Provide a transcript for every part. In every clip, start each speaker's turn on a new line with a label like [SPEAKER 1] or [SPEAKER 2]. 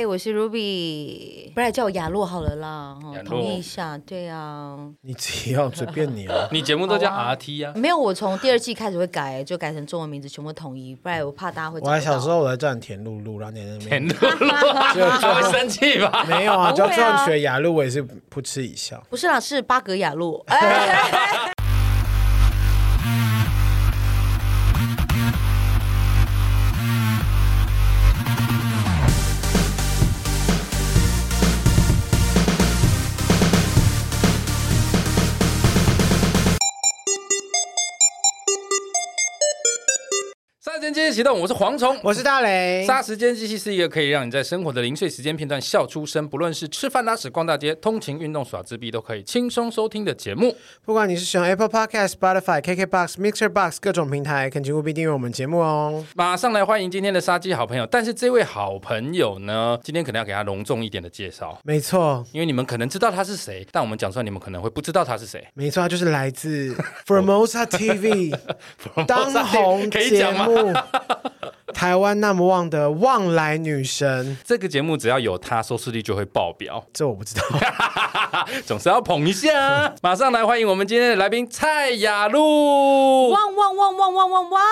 [SPEAKER 1] 哎、我是 Ruby，不然叫我雅洛好了啦。哦
[SPEAKER 2] 雅洛。
[SPEAKER 1] 同意一下，对啊，
[SPEAKER 3] 你自己要随便你啊
[SPEAKER 2] 你节目都叫 RT 呀、
[SPEAKER 1] 没有，我从第二季开始会改，就改成中文名字全部统一，不然我怕大家会。
[SPEAKER 3] 我还想，说我来叫你田露露，然后你在那边
[SPEAKER 2] 田 露露，他 会生气吧？
[SPEAKER 3] 没有 啊，
[SPEAKER 1] 不会
[SPEAKER 3] 就
[SPEAKER 1] 啊
[SPEAKER 3] 算学雅露，我也是噗嗤一笑。
[SPEAKER 1] 不是啦，是巴格雅 洛。哎，
[SPEAKER 2] 杀时间机器启动，我是蝗虫。
[SPEAKER 3] 我是大雷，
[SPEAKER 2] 杀时间机器是一个可以让你在生活的零碎时间片段笑出声，不论是吃饭、拉屎、逛大街、通勤、运动、耍自闭，都可以轻松收听的节目。
[SPEAKER 3] 不管你是使用 Apple Podcast、Spotify、KKBox、Mixer Box 各种平台，恳请务必订阅我们节目哦。
[SPEAKER 2] 马上来欢迎今天的杀鸡好朋友，但是这位好朋友呢，今天可能要给他隆重一点的介绍，
[SPEAKER 3] 没错，
[SPEAKER 2] 因为你们可能知道他是谁，但我们讲出来你们可能会不知道他是谁。
[SPEAKER 3] 没错，它就是 来自 Formosa TV 当红
[SPEAKER 2] 可以
[SPEAKER 3] 节
[SPEAKER 2] 讲吗？
[SPEAKER 3] 目，台湾那么旺的旺来女神，
[SPEAKER 2] 这个节目只要有他，收视率就会爆表。
[SPEAKER 3] 这我 不知道。
[SPEAKER 2] 总是要捧一下 啊。马上来欢迎我们今天的来宾蔡雅露。
[SPEAKER 1] 汪汪汪汪汪汪汪！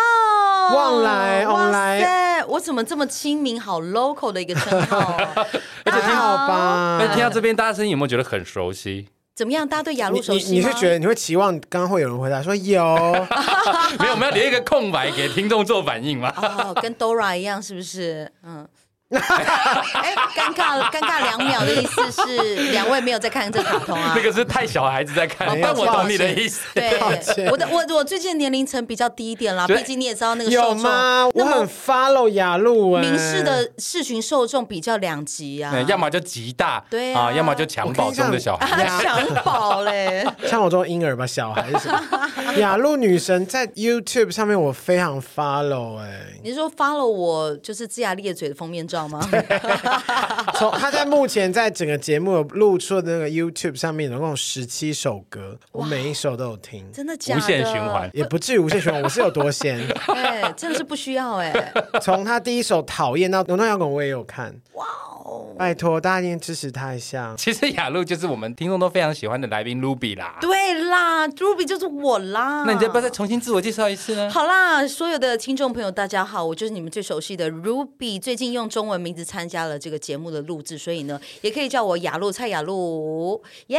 [SPEAKER 3] 旺来旺来
[SPEAKER 1] 塞！我怎么这么亲民，好 local 的一个称号啊？
[SPEAKER 3] 而且还好吧？
[SPEAKER 2] 哎那听到这边，大家声音有没有觉得很 熟悉？
[SPEAKER 1] 怎么样？大家对雅
[SPEAKER 3] 你
[SPEAKER 1] 洛熟
[SPEAKER 3] 你
[SPEAKER 1] 悉吗？
[SPEAKER 3] 你是觉得你会期望刚刚会有人回答说有？
[SPEAKER 2] 没有，我们要留一个空白给听众做 反应嘛。
[SPEAKER 1] 哦，跟 Dora 一样是不是？ 嗯。哎，尴尬，尴尬两秒的意思是两位没有在看这卡通啊
[SPEAKER 2] 那？个是太小孩子在 看
[SPEAKER 1] 哦，
[SPEAKER 2] 但我
[SPEAKER 1] 抱
[SPEAKER 2] 懂
[SPEAKER 1] 歉
[SPEAKER 2] 你的意 思。
[SPEAKER 1] 对
[SPEAKER 3] 抱，歉
[SPEAKER 1] 我的我我最近的年龄层比较低一点啦，
[SPEAKER 2] 对
[SPEAKER 1] 毕竟你也知道那个受
[SPEAKER 3] 有
[SPEAKER 1] 众
[SPEAKER 3] 吗？
[SPEAKER 1] 那
[SPEAKER 3] 我很
[SPEAKER 1] 么
[SPEAKER 3] follow 雅露哎、
[SPEAKER 1] 明示的视群受众比较两极啊
[SPEAKER 2] 嗯，，要么就极大，
[SPEAKER 1] 对啊
[SPEAKER 2] 啊，要么就襁褓中的小孩。
[SPEAKER 1] 啊 强暴 嘞，
[SPEAKER 3] 像我这种婴儿吧，小孩是什 么？雅露女神在 YouTube 上面我非常 follow 哎、
[SPEAKER 1] 你是说 follow 我就是龇牙咧嘴的封面照吗？
[SPEAKER 3] 从她在目前在整个节目有录出的那个 YouTube 上面，总共十七首歌，我每一首都有听，
[SPEAKER 1] 真的假的？
[SPEAKER 2] 无限循环
[SPEAKER 3] 也不至于无限循环。我是有多闲，
[SPEAKER 1] 哎，真的是不需要哎，
[SPEAKER 3] 从她第一首《讨厌》到《浓妆摇滚》，我也有看。哇哦！拜托大家一定支持她一下。
[SPEAKER 2] 其实雅露就是我们听众都非常喜欢的来宾 Ruby 啦。
[SPEAKER 1] 对啦，Ruby 就是我啦。
[SPEAKER 2] 那你再不要再重新自我介绍一次 呢？
[SPEAKER 1] 好啦，所有的听众朋友，大家好，我就是你们最熟悉的 Ruby。最近用中文名字参加了这个节目的录制，所以呢，也可以叫我雅露蔡雅露，耶、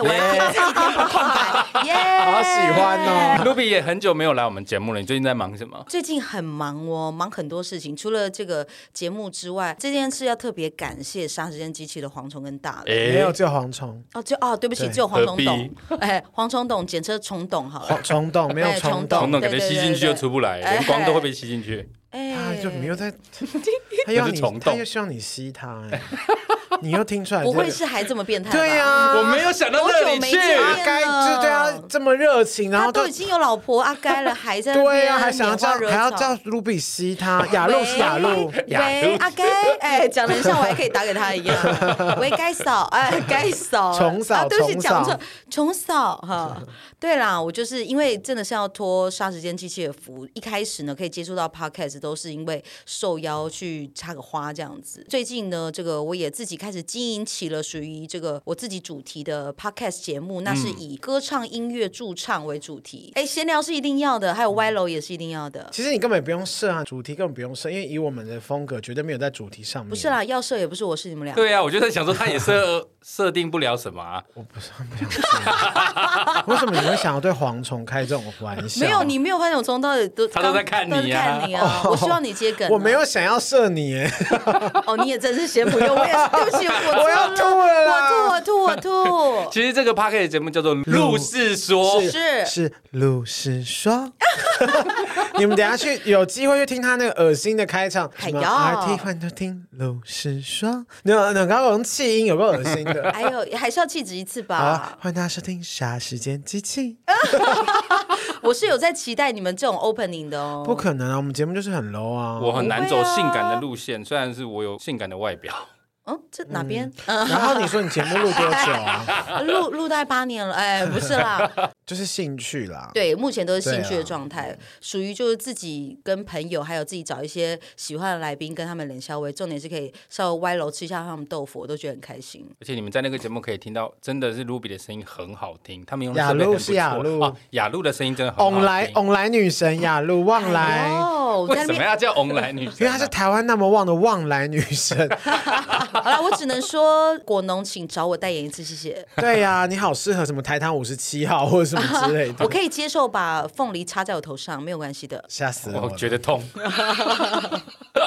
[SPEAKER 1] 我来填自己填补空白，耶、
[SPEAKER 3] 好喜欢哦
[SPEAKER 2] Ruby 也很久没有来我们节目了，你最近在忙什么？
[SPEAKER 1] 最近很忙哦，忙很多事情。除了这个节目之外，这件事要特别感谢《杀时间机器》的蝗虫跟大
[SPEAKER 2] 哎
[SPEAKER 1] 雷。
[SPEAKER 3] 没有，只有蝗虫，
[SPEAKER 1] 哦，就哦，对不起，
[SPEAKER 3] 哎对
[SPEAKER 1] 只有蝗虫
[SPEAKER 2] 何必
[SPEAKER 1] 懂，哎，蝗虫懂，简称虫懂好了
[SPEAKER 3] 蝗。虫洞没有
[SPEAKER 1] 哎
[SPEAKER 3] 虫
[SPEAKER 1] 虫
[SPEAKER 3] 洞
[SPEAKER 2] 彤
[SPEAKER 1] 洞。
[SPEAKER 2] 彤感觉吸进去就出不来，
[SPEAKER 1] 对对对
[SPEAKER 2] 连光都会被吸进去。
[SPEAKER 3] 他
[SPEAKER 1] 哎，
[SPEAKER 3] 就没有在，他要
[SPEAKER 2] 那是
[SPEAKER 3] 你
[SPEAKER 2] 虫，洞
[SPEAKER 3] 他又希望你吸他、哎 你又听出来这
[SPEAKER 1] 不
[SPEAKER 3] 个？
[SPEAKER 1] 会是还这么变态吧？
[SPEAKER 3] 对呀、啊
[SPEAKER 2] 我没有想到那里
[SPEAKER 1] 多
[SPEAKER 2] 去
[SPEAKER 1] 久没。见
[SPEAKER 3] 阿该就对他这么热情，然
[SPEAKER 1] 他
[SPEAKER 3] 后
[SPEAKER 1] 都
[SPEAKER 3] 都
[SPEAKER 1] 已经有老婆阿该了，还在那
[SPEAKER 3] 对呀、
[SPEAKER 1] 边
[SPEAKER 3] 还想要
[SPEAKER 1] 拈花
[SPEAKER 3] 叫
[SPEAKER 1] 惹
[SPEAKER 3] 还要
[SPEAKER 1] 草
[SPEAKER 3] 叫卢比吸他，雅露是雅露，
[SPEAKER 2] 雅露
[SPEAKER 1] 喂阿该，哎， 讲的像我还可以打给他一样，喂该嫂，哎，该 嫂，
[SPEAKER 3] 重嫂
[SPEAKER 1] 啊对不起，
[SPEAKER 3] 重嫂
[SPEAKER 1] 讲错，重嫂 哈。对啦，我就是因为真的是要托杀时间机器的福，一开始呢可以接触到 podcast 都是因为受邀去插个花这样子。最近呢，这个我也自己开始经营起了属于这个我自己主题的 podcast 节目，那是以歌唱、音乐、驻唱为主题。哎，闲聊是一定要的，还有歪楼也是一定要的。
[SPEAKER 3] 其实你根本不用设啊，主题根本不用设，因为以我们的风格，绝对没有在主题上面。
[SPEAKER 1] 不是，啦，要射也不是我，是你们俩。
[SPEAKER 2] 对呀、啊，我就在想说，他也设设定不了什么啊。
[SPEAKER 3] 我不是很不想说。为什么你会想要对蝗虫开这种玩笑？
[SPEAKER 1] 没有，你没有发现我从头到尾都
[SPEAKER 2] 他都在看你啊
[SPEAKER 1] 都在看你 啊！我希望你接梗啊。
[SPEAKER 3] 我没有想要射你，哎
[SPEAKER 1] 哦，你也真是先不用，我也 是对不起，我
[SPEAKER 3] 我要吐了啦
[SPEAKER 1] 我吐，我吐，我
[SPEAKER 2] 其实这个 p a r k 的节目叫做《路是说》，
[SPEAKER 1] 吐，是
[SPEAKER 3] 是鲁是说。 你们等一下去有机会去听他那个恶心的开场，
[SPEAKER 1] 哎
[SPEAKER 3] 什么
[SPEAKER 1] 呦
[SPEAKER 3] RT 换头听鲁是说，那那刚刚用气音有个恶心的。
[SPEAKER 1] 哎呦，还是要气质一次
[SPEAKER 3] 好啊
[SPEAKER 1] 吧，。
[SPEAKER 3] 欢迎大家收听《啥时间机器》。
[SPEAKER 1] 我是有在期待你们这种 opening 的哦。
[SPEAKER 3] 不可能啊，我们节目就是很 low 啊。
[SPEAKER 2] 我很难走性感的路线，虽然是我有性感的外表，
[SPEAKER 1] 嗯，这哪边？
[SPEAKER 3] 然后你说你节目录多久啊？
[SPEAKER 1] 嗯，录录大概八年了，哎，不是啦，
[SPEAKER 3] 就是兴趣啦。
[SPEAKER 1] 对，目前都是兴趣
[SPEAKER 3] 对
[SPEAKER 1] 的
[SPEAKER 3] 啊
[SPEAKER 1] 状态，属于就是自己跟朋友，还有自己找一些喜欢的来宾，跟他们连消微，重点是可以稍微歪楼吃一下他们豆腐，我都觉得很开心。
[SPEAKER 2] 而且你们在那个节目可以听到，真的是 Ruby 的声音很好听，他们用的
[SPEAKER 3] 雅
[SPEAKER 2] 设备
[SPEAKER 3] 露
[SPEAKER 2] 很不
[SPEAKER 3] 是雅
[SPEAKER 2] 错
[SPEAKER 3] 露
[SPEAKER 2] 啊，雅露的声音真的很好听。
[SPEAKER 3] 翁来翁来女神雅露旺来，
[SPEAKER 1] 哦，我
[SPEAKER 2] 为
[SPEAKER 1] 在那
[SPEAKER 2] 什么
[SPEAKER 1] 边
[SPEAKER 2] 要叫翁来女神啊？
[SPEAKER 3] 因为她是台湾那么旺的旺来女 神。
[SPEAKER 1] 好了，我只能说果农，请找我代言一次，谢谢。
[SPEAKER 3] 对呀、你好适合什么台糖五十七号或者什么之类
[SPEAKER 1] 我
[SPEAKER 3] 的，
[SPEAKER 1] 可以接受把凤梨插在我头上，没有关系的。
[SPEAKER 3] 吓死 我
[SPEAKER 2] 我
[SPEAKER 3] 了！
[SPEAKER 2] 觉得痛，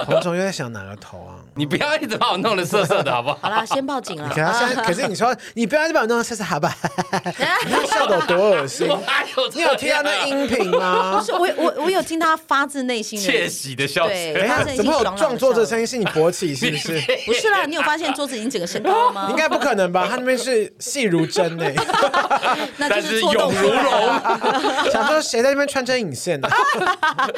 [SPEAKER 3] 黄总又在想哪个头啊？
[SPEAKER 2] 你不要一直把我弄得涩涩的好不好？
[SPEAKER 1] 好啦，先报警
[SPEAKER 3] 可
[SPEAKER 1] 啦
[SPEAKER 3] 是。他现在，可 是你说 你不要再把我弄到下次好吧？你
[SPEAKER 1] 啊
[SPEAKER 3] 看 笑得有多恶心！
[SPEAKER 2] 哪有这
[SPEAKER 3] 你
[SPEAKER 2] 样啊
[SPEAKER 3] 有听到那音频吗
[SPEAKER 1] 不？ 是我我我有听他发自内心的，
[SPEAKER 2] 窃喜的笑
[SPEAKER 1] 对
[SPEAKER 2] 声？
[SPEAKER 3] 等一
[SPEAKER 1] 他
[SPEAKER 3] 下，
[SPEAKER 1] 真的已
[SPEAKER 3] 哎怎
[SPEAKER 1] 经
[SPEAKER 3] 么有
[SPEAKER 1] 爽朗
[SPEAKER 3] 撞桌
[SPEAKER 1] 笑
[SPEAKER 3] 子的
[SPEAKER 1] 了
[SPEAKER 3] 声音？是你勃起是不是？你
[SPEAKER 1] 不是啦，你有发现桌子已经整个升高了吗
[SPEAKER 3] 应？该不可能吧？他那边是细如针 呢、
[SPEAKER 1] 那
[SPEAKER 2] 但
[SPEAKER 1] 就是错
[SPEAKER 2] 有
[SPEAKER 1] 动出
[SPEAKER 2] 如
[SPEAKER 1] 来
[SPEAKER 2] 龙
[SPEAKER 1] 了，
[SPEAKER 3] 想说谁在那边穿针引线啊 呢、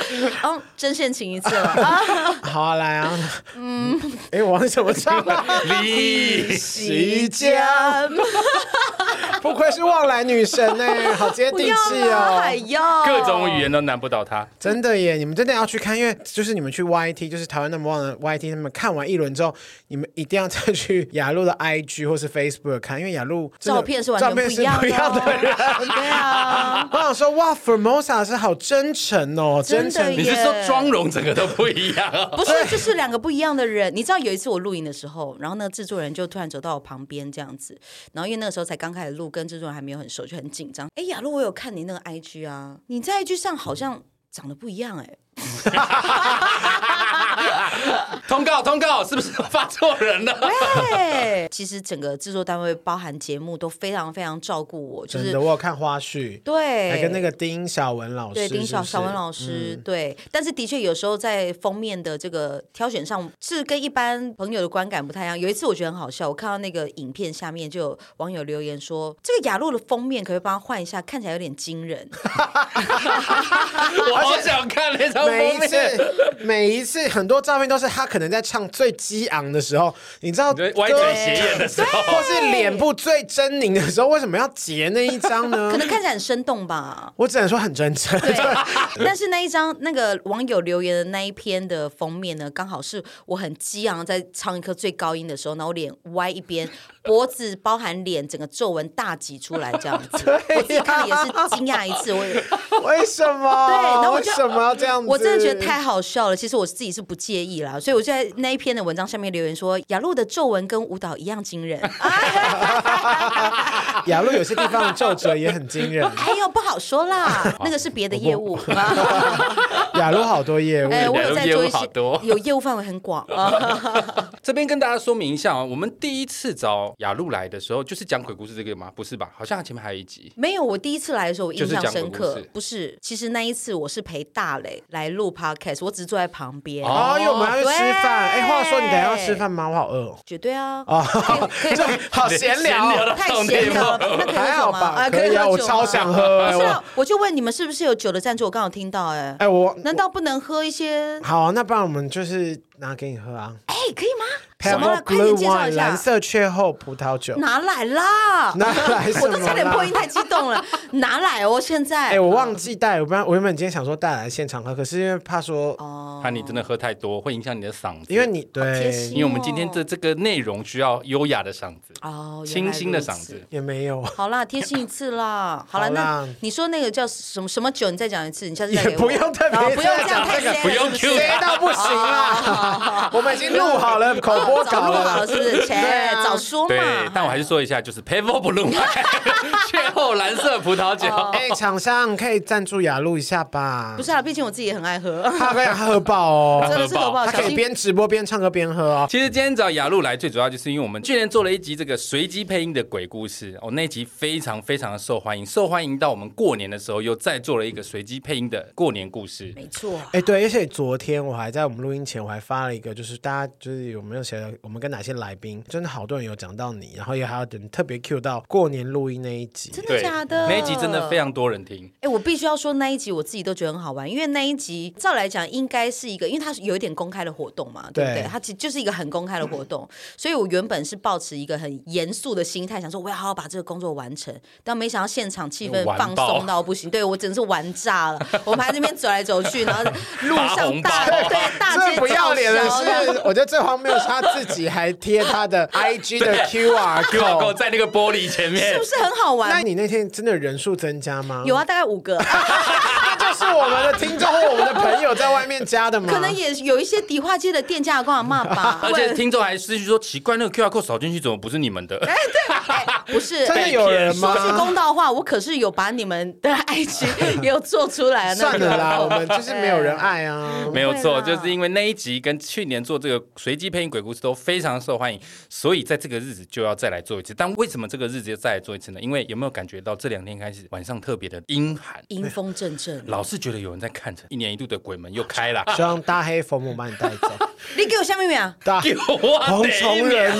[SPEAKER 1] 嗯，针线情一次了。啊
[SPEAKER 3] 好、啊，来啊！嗯， 哎、我忘记怎么唱了、
[SPEAKER 2] 李
[SPEAKER 3] 洗家，不愧是旺来女神呢、好接
[SPEAKER 1] 不
[SPEAKER 3] 地
[SPEAKER 1] 要
[SPEAKER 3] 气
[SPEAKER 1] 啦，
[SPEAKER 3] 哦
[SPEAKER 1] 哎。呀，
[SPEAKER 2] 各种语言都难不倒他。
[SPEAKER 3] 真的耶，你们真的要去看，因为就是你们去 YT，就是台湾那么旺的 YT，他们看完一轮之后，你们一定要再去雅露的 IG 或是 Facebook 看，因为雅露真的
[SPEAKER 1] 照片是完
[SPEAKER 3] 照
[SPEAKER 1] 全
[SPEAKER 3] 片是
[SPEAKER 1] 不
[SPEAKER 3] 不
[SPEAKER 1] 一
[SPEAKER 3] 一
[SPEAKER 1] 样
[SPEAKER 3] 样
[SPEAKER 1] 的哦
[SPEAKER 3] 的人。
[SPEAKER 1] 对啊，
[SPEAKER 3] 我想说，哇，Formosa 是好真诚哦，
[SPEAKER 1] 真
[SPEAKER 3] 真
[SPEAKER 1] 的
[SPEAKER 3] 诚
[SPEAKER 2] 你
[SPEAKER 1] 耶
[SPEAKER 2] 是说妆容整个都不一样 哦？
[SPEAKER 1] 不是，这是两个不一样的人。你知道有一次我录影的时候，然后那个制作人就突然走到我旁边这样子，然后因为那个时候才刚开始录，跟制作人还没有很熟，就很紧张。
[SPEAKER 3] 嗯
[SPEAKER 1] 哎，雅露，我有看你那个 IG 啊，你在 IG 上好 像长得不一样哎、
[SPEAKER 2] 通告通告，是不是发错人了？
[SPEAKER 1] 对，哎其实整个制作单位包含节目都非常非常照顾我，就
[SPEAKER 3] 真
[SPEAKER 1] 是
[SPEAKER 3] 的，我有看花絮，
[SPEAKER 1] 对，
[SPEAKER 3] 还跟那个丁小文老师，
[SPEAKER 1] 对丁小
[SPEAKER 3] 是不是嗯
[SPEAKER 1] 小文老师、对，但是的确有时候在封面的这个挑选上是跟一般朋友的观感不太一样。有一次我觉得很好笑，我看到那个影片下面就有网友留言说，这个雅露的封面可不可以帮他换一下，看起来有点惊人。
[SPEAKER 2] 我好想看那张
[SPEAKER 3] 每
[SPEAKER 2] 封
[SPEAKER 3] 一
[SPEAKER 2] 面。
[SPEAKER 3] 次，每一次很多照片都是他可能在唱最激昂的时候，你知道
[SPEAKER 2] 你歪
[SPEAKER 3] 歌
[SPEAKER 2] 嘴斜眼的时候，
[SPEAKER 3] 或是脸部最狰狞的时候，为什么要截那一张呢。
[SPEAKER 1] 可？能看起来很生动吧
[SPEAKER 3] 我只能说很 真诚。
[SPEAKER 1] 对，但是那一张那个网友留言的那一篇的封面呢，刚好是我很激昂在唱一颗最高音的时候，然后脸歪一边，脖子包含脸整个皱纹大挤出来这样 子。我自己看了也是惊讶一次，我也。
[SPEAKER 3] 为什么？
[SPEAKER 1] 对然后我
[SPEAKER 3] 为
[SPEAKER 1] 就
[SPEAKER 3] 什么要这样子？
[SPEAKER 1] 我真的觉得太好笑了。其实我自己是不介意啦，所以我就在那一篇的文章下面留言说，雅露的皱纹跟舞蹈一样惊 人，。
[SPEAKER 3] 雅露有些地方皱褶也很惊人
[SPEAKER 1] 哎呦不好说啦，那个是别的业 务。
[SPEAKER 3] 雅露好多业务，
[SPEAKER 1] 哎，哦我有在做
[SPEAKER 2] 业
[SPEAKER 1] 一
[SPEAKER 2] 务好
[SPEAKER 1] 些
[SPEAKER 2] 多，
[SPEAKER 1] 有业务范围很广啊。
[SPEAKER 2] 这边跟大家说明一下啊，我们第一次找雅露来的时候，就是讲鬼故事这个吗？不是吧？好像前面还有一集。
[SPEAKER 1] 没有，我第一次来的时候我印象深
[SPEAKER 2] 就是讲鬼
[SPEAKER 1] 刻
[SPEAKER 2] 故事，
[SPEAKER 1] 不是，其实那一次我是陪大磊来录 podcast，我只是坐在旁边。
[SPEAKER 2] 哦
[SPEAKER 3] 哦，因为我们要去吃饭。
[SPEAKER 1] 对
[SPEAKER 3] 哎，话说你等一下要吃饭吗？我好饿 哦
[SPEAKER 1] 绝对啊，
[SPEAKER 3] 哦。
[SPEAKER 1] 可以
[SPEAKER 3] 这好闲聊，哦
[SPEAKER 2] 到
[SPEAKER 1] 太
[SPEAKER 2] 这种
[SPEAKER 1] 闲
[SPEAKER 2] 地
[SPEAKER 1] 聊了
[SPEAKER 2] 步，
[SPEAKER 1] 那可以
[SPEAKER 3] 还
[SPEAKER 1] 喝酒
[SPEAKER 3] 好
[SPEAKER 1] 吗？
[SPEAKER 3] 吧？
[SPEAKER 1] 啊，
[SPEAKER 3] 可以
[SPEAKER 1] 以
[SPEAKER 3] 啊，
[SPEAKER 1] 喝
[SPEAKER 3] 我
[SPEAKER 1] 酒
[SPEAKER 3] 超
[SPEAKER 1] 吗
[SPEAKER 3] 想喝哎，
[SPEAKER 1] 不是
[SPEAKER 3] 我
[SPEAKER 1] 啊，我就问你们是不是有酒的赞助？我刚好听到、哎、
[SPEAKER 3] 哎我
[SPEAKER 1] 难道不能喝一些？
[SPEAKER 3] 好啊，那不然我们就是拿给你喝啊。
[SPEAKER 1] 哎、可以吗？
[SPEAKER 3] p a
[SPEAKER 1] 什
[SPEAKER 3] l
[SPEAKER 1] 么
[SPEAKER 3] e
[SPEAKER 1] 了？快点
[SPEAKER 3] Blue
[SPEAKER 1] 介绍
[SPEAKER 3] Wine
[SPEAKER 1] 一
[SPEAKER 3] 蓝
[SPEAKER 1] 下。
[SPEAKER 3] 色雀后葡萄酒，
[SPEAKER 1] 拿来啦！
[SPEAKER 3] 拿来什
[SPEAKER 1] 我
[SPEAKER 3] 么
[SPEAKER 1] 都差点
[SPEAKER 3] 啦
[SPEAKER 1] 破音，太激动了。拿来哦，现在。
[SPEAKER 3] 哎、我忘记带，我不然我原本今天想说带来现场喝，可是因为怕说，
[SPEAKER 1] 哦
[SPEAKER 2] 怕你真的喝太多会影响你的嗓子，
[SPEAKER 3] 因为你
[SPEAKER 1] 贴
[SPEAKER 3] 对
[SPEAKER 1] 心
[SPEAKER 2] 因为我们今天的这个内容需要优雅的嗓子，
[SPEAKER 1] 哦，原来
[SPEAKER 2] 清新的
[SPEAKER 1] 如此
[SPEAKER 2] 嗓子。。
[SPEAKER 3] 也没有，
[SPEAKER 1] 好啦，贴心一次啦。好啦，
[SPEAKER 3] 好啦
[SPEAKER 1] 那你说那个叫什么什么酒？你再讲一次，你下次再
[SPEAKER 3] 也
[SPEAKER 1] 给我。
[SPEAKER 3] 不用特
[SPEAKER 1] 哦
[SPEAKER 3] 别
[SPEAKER 1] 不用
[SPEAKER 3] 再
[SPEAKER 1] 这样
[SPEAKER 3] 讲
[SPEAKER 1] 太
[SPEAKER 3] 这个，
[SPEAKER 1] 深，
[SPEAKER 2] 不用
[SPEAKER 1] 是
[SPEAKER 2] Q
[SPEAKER 1] 是
[SPEAKER 3] 谁到不行啦，我们已经录好了口播
[SPEAKER 1] 哦早
[SPEAKER 3] 稿
[SPEAKER 1] 录好
[SPEAKER 3] 了
[SPEAKER 1] 了，是不是？切
[SPEAKER 3] 对啊
[SPEAKER 1] 早说
[SPEAKER 2] 对
[SPEAKER 1] 嘛，。
[SPEAKER 2] 但我还是说一下，就是 Pavo Blue，阙 后蓝色葡萄酒。
[SPEAKER 3] 哎、厂商可以赞助雅露一下吧
[SPEAKER 1] 哦不，是啊，毕竟我自己也很爱 喝，
[SPEAKER 3] 他可以喝爆哦，
[SPEAKER 1] 真的是
[SPEAKER 2] 喝
[SPEAKER 1] 喝
[SPEAKER 2] 爆
[SPEAKER 1] 爆，
[SPEAKER 3] 他
[SPEAKER 1] 小
[SPEAKER 3] 可以
[SPEAKER 1] 心
[SPEAKER 3] 边直播边唱歌边喝哦。
[SPEAKER 2] 其实今天找雅露来，最主要就是因为我们去年做了一集这个随机配音的鬼故事，哦，那一集非常非常的受欢迎，受欢迎到我们过年的时候又再做了一个随机配音的过年故事。
[SPEAKER 1] 没错。啊
[SPEAKER 3] 哎、对，而且昨天我还在我们录音前，我还发了一个，就是大家就是有没有谁，我们跟哪些来宾，真的好多人有讲到你，然后也还有人特别 cue 到过年录音那一集，
[SPEAKER 1] 真的
[SPEAKER 2] 对，
[SPEAKER 1] 假的？
[SPEAKER 2] 那一集真的非。常多人 听，
[SPEAKER 1] 哎、我必须要说那一集我自己都觉得很好玩，因为那一集照来讲应该是一个，因为它是有一点公开的活动嘛，对不对？
[SPEAKER 3] 对
[SPEAKER 1] 它其实就是一个很公开的活动，所以我原本是抱持一个很严肃的心态，想说我要好好把这个工作完成，但没想到现场气氛
[SPEAKER 2] 完
[SPEAKER 1] 放
[SPEAKER 2] 爆
[SPEAKER 1] 松到不行，对我真的是玩炸 了。我们还在那边走来走去，然后路
[SPEAKER 2] 发
[SPEAKER 1] 上
[SPEAKER 2] 红
[SPEAKER 1] 大
[SPEAKER 2] 包
[SPEAKER 1] 对大
[SPEAKER 3] 最
[SPEAKER 1] 街
[SPEAKER 3] 不要脸的
[SPEAKER 1] 叫嚣
[SPEAKER 3] 是，我觉得最荒谬是他自己还贴 他的 IG 的 QR
[SPEAKER 2] 给我
[SPEAKER 3] code。
[SPEAKER 2] 在那个玻璃前面
[SPEAKER 1] 是不，是很好
[SPEAKER 3] 那
[SPEAKER 1] 玩？
[SPEAKER 3] 你那天真的人数增加吗？
[SPEAKER 1] 有，啊，大概五 个。
[SPEAKER 3] 就是我们的听众或我们的朋友在外面加的吗？
[SPEAKER 1] 可能也有一些迪化街的店家有跟我骂吧，
[SPEAKER 2] 而且听众还私信说奇怪，那个 QR code 扫进去怎么不是你们的？
[SPEAKER 1] 不是
[SPEAKER 3] 真的有人
[SPEAKER 1] 说句
[SPEAKER 3] 吗？
[SPEAKER 1] 公道话，我可是有把你们的 IG 也有做出来的那
[SPEAKER 3] 算
[SPEAKER 1] 个
[SPEAKER 3] 了啦，我们就是没有人爱啊。
[SPEAKER 2] 没有错，
[SPEAKER 1] 不会
[SPEAKER 2] 就
[SPEAKER 1] 啦
[SPEAKER 2] 是因为那一集跟去年做这个随机配音鬼故事都非常受欢迎，所以在这个日子就要再来做一次。但为什么这个日子要再来做一次呢？因为有没有感觉到这两天开始晚上特别的阴寒，
[SPEAKER 1] 迎风阵阵。
[SPEAKER 2] 老是觉得有人在看着，一年一度的鬼门又开
[SPEAKER 1] 嗯
[SPEAKER 2] 了，
[SPEAKER 3] 希望大黑佛母把你带走。
[SPEAKER 1] 你 给我下面一 秒，
[SPEAKER 3] 大
[SPEAKER 2] 给我
[SPEAKER 3] 蝗虫人，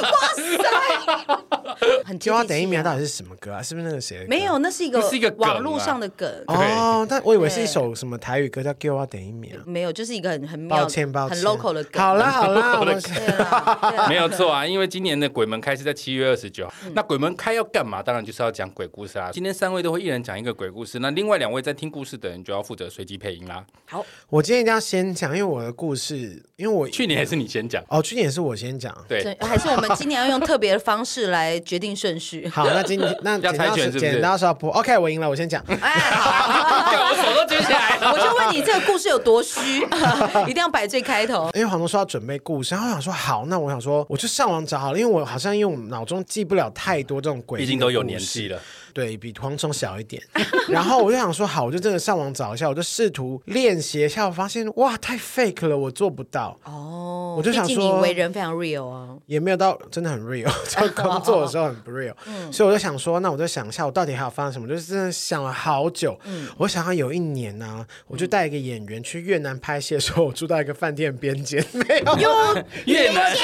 [SPEAKER 1] 很接
[SPEAKER 3] 就要
[SPEAKER 1] 地
[SPEAKER 3] 等一
[SPEAKER 1] 气。
[SPEAKER 3] 秒到底是什么歌啊？是不是那个谁的歌？
[SPEAKER 1] 没有，那是一个
[SPEAKER 2] 那是一个梗啊
[SPEAKER 1] 网络上的梗，
[SPEAKER 2] 对
[SPEAKER 3] 哦，但我以为是一首什么台语歌叫《给我等一秒》。
[SPEAKER 1] 没有，就是一个很很妙
[SPEAKER 3] 抱歉，抱歉，
[SPEAKER 1] 很 local 的梗。
[SPEAKER 3] 好啦，好啦，我们
[SPEAKER 1] 对啦，对啦
[SPEAKER 2] 没有错啊，因为今年的鬼门开是在七月二十九。那鬼门开要干嘛？当然就是要讲鬼故事啦。今天三位都会一人讲一个鬼故事，那另外两位在听故事的人就要负责随机配音啦。
[SPEAKER 1] 好，
[SPEAKER 3] 我今天一定要先讲，因为我的故事，因为我
[SPEAKER 2] 去年还是你先讲，
[SPEAKER 3] 哦，去年也是我先讲。
[SPEAKER 1] 对
[SPEAKER 2] 对，，
[SPEAKER 1] 还是我们今年要用特别的方式来决定顺序。
[SPEAKER 3] 好，那 今天那
[SPEAKER 2] 要
[SPEAKER 3] 剪
[SPEAKER 2] 猜
[SPEAKER 3] 刀
[SPEAKER 2] 拳
[SPEAKER 3] 石
[SPEAKER 2] 是不是
[SPEAKER 3] 剪刀石头布，OK，我赢了，我先讲。
[SPEAKER 1] 哎，好，
[SPEAKER 2] 我手都举起来了。
[SPEAKER 1] 我就问你这个故事有多虚， 一定要摆最开头。
[SPEAKER 3] 因为黄总说要准备故事，然后我想说好，那我想说我就上网找好了，因为我好像因为我脑中记不了太多这种鬼，
[SPEAKER 2] 毕竟都有年纪了，
[SPEAKER 3] 对比蝗虫小一点。 然后我就想说，好，我就真的上网找一下，我就试图练习一下，我发现哇，太 fake 了，我做不到，
[SPEAKER 1] 哦，
[SPEAKER 3] 我就想
[SPEAKER 1] 毕
[SPEAKER 3] 说
[SPEAKER 1] 竟你为人非常 real 啊。
[SPEAKER 3] 也没有到真的很 real，就 工作的时候很不 real，、所以我就想说，那我就想一下，我到底还有发生什么？就是真的想了好久。我想要有一年呢、我就带一个演员去越南拍戏的时候，我住到一个饭店边间，没有。啊
[SPEAKER 2] 越南
[SPEAKER 3] 你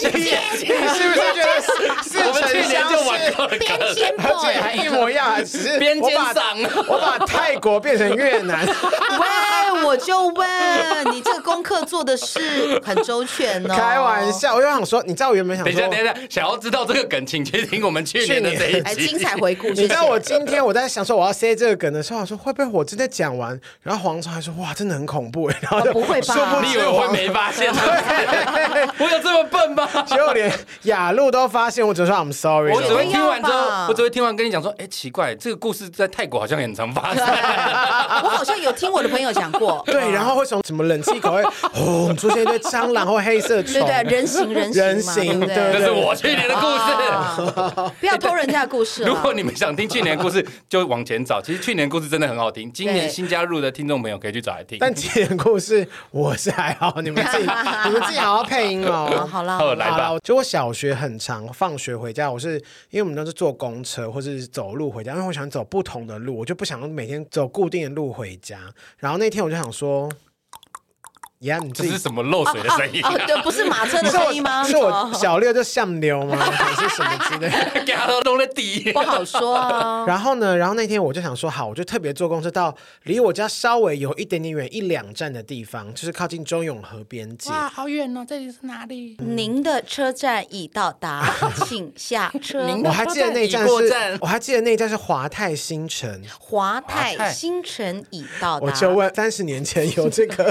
[SPEAKER 3] 是不是觉得似
[SPEAKER 2] 我
[SPEAKER 3] 曾
[SPEAKER 2] 们去年
[SPEAKER 3] 相
[SPEAKER 2] 就
[SPEAKER 3] 识
[SPEAKER 2] 玩过了，
[SPEAKER 4] 边肩
[SPEAKER 3] 而且
[SPEAKER 4] boy，
[SPEAKER 3] 还一模一样，只 是
[SPEAKER 2] 边
[SPEAKER 3] 我
[SPEAKER 2] 肩
[SPEAKER 3] 把
[SPEAKER 2] 上
[SPEAKER 3] 我把泰国变成越 南，
[SPEAKER 1] 喂，我就问你，这个功课做的 是很周全哦。
[SPEAKER 3] 开玩，笑，我就想说，你知道我原本想
[SPEAKER 2] 等一下，
[SPEAKER 3] 说
[SPEAKER 2] 等。一下，想要知道这个梗，请去听我们去年的这
[SPEAKER 1] 哎，精
[SPEAKER 2] 一集。
[SPEAKER 1] 彩回 顾。
[SPEAKER 3] 你知道我
[SPEAKER 1] 谢谢
[SPEAKER 3] 今天我在想说我要塞这个梗的时候，我说会不会我真的讲完，然后蝗虫还说哇真的很恐怖哎，然后就
[SPEAKER 1] 哦不会吧
[SPEAKER 3] 殊不
[SPEAKER 2] 你以
[SPEAKER 3] 知
[SPEAKER 2] 为我会 没发现？我有这么笨吗？
[SPEAKER 3] 结果连雅鹿都发现，我只能说 I'm sorry，
[SPEAKER 2] 我只会
[SPEAKER 1] 不要
[SPEAKER 2] 听完之后
[SPEAKER 1] 吧，
[SPEAKER 2] 我只会听完跟你讲说，哎，奇怪，这个故事在泰国好像很常发生。
[SPEAKER 1] 我好像有听我的朋友讲过。
[SPEAKER 3] 对，然后会从什么冷气口会轰出现一堆蟑螂或黑色虫，
[SPEAKER 1] 对对，人形人
[SPEAKER 3] 人
[SPEAKER 1] 嘛，
[SPEAKER 3] 形
[SPEAKER 1] 对不
[SPEAKER 2] 这
[SPEAKER 3] 对
[SPEAKER 1] 对？
[SPEAKER 2] 是我去年的故事。
[SPEAKER 1] 啊不要偷人家的故事
[SPEAKER 2] 如果
[SPEAKER 1] 了。
[SPEAKER 2] 你们想听去年的故事，就往前找。其实去年的故事真的很好听，今年
[SPEAKER 1] 对
[SPEAKER 2] 新加入的听众朋友可以去找来听。
[SPEAKER 3] 但今年故事我是还好，你们自己你们自己好好配音
[SPEAKER 1] 啊
[SPEAKER 3] 哦。
[SPEAKER 1] 好啦，
[SPEAKER 2] 好来
[SPEAKER 3] 好
[SPEAKER 2] 吧
[SPEAKER 3] 了，就我小学很长，放学回家，我是因为我们都是坐公车或是走路回家，因为我想走不同的路，我就不想每天走固定的路回家。然后那天我就想说，呀，你
[SPEAKER 2] 这
[SPEAKER 3] 自己
[SPEAKER 2] 是什么漏水的声音？
[SPEAKER 1] 哦，对，不是马车的
[SPEAKER 3] 是
[SPEAKER 1] 声音
[SPEAKER 3] 我
[SPEAKER 1] 吗？
[SPEAKER 3] 是我
[SPEAKER 1] 哦
[SPEAKER 3] 小六就像牛吗？还是什么之类 的？
[SPEAKER 2] 给他都弄在地
[SPEAKER 1] 不。好说啊。
[SPEAKER 3] 然后呢，然后那天我就想说，好，我就特别坐公车到离我家稍微有一点点远一两站的地方，就是靠近中永和边界。
[SPEAKER 4] 哇，好远哦，这里是哪里？
[SPEAKER 1] 您的车站已到达，请下车。
[SPEAKER 2] 您
[SPEAKER 3] 我还记得那一站
[SPEAKER 2] 已过
[SPEAKER 3] 是
[SPEAKER 2] 站，
[SPEAKER 3] 我还记得那一站是华泰新城。
[SPEAKER 1] 华
[SPEAKER 2] 华泰
[SPEAKER 1] 泰新城已到达。
[SPEAKER 3] 我就问，三十年前有 这个，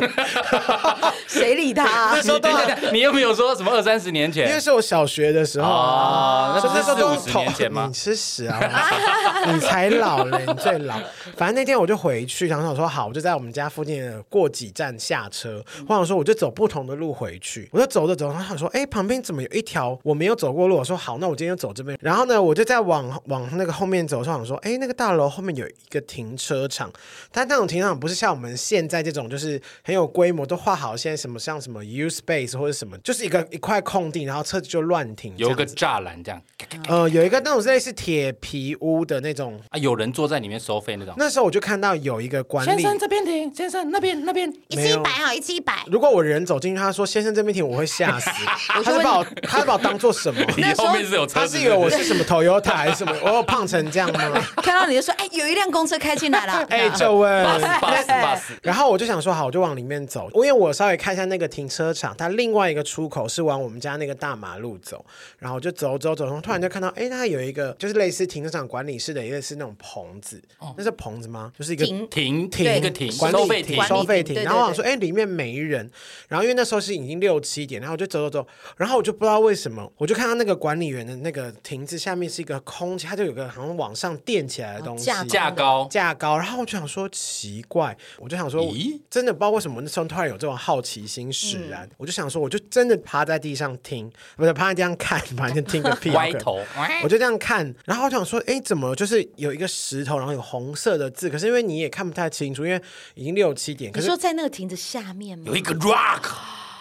[SPEAKER 1] 谁理他啊？
[SPEAKER 2] 说等一下，等一下你又没有说什么二三十年
[SPEAKER 3] 因为
[SPEAKER 2] 前
[SPEAKER 3] 是我小学的时候啊，
[SPEAKER 2] 哦，
[SPEAKER 3] 所以
[SPEAKER 2] 那
[SPEAKER 3] 那
[SPEAKER 2] 不
[SPEAKER 3] 时
[SPEAKER 2] 是
[SPEAKER 3] 候
[SPEAKER 2] 四五
[SPEAKER 3] 都是
[SPEAKER 2] 十年前吗
[SPEAKER 3] 你？吃屎啊！ 你才老了，你最老。反正那天我就回去，然后想说好，我就在我们家附近的过几站下车。我想说，我就走不同的路回去。我就走着走着，然后想说，哎，旁边怎么有一条我没有走过路？我说好，那我今天就走这边。然后呢，我就在往往那个后面走，我想说，哎，那个大楼后面有一个停车场，但那种停车场不是像我们现在这种就是很有规模，都画好现在什么像什么 U space 或者什么，就是一个一块空地，然后车子就乱停这
[SPEAKER 2] 有一
[SPEAKER 3] 样子。
[SPEAKER 2] 个栅栏这样
[SPEAKER 3] 呃，有一个那种类似铁皮屋的那种。
[SPEAKER 2] 啊，有人坐在里面收费那种。
[SPEAKER 3] 那时候我就看到有一个管
[SPEAKER 4] 先
[SPEAKER 3] 理，
[SPEAKER 4] 生这边停，先生那边 那边，
[SPEAKER 1] 一
[SPEAKER 3] 没
[SPEAKER 1] 次一
[SPEAKER 3] 有
[SPEAKER 1] 百哈，一次一百。
[SPEAKER 3] 如果我人走进去，他说先生这边停，我会吓死。
[SPEAKER 1] 我就
[SPEAKER 3] 他就
[SPEAKER 1] 问
[SPEAKER 3] 把我，他就把我当做什么？
[SPEAKER 2] 你
[SPEAKER 1] 那时候
[SPEAKER 2] 后面是有车
[SPEAKER 3] 他
[SPEAKER 2] 子
[SPEAKER 3] 是
[SPEAKER 2] 的，
[SPEAKER 3] 以为我是什么 Toyota 还是什么？我有胖成这样 吗？
[SPEAKER 1] 看到你就说，哎，有一辆公车开进来了。
[SPEAKER 3] 哎，就问。
[SPEAKER 2] bus bus
[SPEAKER 3] 然后我就想说，好，我就往里面走，因为我稍微看一下那个停车场，它另外一个出口是往我们家那个大马路走，然后我就走走走，然后突然就看到，哎，它有一个就是类似停车场管理室的，类似那种棚子，
[SPEAKER 1] 哦
[SPEAKER 3] 那是棚子吗？就是一个
[SPEAKER 1] 停
[SPEAKER 2] 停
[SPEAKER 3] 停
[SPEAKER 2] 一个停
[SPEAKER 3] 管理
[SPEAKER 2] 收费亭
[SPEAKER 1] 管理
[SPEAKER 3] 收费
[SPEAKER 1] 对
[SPEAKER 3] 亭。
[SPEAKER 1] 对
[SPEAKER 3] 然后我想
[SPEAKER 1] 对
[SPEAKER 3] 说，哎，里面没人。然后因为那时候是已经六七点，然后我就走走走，然后我就不知道为什么，我就看到那个管理员的那个亭子下面是一个空气，它就有个好像往上垫起来的东西，
[SPEAKER 1] 架
[SPEAKER 2] 哦架高，
[SPEAKER 3] 架高，然后我就想说奇怪，我就想说
[SPEAKER 2] 咦，
[SPEAKER 3] 真的不知道为什么那时候突然有这种好奇心使然，我就想说，我就真的趴在地上听，不是趴在地上看，反正听个屁，
[SPEAKER 2] 歪
[SPEAKER 3] 好可
[SPEAKER 2] 头，
[SPEAKER 3] 我就这样看，然后我想说，哎，怎么就是有一个石头，然后有红色的字，可是因为你也看不太清楚，因为已经六七点，可
[SPEAKER 1] 你
[SPEAKER 3] 是
[SPEAKER 1] 说在那个亭子下面吗
[SPEAKER 2] 有？一个 rock，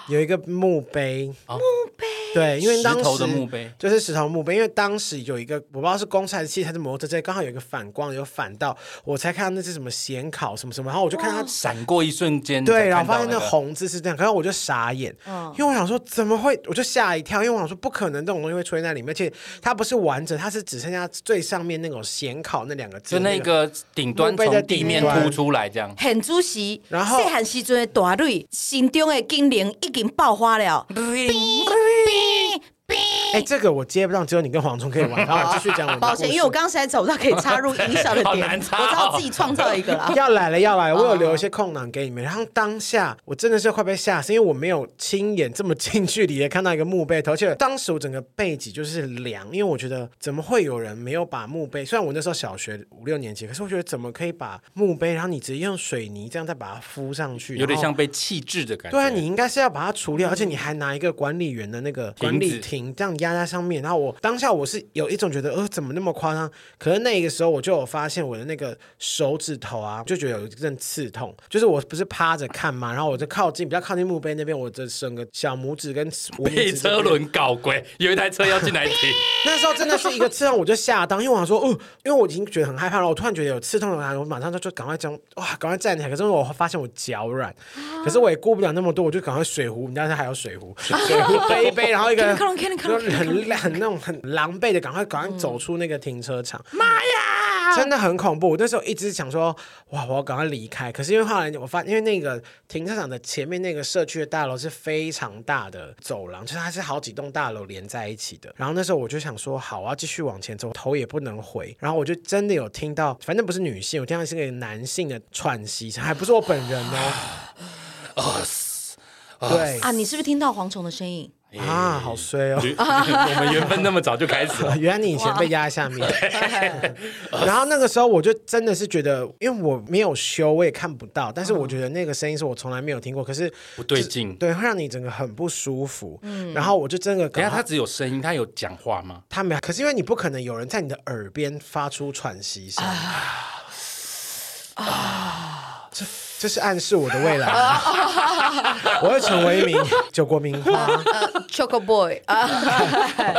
[SPEAKER 3] 有一个墓碑，
[SPEAKER 2] 哦
[SPEAKER 3] 墓碑，对，因为当时
[SPEAKER 2] 石头的墓碑
[SPEAKER 3] 就是石头墓碑，因为当时有一个我不知道是公司还是汽车还是摩托车，刚好有一个反光，有反到我才看到那是什么显考什么什么，然后我就看它。
[SPEAKER 2] 闪过一瞬间，
[SPEAKER 3] 对，
[SPEAKER 2] 你才
[SPEAKER 3] 然后
[SPEAKER 2] 看到
[SPEAKER 3] 发现那
[SPEAKER 2] 个
[SPEAKER 3] 红字是这样，然后我就傻眼，
[SPEAKER 1] 嗯
[SPEAKER 3] 因为我想说怎么会，我就吓一跳，因为我想说不可能这种东西会出现在里面，而且它不是完整，它是只剩下最上面那种显考那两个字，
[SPEAKER 2] 就那个顶端
[SPEAKER 3] 墓碑的
[SPEAKER 2] 从地面
[SPEAKER 3] 顶端
[SPEAKER 2] 凸出来这样，
[SPEAKER 1] 很主席，
[SPEAKER 3] 然后
[SPEAKER 1] 细汉时阵的大蕊，心中的精灵已经爆发了。
[SPEAKER 3] 哎、这个我接不上，只有你跟黄忠可以 玩。好，继续讲我的
[SPEAKER 1] 抱
[SPEAKER 3] 故
[SPEAKER 1] 歉，
[SPEAKER 3] 事
[SPEAKER 1] 因为我刚才找不到可以插入音效的
[SPEAKER 2] 好
[SPEAKER 1] 点，
[SPEAKER 2] 难插哦
[SPEAKER 1] 我只好自己创造一个
[SPEAKER 2] 啊
[SPEAKER 1] 啦。
[SPEAKER 3] 要来了，要来了！
[SPEAKER 2] 哦
[SPEAKER 3] 我有留一些空档给你们。然后当下我真的是快被吓死，因为我没有亲 眼这么近距离的看到一个墓碑头，而且当时我整个背脊就是凉，因为我觉得怎么会有人没有把墓碑？虽然我那时候小学五六年级，可是我觉得怎么可以把墓碑，然后你直接用水泥这样再把它敷上去，
[SPEAKER 2] 有点
[SPEAKER 3] 然
[SPEAKER 2] 像
[SPEAKER 3] 后。
[SPEAKER 2] 被气质的感觉。嗯
[SPEAKER 3] 对啊，你应该是要把它除掉，而且你还拿一个管理员的那个管
[SPEAKER 2] 亭
[SPEAKER 3] 理
[SPEAKER 2] 子
[SPEAKER 3] 亭这样压在上面。然后我当下我是有一种觉得，呃，怎么那么夸张？可是那个时候我就有发现我的那个手指头啊，就觉得有一阵刺痛，就是我不是趴着看嘛，然后我就靠近比较靠近墓碑那边，我的整个小拇指跟无 名
[SPEAKER 2] 被
[SPEAKER 3] 指就
[SPEAKER 2] 车轮搞鬼，有一台车要进来 停，
[SPEAKER 3] 那时候真的是一个刺痛，我就吓到，因为我想说，哦、因为我已经觉得很害怕了，我突然觉得有刺痛的感觉，我马上就就赶快讲，哇，赶快站起来。可是我发现我脚软，可是我也顾不了那么多，我就赶快水壶，你知道还有水壶，水壶背一背，然后一个人
[SPEAKER 1] 看了看了看
[SPEAKER 3] 就
[SPEAKER 1] 了
[SPEAKER 3] 很很那种很狼狈的，赶快赶快走出那个停车场。妈
[SPEAKER 1] 啊
[SPEAKER 3] 呀！真的很恐怖，我那时候一直想说，哇，我要赶快离开。可是因为后来我发，因为那个停车场的前面那个社区的大楼是非常大的走廊，就是它是好几栋大楼连在一起的。然后那时候我就想说，好，我要继续往前走，头也不能回。然后我就真的有听到，反正不是女性，我听到是个男性的喘息声，还不是我本人哦。对
[SPEAKER 1] 啊，你是不是听到蝗虫的声音？
[SPEAKER 3] 啊，好衰哦。
[SPEAKER 2] 我们缘分那么早就开始 了。
[SPEAKER 3] 原来你以前被压在下面，嗯然后那个时候我就真的是觉得，因为我没有修，我也看不到，但是
[SPEAKER 1] 嗯
[SPEAKER 3] 我觉得那个声音是我从来没有听过，可是
[SPEAKER 2] 不对劲
[SPEAKER 3] 对，会让你整个很不舒服。
[SPEAKER 1] 嗯
[SPEAKER 3] 然后我就真的
[SPEAKER 2] 等一
[SPEAKER 3] 感
[SPEAKER 2] 下，他
[SPEAKER 3] 他
[SPEAKER 2] 只有声音，他有讲话吗？
[SPEAKER 3] 他没有，可是因为你不可能有人在你的耳边发出喘息声啊，这这是暗示我的未来吗，我会成为一名九国名花
[SPEAKER 1] 啊
[SPEAKER 3] 呃
[SPEAKER 1] Choco Boy 啊，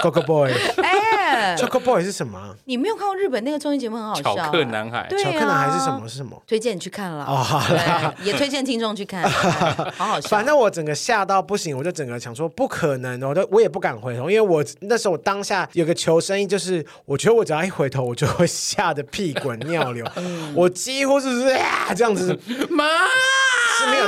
[SPEAKER 3] Gogo Boy。
[SPEAKER 1] 哎，
[SPEAKER 3] Choco Boy 是什么啊？
[SPEAKER 1] 你没有看过日本那个综艺节目，很好笑啊。
[SPEAKER 2] 巧克男孩
[SPEAKER 1] 对啊
[SPEAKER 3] 巧克力还是什么？是什么？
[SPEAKER 1] 推荐你去看了
[SPEAKER 3] 哦好啦
[SPEAKER 1] 对也推荐听众去 看，哎好好笑。
[SPEAKER 3] 反正我整个吓到不行，我就整个想说不可能，我都我也不敢回头，因为我那时候我当下有个求生意，就是我觉得我只要一回头，我就会吓得屁滚尿流，我几乎是啊这样子
[SPEAKER 2] 妈，
[SPEAKER 3] 是没有，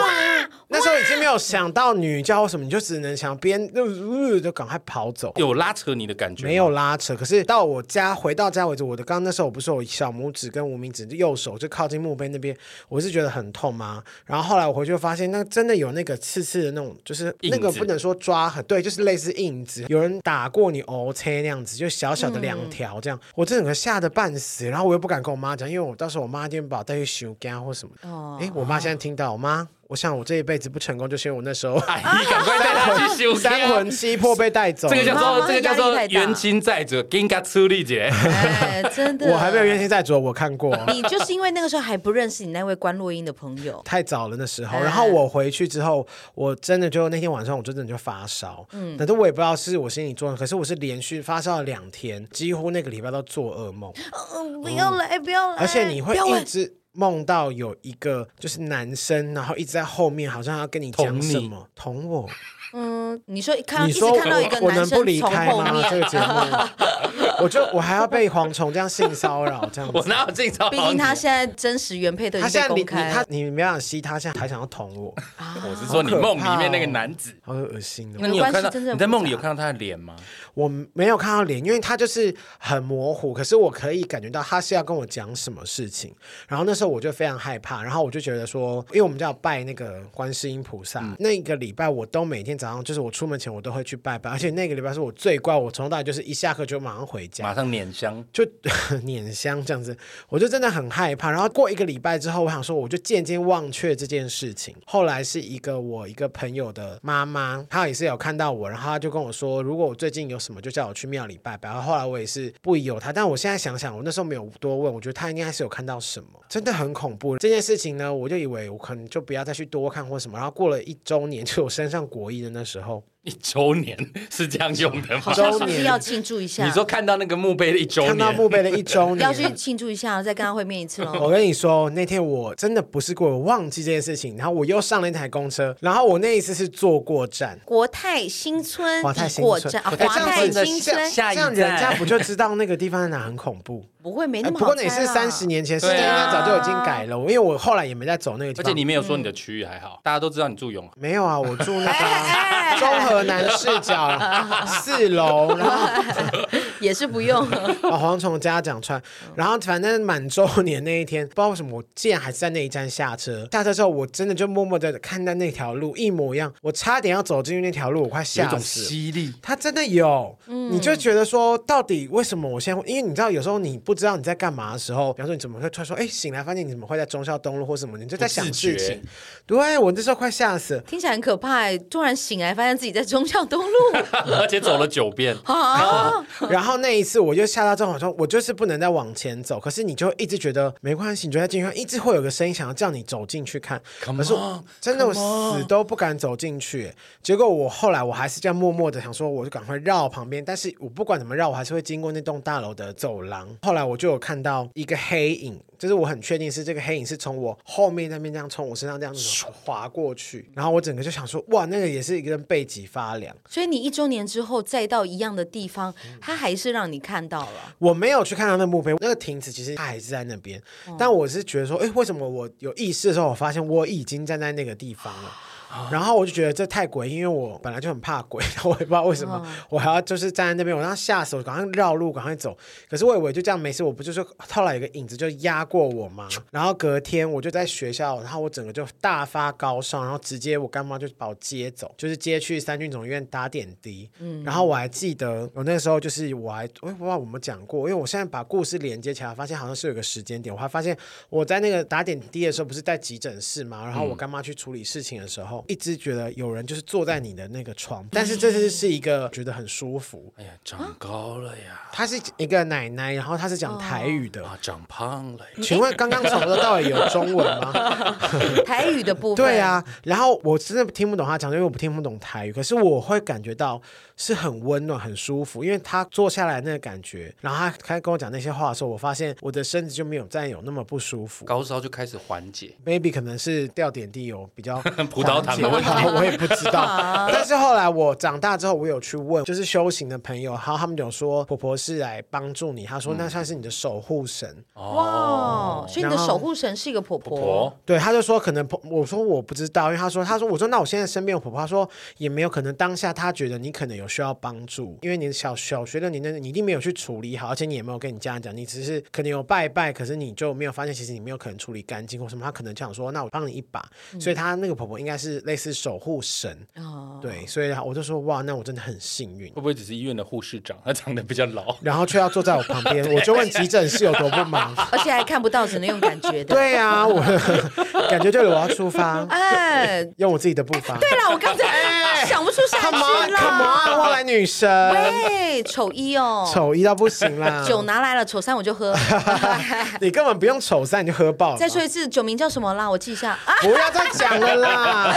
[SPEAKER 3] 那时候已经没有想到女教或什么，你就只能想边就、呃、就赶快跑走。
[SPEAKER 2] 有拉扯你的感觉吗
[SPEAKER 3] 没有拉扯，可是到我家回到家为止，我的刚刚那时候我不是我小拇指跟无名指右手就靠近墓碑那边，我是觉得很痛吗？然后后来我回去发现，那真的有那个刺刺的那种，就是
[SPEAKER 2] 印
[SPEAKER 3] 那个
[SPEAKER 2] 子
[SPEAKER 3] 不能说抓痕，对，就是类似印子，有人打过你哦切那样子，就小小的两
[SPEAKER 2] 嗯
[SPEAKER 3] 条这样，我整个吓得半死，然后我又不敢跟我妈讲，因为我到时候我妈一定把我带去修干或什么。哦，哎，我妈现在听到，我妈我想我这一辈子不成功，就是因为我 那时候
[SPEAKER 2] 哎，你赶快带他去修
[SPEAKER 3] 三魂七魄被带走了。
[SPEAKER 2] 啊这个叫
[SPEAKER 1] 妈妈
[SPEAKER 2] 做这个叫
[SPEAKER 1] 压力
[SPEAKER 2] 做
[SPEAKER 1] 太大
[SPEAKER 2] 冤亲债主，应该出力姐。
[SPEAKER 1] 哎，真的，
[SPEAKER 3] 我还没有冤亲债主，我看过。
[SPEAKER 1] 你就是因为那个时候还不认识你那位关洛英的朋 友，
[SPEAKER 3] 太早了那时候，
[SPEAKER 1] 哎
[SPEAKER 3] 然后我回去之后，我真的就那天晚上我真的就发烧，嗯，但是我也不知道是我心理作用，可是我是连续发烧了两天，几乎那个礼拜都做噩梦，
[SPEAKER 1] 嗯，不要来，不要来，
[SPEAKER 3] 而且你会
[SPEAKER 1] 不要
[SPEAKER 3] 一
[SPEAKER 1] 问
[SPEAKER 3] 直梦到有一个就是男生，然后一直在后面，好像要跟你讲
[SPEAKER 2] 捅你
[SPEAKER 3] 什么，捅 我，
[SPEAKER 1] 嗯，你说一看到
[SPEAKER 3] 你说
[SPEAKER 1] 一直看到一个
[SPEAKER 3] 我
[SPEAKER 1] 男
[SPEAKER 3] 能不
[SPEAKER 1] 生
[SPEAKER 3] 离
[SPEAKER 1] 从
[SPEAKER 3] 开
[SPEAKER 1] 后
[SPEAKER 3] 吗？这个
[SPEAKER 1] 面，
[SPEAKER 3] 节目，我就我还要被蝗虫这样性骚扰这样
[SPEAKER 2] 我
[SPEAKER 3] 子。
[SPEAKER 2] 哪有这招？
[SPEAKER 1] 毕竟他现在真实原配都已
[SPEAKER 3] 他
[SPEAKER 1] 经
[SPEAKER 3] 现
[SPEAKER 1] 被
[SPEAKER 3] 在你
[SPEAKER 1] 公
[SPEAKER 3] 你
[SPEAKER 1] 开
[SPEAKER 3] 他
[SPEAKER 1] 了，啊
[SPEAKER 3] 你没想吸他，现在还想要捅我，
[SPEAKER 2] 我是说你
[SPEAKER 3] 好可怕哦
[SPEAKER 2] 梦里面那个男子。
[SPEAKER 3] 好恶心哦！
[SPEAKER 2] 那你有看
[SPEAKER 1] 没
[SPEAKER 2] 到
[SPEAKER 1] 关系真的
[SPEAKER 2] 你在梦里
[SPEAKER 1] 复
[SPEAKER 2] 有
[SPEAKER 1] 杂
[SPEAKER 2] 看到他的脸吗？
[SPEAKER 3] 我没有看到脸，因为他就是很模糊，可是我可以感觉到他是要跟我讲什么事情。然后那时候我就非常害怕，然后我就觉得说，因为我们家有拜那个观世音菩萨，那一个礼拜我都每天早上就是我出门前我都会去拜拜，而且那个礼拜是我最乖，我从头到尾就是一下课就马上回家
[SPEAKER 2] 马。上捻香，
[SPEAKER 3] 就碾香这样子，我就真的很害怕。然后过一个礼拜之后，我想说，我就渐渐忘却这件事情。后来是一个我一个朋友的妈妈，她也是有看到我，然后她就跟我说，如果我最近有什么，就叫我去庙里拜拜。然后后来我也是不疑有他，但我现在想想，我那时候没有多问，我觉得她应该是有看到什么，真的很恐怖。这件事情呢，我就以为我可能就不要再去多看或什么。然后过了一周年， 就我升上国一的那时候，
[SPEAKER 2] 一周年是这样用的吗
[SPEAKER 1] 好？像是
[SPEAKER 3] 周
[SPEAKER 1] 不是
[SPEAKER 3] 年
[SPEAKER 1] 要庆祝一下？
[SPEAKER 2] 你说看到那个墓碑的一周
[SPEAKER 3] 看到
[SPEAKER 2] 年，
[SPEAKER 3] 墓碑的一周年，
[SPEAKER 1] 要去庆祝一下，再跟他会面一次喽。
[SPEAKER 3] 我跟你说，那天我真的不是过，我忘记这件事情，然后我又上了一台公车，然后我那一次是坐过站。
[SPEAKER 1] 国泰新村，
[SPEAKER 3] 华泰新
[SPEAKER 1] 果
[SPEAKER 3] 村
[SPEAKER 1] 站啊，
[SPEAKER 3] 哎这
[SPEAKER 1] 华
[SPEAKER 3] 样
[SPEAKER 1] 泰
[SPEAKER 3] 子
[SPEAKER 1] 新
[SPEAKER 3] 这样
[SPEAKER 1] 村
[SPEAKER 2] 下一
[SPEAKER 3] 这样
[SPEAKER 2] 站
[SPEAKER 3] 人家不就知道那个地方在哪很恐怖？
[SPEAKER 1] 不会没那
[SPEAKER 3] 哎
[SPEAKER 1] 么
[SPEAKER 3] 不
[SPEAKER 1] 好啊
[SPEAKER 3] 过
[SPEAKER 1] 猜
[SPEAKER 3] 那也
[SPEAKER 1] 啦。
[SPEAKER 3] 是三十年前，现
[SPEAKER 2] 对
[SPEAKER 3] 在
[SPEAKER 2] 啊
[SPEAKER 3] 那早就已经改了。因为我后来也没再走那个
[SPEAKER 2] 而
[SPEAKER 3] 地
[SPEAKER 1] 哎
[SPEAKER 3] 方。
[SPEAKER 2] 且你没有说你的区域还好，大家都知道你住永和。
[SPEAKER 3] 没有啊？我住那
[SPEAKER 1] 哎
[SPEAKER 3] 个中和南视角四楼，然后
[SPEAKER 1] 也是不用，
[SPEAKER 3] 把蝗虫家长穿，
[SPEAKER 2] 嗯
[SPEAKER 3] 然后反正满周年那一天， 不知道为什么，我竟然还是在那一站下车。下车之后，我真的就默默的看到那条路一模一样，我差点要走进去那条路，我快
[SPEAKER 2] 有一
[SPEAKER 3] 吓
[SPEAKER 2] 种嗯
[SPEAKER 3] 死了。
[SPEAKER 2] 犀利，
[SPEAKER 3] 它真的有，你就觉得说，到底为什么我现在会？因为你知道，有时候你不知道你在干嘛的时
[SPEAKER 2] 嗯
[SPEAKER 3] 候，比方说你怎么会突然说，哎，醒来发现你怎么会在忠孝东路或什么，你就在想
[SPEAKER 2] 不自觉
[SPEAKER 3] 事情。对我那时候快吓死了，
[SPEAKER 1] 听起来很可怕欸。突然醒来，发现自己在忠孝东 路
[SPEAKER 2] 而且走了九遍，
[SPEAKER 1] 啊！
[SPEAKER 3] 然后那一次我就吓到这种，说我就是不能再往前走。可是你就一直觉得没关系，你就在进去看，一直会有个声音想要叫你走进去看。
[SPEAKER 2] Come
[SPEAKER 3] 可是我
[SPEAKER 2] on，
[SPEAKER 3] 真的我
[SPEAKER 2] come on
[SPEAKER 3] 死都不敢走进去。结果我后来我还是这样默默的想说，我就赶快绕旁边。但是我不管怎么绕，我还是会经过那栋大楼的走廊。后来我就有看到一个黑影，就是我很确定是这个黑影是从我后面那边这样从我身上这样子划过去。然后我整个就想说，哇，那个也是一个人背脊发凉。
[SPEAKER 1] 所以你一周年之后再到一样的地方，他还是让你看到了。
[SPEAKER 3] 我没有去看他那墓碑，那个亭子其实它还是在那边，但我是觉得说，哎，为什么我有意识的时候，我发现我已经站在那个地方了。然后我就觉得这太诡异，因为我本来就很怕鬼，然后我也不知道为什么，我还要就是站在那边，我让吓死我，赶快绕路，赶快走。可是我以为就这样没事，我不就是后来有个影子就压过我嘛。然后隔天我就在学校，然后我整个就大发高烧，然后直接我干妈就把我接走，就是接去三军总医院打点滴。然后我还记得我那时候就是我还我也不知道我们讲过，因为我现在把故事连接起来，发现好像是有个时间点，我还发现我在那个打点滴的时候不是在急诊室嘛，然后我干妈去处理事情的时候，一直觉得有人就是坐在你的那个床，但是这次是一个觉得很舒服。
[SPEAKER 2] 哎呀，长高了呀，
[SPEAKER 3] 她是一个奶奶，然后她是讲台语的。
[SPEAKER 2] 啊，长胖了呀，
[SPEAKER 3] 请问刚刚从头到尾有中文吗？
[SPEAKER 1] 台语的部分，
[SPEAKER 3] 对，啊，然后我真的听不懂他讲，因为我不听不懂台语，可是我会感觉到是很温暖、很舒服，因为他坐下来那个感觉，然后他开跟我讲那些话的时候，我发现我的身子就没有再有那么不舒服。
[SPEAKER 2] 高烧就开始缓解，
[SPEAKER 3] maybe 可能是掉点滴有比较
[SPEAKER 2] 葡萄糖的问题
[SPEAKER 3] 缓解吧我也不知道。但是后来我长大之后，我有去问，就是修行的朋友，然后他们有说婆婆是来帮助你，她说那算是你的守护神，
[SPEAKER 1] 哇！所以你的
[SPEAKER 3] 然后
[SPEAKER 1] 守护神是一个婆婆，
[SPEAKER 2] 婆
[SPEAKER 3] 对，他就说可能婆，我说我不知道，因为他说他说我说那我现在身边有婆婆，他说也没有可能当下他觉得你可能有需要帮助，因为你小小学的你那你一定没有去处理好，而且你也没有跟你家人讲，你只是可能有拜拜，可是你就没有发现其实你没有可能处理干净或什么，他可能就想说那我帮你一把，所以他那个婆婆应该是是类似守护神，
[SPEAKER 1] 嗯哦，
[SPEAKER 3] 对，所以我就说哇，那我真的很幸运
[SPEAKER 2] 会。不会只是医院的护士长，他长得比较老？
[SPEAKER 3] 然后却要坐在我旁边，我就问急诊室有多不忙。
[SPEAKER 1] 而且还看不到，只能用感觉的。
[SPEAKER 3] 对啊，我 感觉就是我要出发，
[SPEAKER 1] 哎，对
[SPEAKER 3] 用我自己的步伐。
[SPEAKER 1] 了，我刚才想不出下去
[SPEAKER 3] Come on, come
[SPEAKER 1] 啦。
[SPEAKER 3] on，花来女神，
[SPEAKER 1] 喂，丑一哦，
[SPEAKER 3] 丑一到不行啦！
[SPEAKER 1] 酒拿来了，丑三我就 喝。
[SPEAKER 3] 你根本不用丑三你就喝爆了。
[SPEAKER 1] 再说一次，酒名叫什么啦？我记一下啊。
[SPEAKER 3] 不要再讲 了啦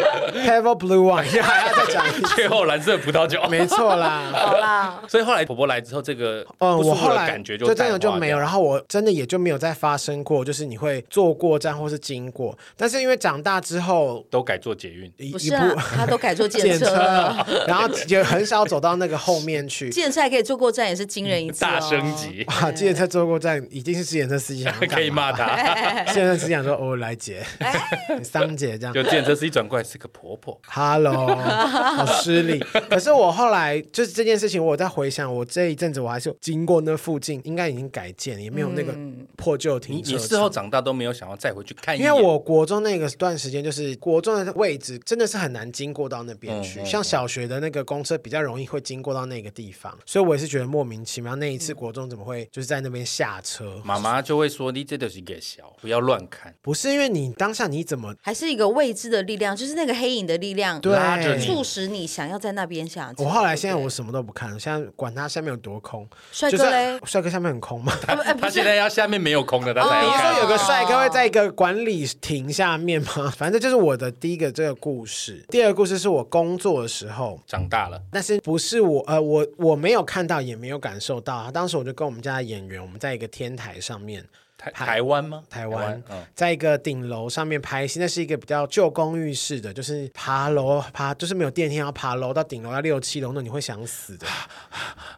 [SPEAKER 3] ！Pebble Blue One 还要再讲一次，
[SPEAKER 2] 最后蓝色葡萄酒。
[SPEAKER 3] 没错啦。
[SPEAKER 1] 好啦，
[SPEAKER 2] 所以后来婆婆来之后，这个
[SPEAKER 3] 嗯，
[SPEAKER 2] 不舒服
[SPEAKER 3] 我后
[SPEAKER 2] 的
[SPEAKER 3] 来
[SPEAKER 2] 感觉
[SPEAKER 3] 就真
[SPEAKER 2] 淡
[SPEAKER 3] 的
[SPEAKER 2] 化
[SPEAKER 3] 就没有，
[SPEAKER 2] 掉
[SPEAKER 3] 然后我真的也就没有再发生过，就是你会坐过站或是经过，但是因为长大之后
[SPEAKER 2] 都改做捷运。
[SPEAKER 3] 一
[SPEAKER 1] 不
[SPEAKER 3] 一
[SPEAKER 1] 是
[SPEAKER 3] 步
[SPEAKER 1] 啊，他都改做检
[SPEAKER 3] 检
[SPEAKER 1] 车
[SPEAKER 3] 测
[SPEAKER 1] 了。，
[SPEAKER 3] 然后也很少走到那个后面 去。
[SPEAKER 1] 检测还可以坐过站，也是惊人一次、哦。
[SPEAKER 2] 大升。 级，
[SPEAKER 3] 啊，计程车坐过站一定是计程车司机想要干 嘛
[SPEAKER 2] 可以骂他。
[SPEAKER 3] 现在只想说哦，来姐， 桑姐这样
[SPEAKER 2] 就见车司机转过来是个婆婆，
[SPEAKER 3] ，Hello，好失礼。可是我后来就是这件事情，我在回想，我这一阵子我还是有经过那附近，应该已经改建，也没有那个破旧
[SPEAKER 2] 你
[SPEAKER 3] 停车
[SPEAKER 2] 你
[SPEAKER 3] 场。
[SPEAKER 2] 事后长大都没有想要再回去看一
[SPEAKER 3] 因
[SPEAKER 2] 眼，
[SPEAKER 3] 为我国中那个段时间，就是国中的位置真的是很难经过到那边去，
[SPEAKER 2] 嗯嗯
[SPEAKER 3] 像小学的那个公车比较容易会经过到那个地方，所以我也是觉得莫名其妙，那一次国中怎么会就是在那边下车？
[SPEAKER 2] 妈妈就会说你这就是给小，不要乱看。
[SPEAKER 3] 不是因为你当下你怎么
[SPEAKER 1] 还是一个未知的力量，就是那个黑影的力量，
[SPEAKER 3] 对
[SPEAKER 2] 拉着你
[SPEAKER 1] 促使你想要在那边下车。
[SPEAKER 3] 我后来现在
[SPEAKER 1] 对不
[SPEAKER 3] 我什么都不看了，现在管它下面有多空，
[SPEAKER 1] 帅
[SPEAKER 3] 就
[SPEAKER 1] 哥
[SPEAKER 3] 算
[SPEAKER 1] 嘞
[SPEAKER 3] 帅哥下面很空吗？
[SPEAKER 1] 对啊不哎不
[SPEAKER 2] 他
[SPEAKER 1] 是
[SPEAKER 2] 现在要下面没有空的，他才
[SPEAKER 3] 你
[SPEAKER 2] 要
[SPEAKER 1] 哦
[SPEAKER 2] 看
[SPEAKER 3] 说有个帅哥会在一个管理亭下面吗？反正这就是我的第一个这个故事。第二个故事是我工作的时候，
[SPEAKER 2] 长大了，
[SPEAKER 3] 但是不是我呃我我没有看到也没有感受到。啊当时我就跟我们家的演员，我们在一个天台上面，
[SPEAKER 2] 台
[SPEAKER 3] 台
[SPEAKER 2] 台湾吗？
[SPEAKER 3] 台湾
[SPEAKER 2] 嗯，
[SPEAKER 3] 在一个顶楼上面拍戏，那是一个比较旧公寓式的，就是爬楼爬，就是没有电梯，要爬楼到顶楼要六七楼，那你会想死的，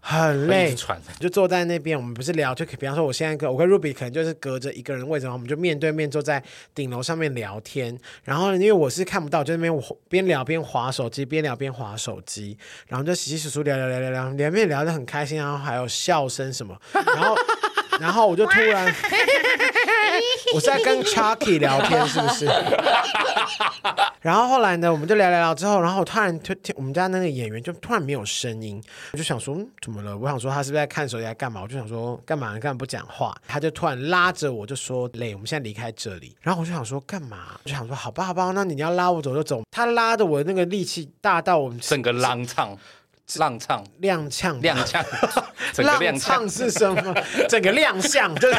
[SPEAKER 3] 很
[SPEAKER 2] 会一
[SPEAKER 3] 累
[SPEAKER 2] 直。喘。
[SPEAKER 3] 就坐在那边，我们不是聊，就可以比方说，我现在跟我跟 Ruby 可能就是隔着一个人位置，然后我们就面对面坐在顶楼上面聊天。然后因为我是看不到，就那边我边聊边划手机，边聊边划手机，然后就稀稀疏疏聊聊聊聊聊，聊面聊得很开心，然后还有笑声什么，然后然后我就突然，我是在跟 Chucky 聊天，是不是？ 然后后来呢，我们就聊聊聊之后，然后我突然就听我们家那个演员就突然没有声音，我就想说、嗯怎么了？我想说他是不是在看手机在干嘛？我就想说干嘛干嘛不讲话？他就突然拉着我就说累，我们现在离开这里。然后我就想说干嘛？我就想说好吧好吧，那你要拉我走就走。他拉的我那个力气大到我们
[SPEAKER 2] 整个踉跄，踉 跄，
[SPEAKER 3] 踉跄
[SPEAKER 2] 踉跄，整个
[SPEAKER 3] 踉
[SPEAKER 2] 踉跄
[SPEAKER 3] 跄。是什么？整个亮相就是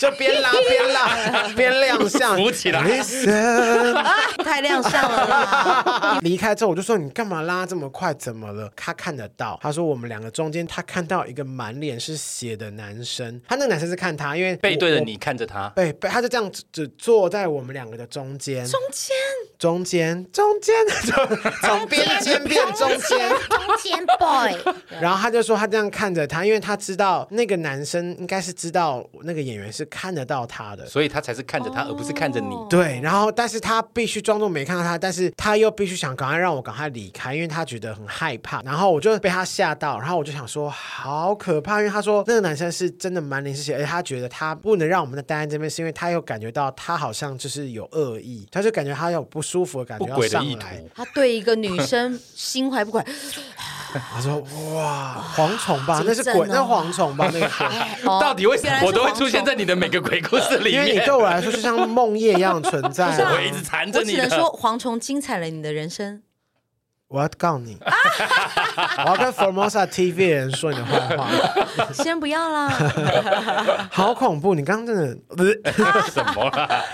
[SPEAKER 3] 就边拉边拉边亮相，
[SPEAKER 2] 扶起来
[SPEAKER 3] Listen
[SPEAKER 1] 啊，太亮相了 啦！
[SPEAKER 3] 离开之后，我就说你干嘛拉这么快？怎么了？他看得到，他说我们两个中间，他看到一个满脸是血的男生，他那个男生是看他，因为
[SPEAKER 2] 背对着
[SPEAKER 3] 我。
[SPEAKER 2] 你看着他
[SPEAKER 3] 我，背背，他就这样子只坐在我们两个的中间，
[SPEAKER 1] 中间
[SPEAKER 3] 中间，中间，从边间变中间，
[SPEAKER 5] 中间 boy，
[SPEAKER 3] 然后他就说他这样看着他，因为他知道那个男生应该是知道那个演员是看得到他的，
[SPEAKER 2] 所以他才是看着他，而不是看着你。
[SPEAKER 3] 对，然后但是他必须装作没看到他，但是他又必须想赶快让我赶快离开，因为他觉得很害怕。然后我就被他吓到，然后我就想说好可怕，因为他说那个男生是真的满脸是血，而且他觉得他不能让我们待在这边，是因为他又感觉到他好像就是有恶意，他就感觉他有不舒服的感
[SPEAKER 2] 不
[SPEAKER 3] 觉要
[SPEAKER 2] 轨的
[SPEAKER 3] 上
[SPEAKER 2] 意
[SPEAKER 3] 来。
[SPEAKER 2] 图，
[SPEAKER 1] 他对一个女生心怀不轨，
[SPEAKER 3] 他说哇，蝗虫吧，那是
[SPEAKER 1] 真
[SPEAKER 3] 鬼，
[SPEAKER 1] 的
[SPEAKER 3] 那
[SPEAKER 1] 哦
[SPEAKER 3] 蝗虫吧，那个鬼。
[SPEAKER 5] 哎
[SPEAKER 1] 哦
[SPEAKER 2] 到底为什
[SPEAKER 1] 原来
[SPEAKER 2] 么
[SPEAKER 1] 是
[SPEAKER 2] 我都会
[SPEAKER 1] 蝗
[SPEAKER 2] 出现
[SPEAKER 1] 虫
[SPEAKER 2] 在你的每个鬼故事里
[SPEAKER 3] 因为你
[SPEAKER 2] 面
[SPEAKER 3] 对？我来说就像梦魇一样存在
[SPEAKER 1] 不是啊
[SPEAKER 3] 啊、
[SPEAKER 2] 我一直缠着
[SPEAKER 1] 我
[SPEAKER 2] 你
[SPEAKER 1] 只
[SPEAKER 2] 的。
[SPEAKER 1] 能说蝗虫精彩了你的人生。
[SPEAKER 3] 我要告你， 我要跟 Formosa TV 的人说你的坏 话。
[SPEAKER 1] 先不要 啦，
[SPEAKER 3] 好恐怖！你刚刚真的，
[SPEAKER 2] 什么啊啦？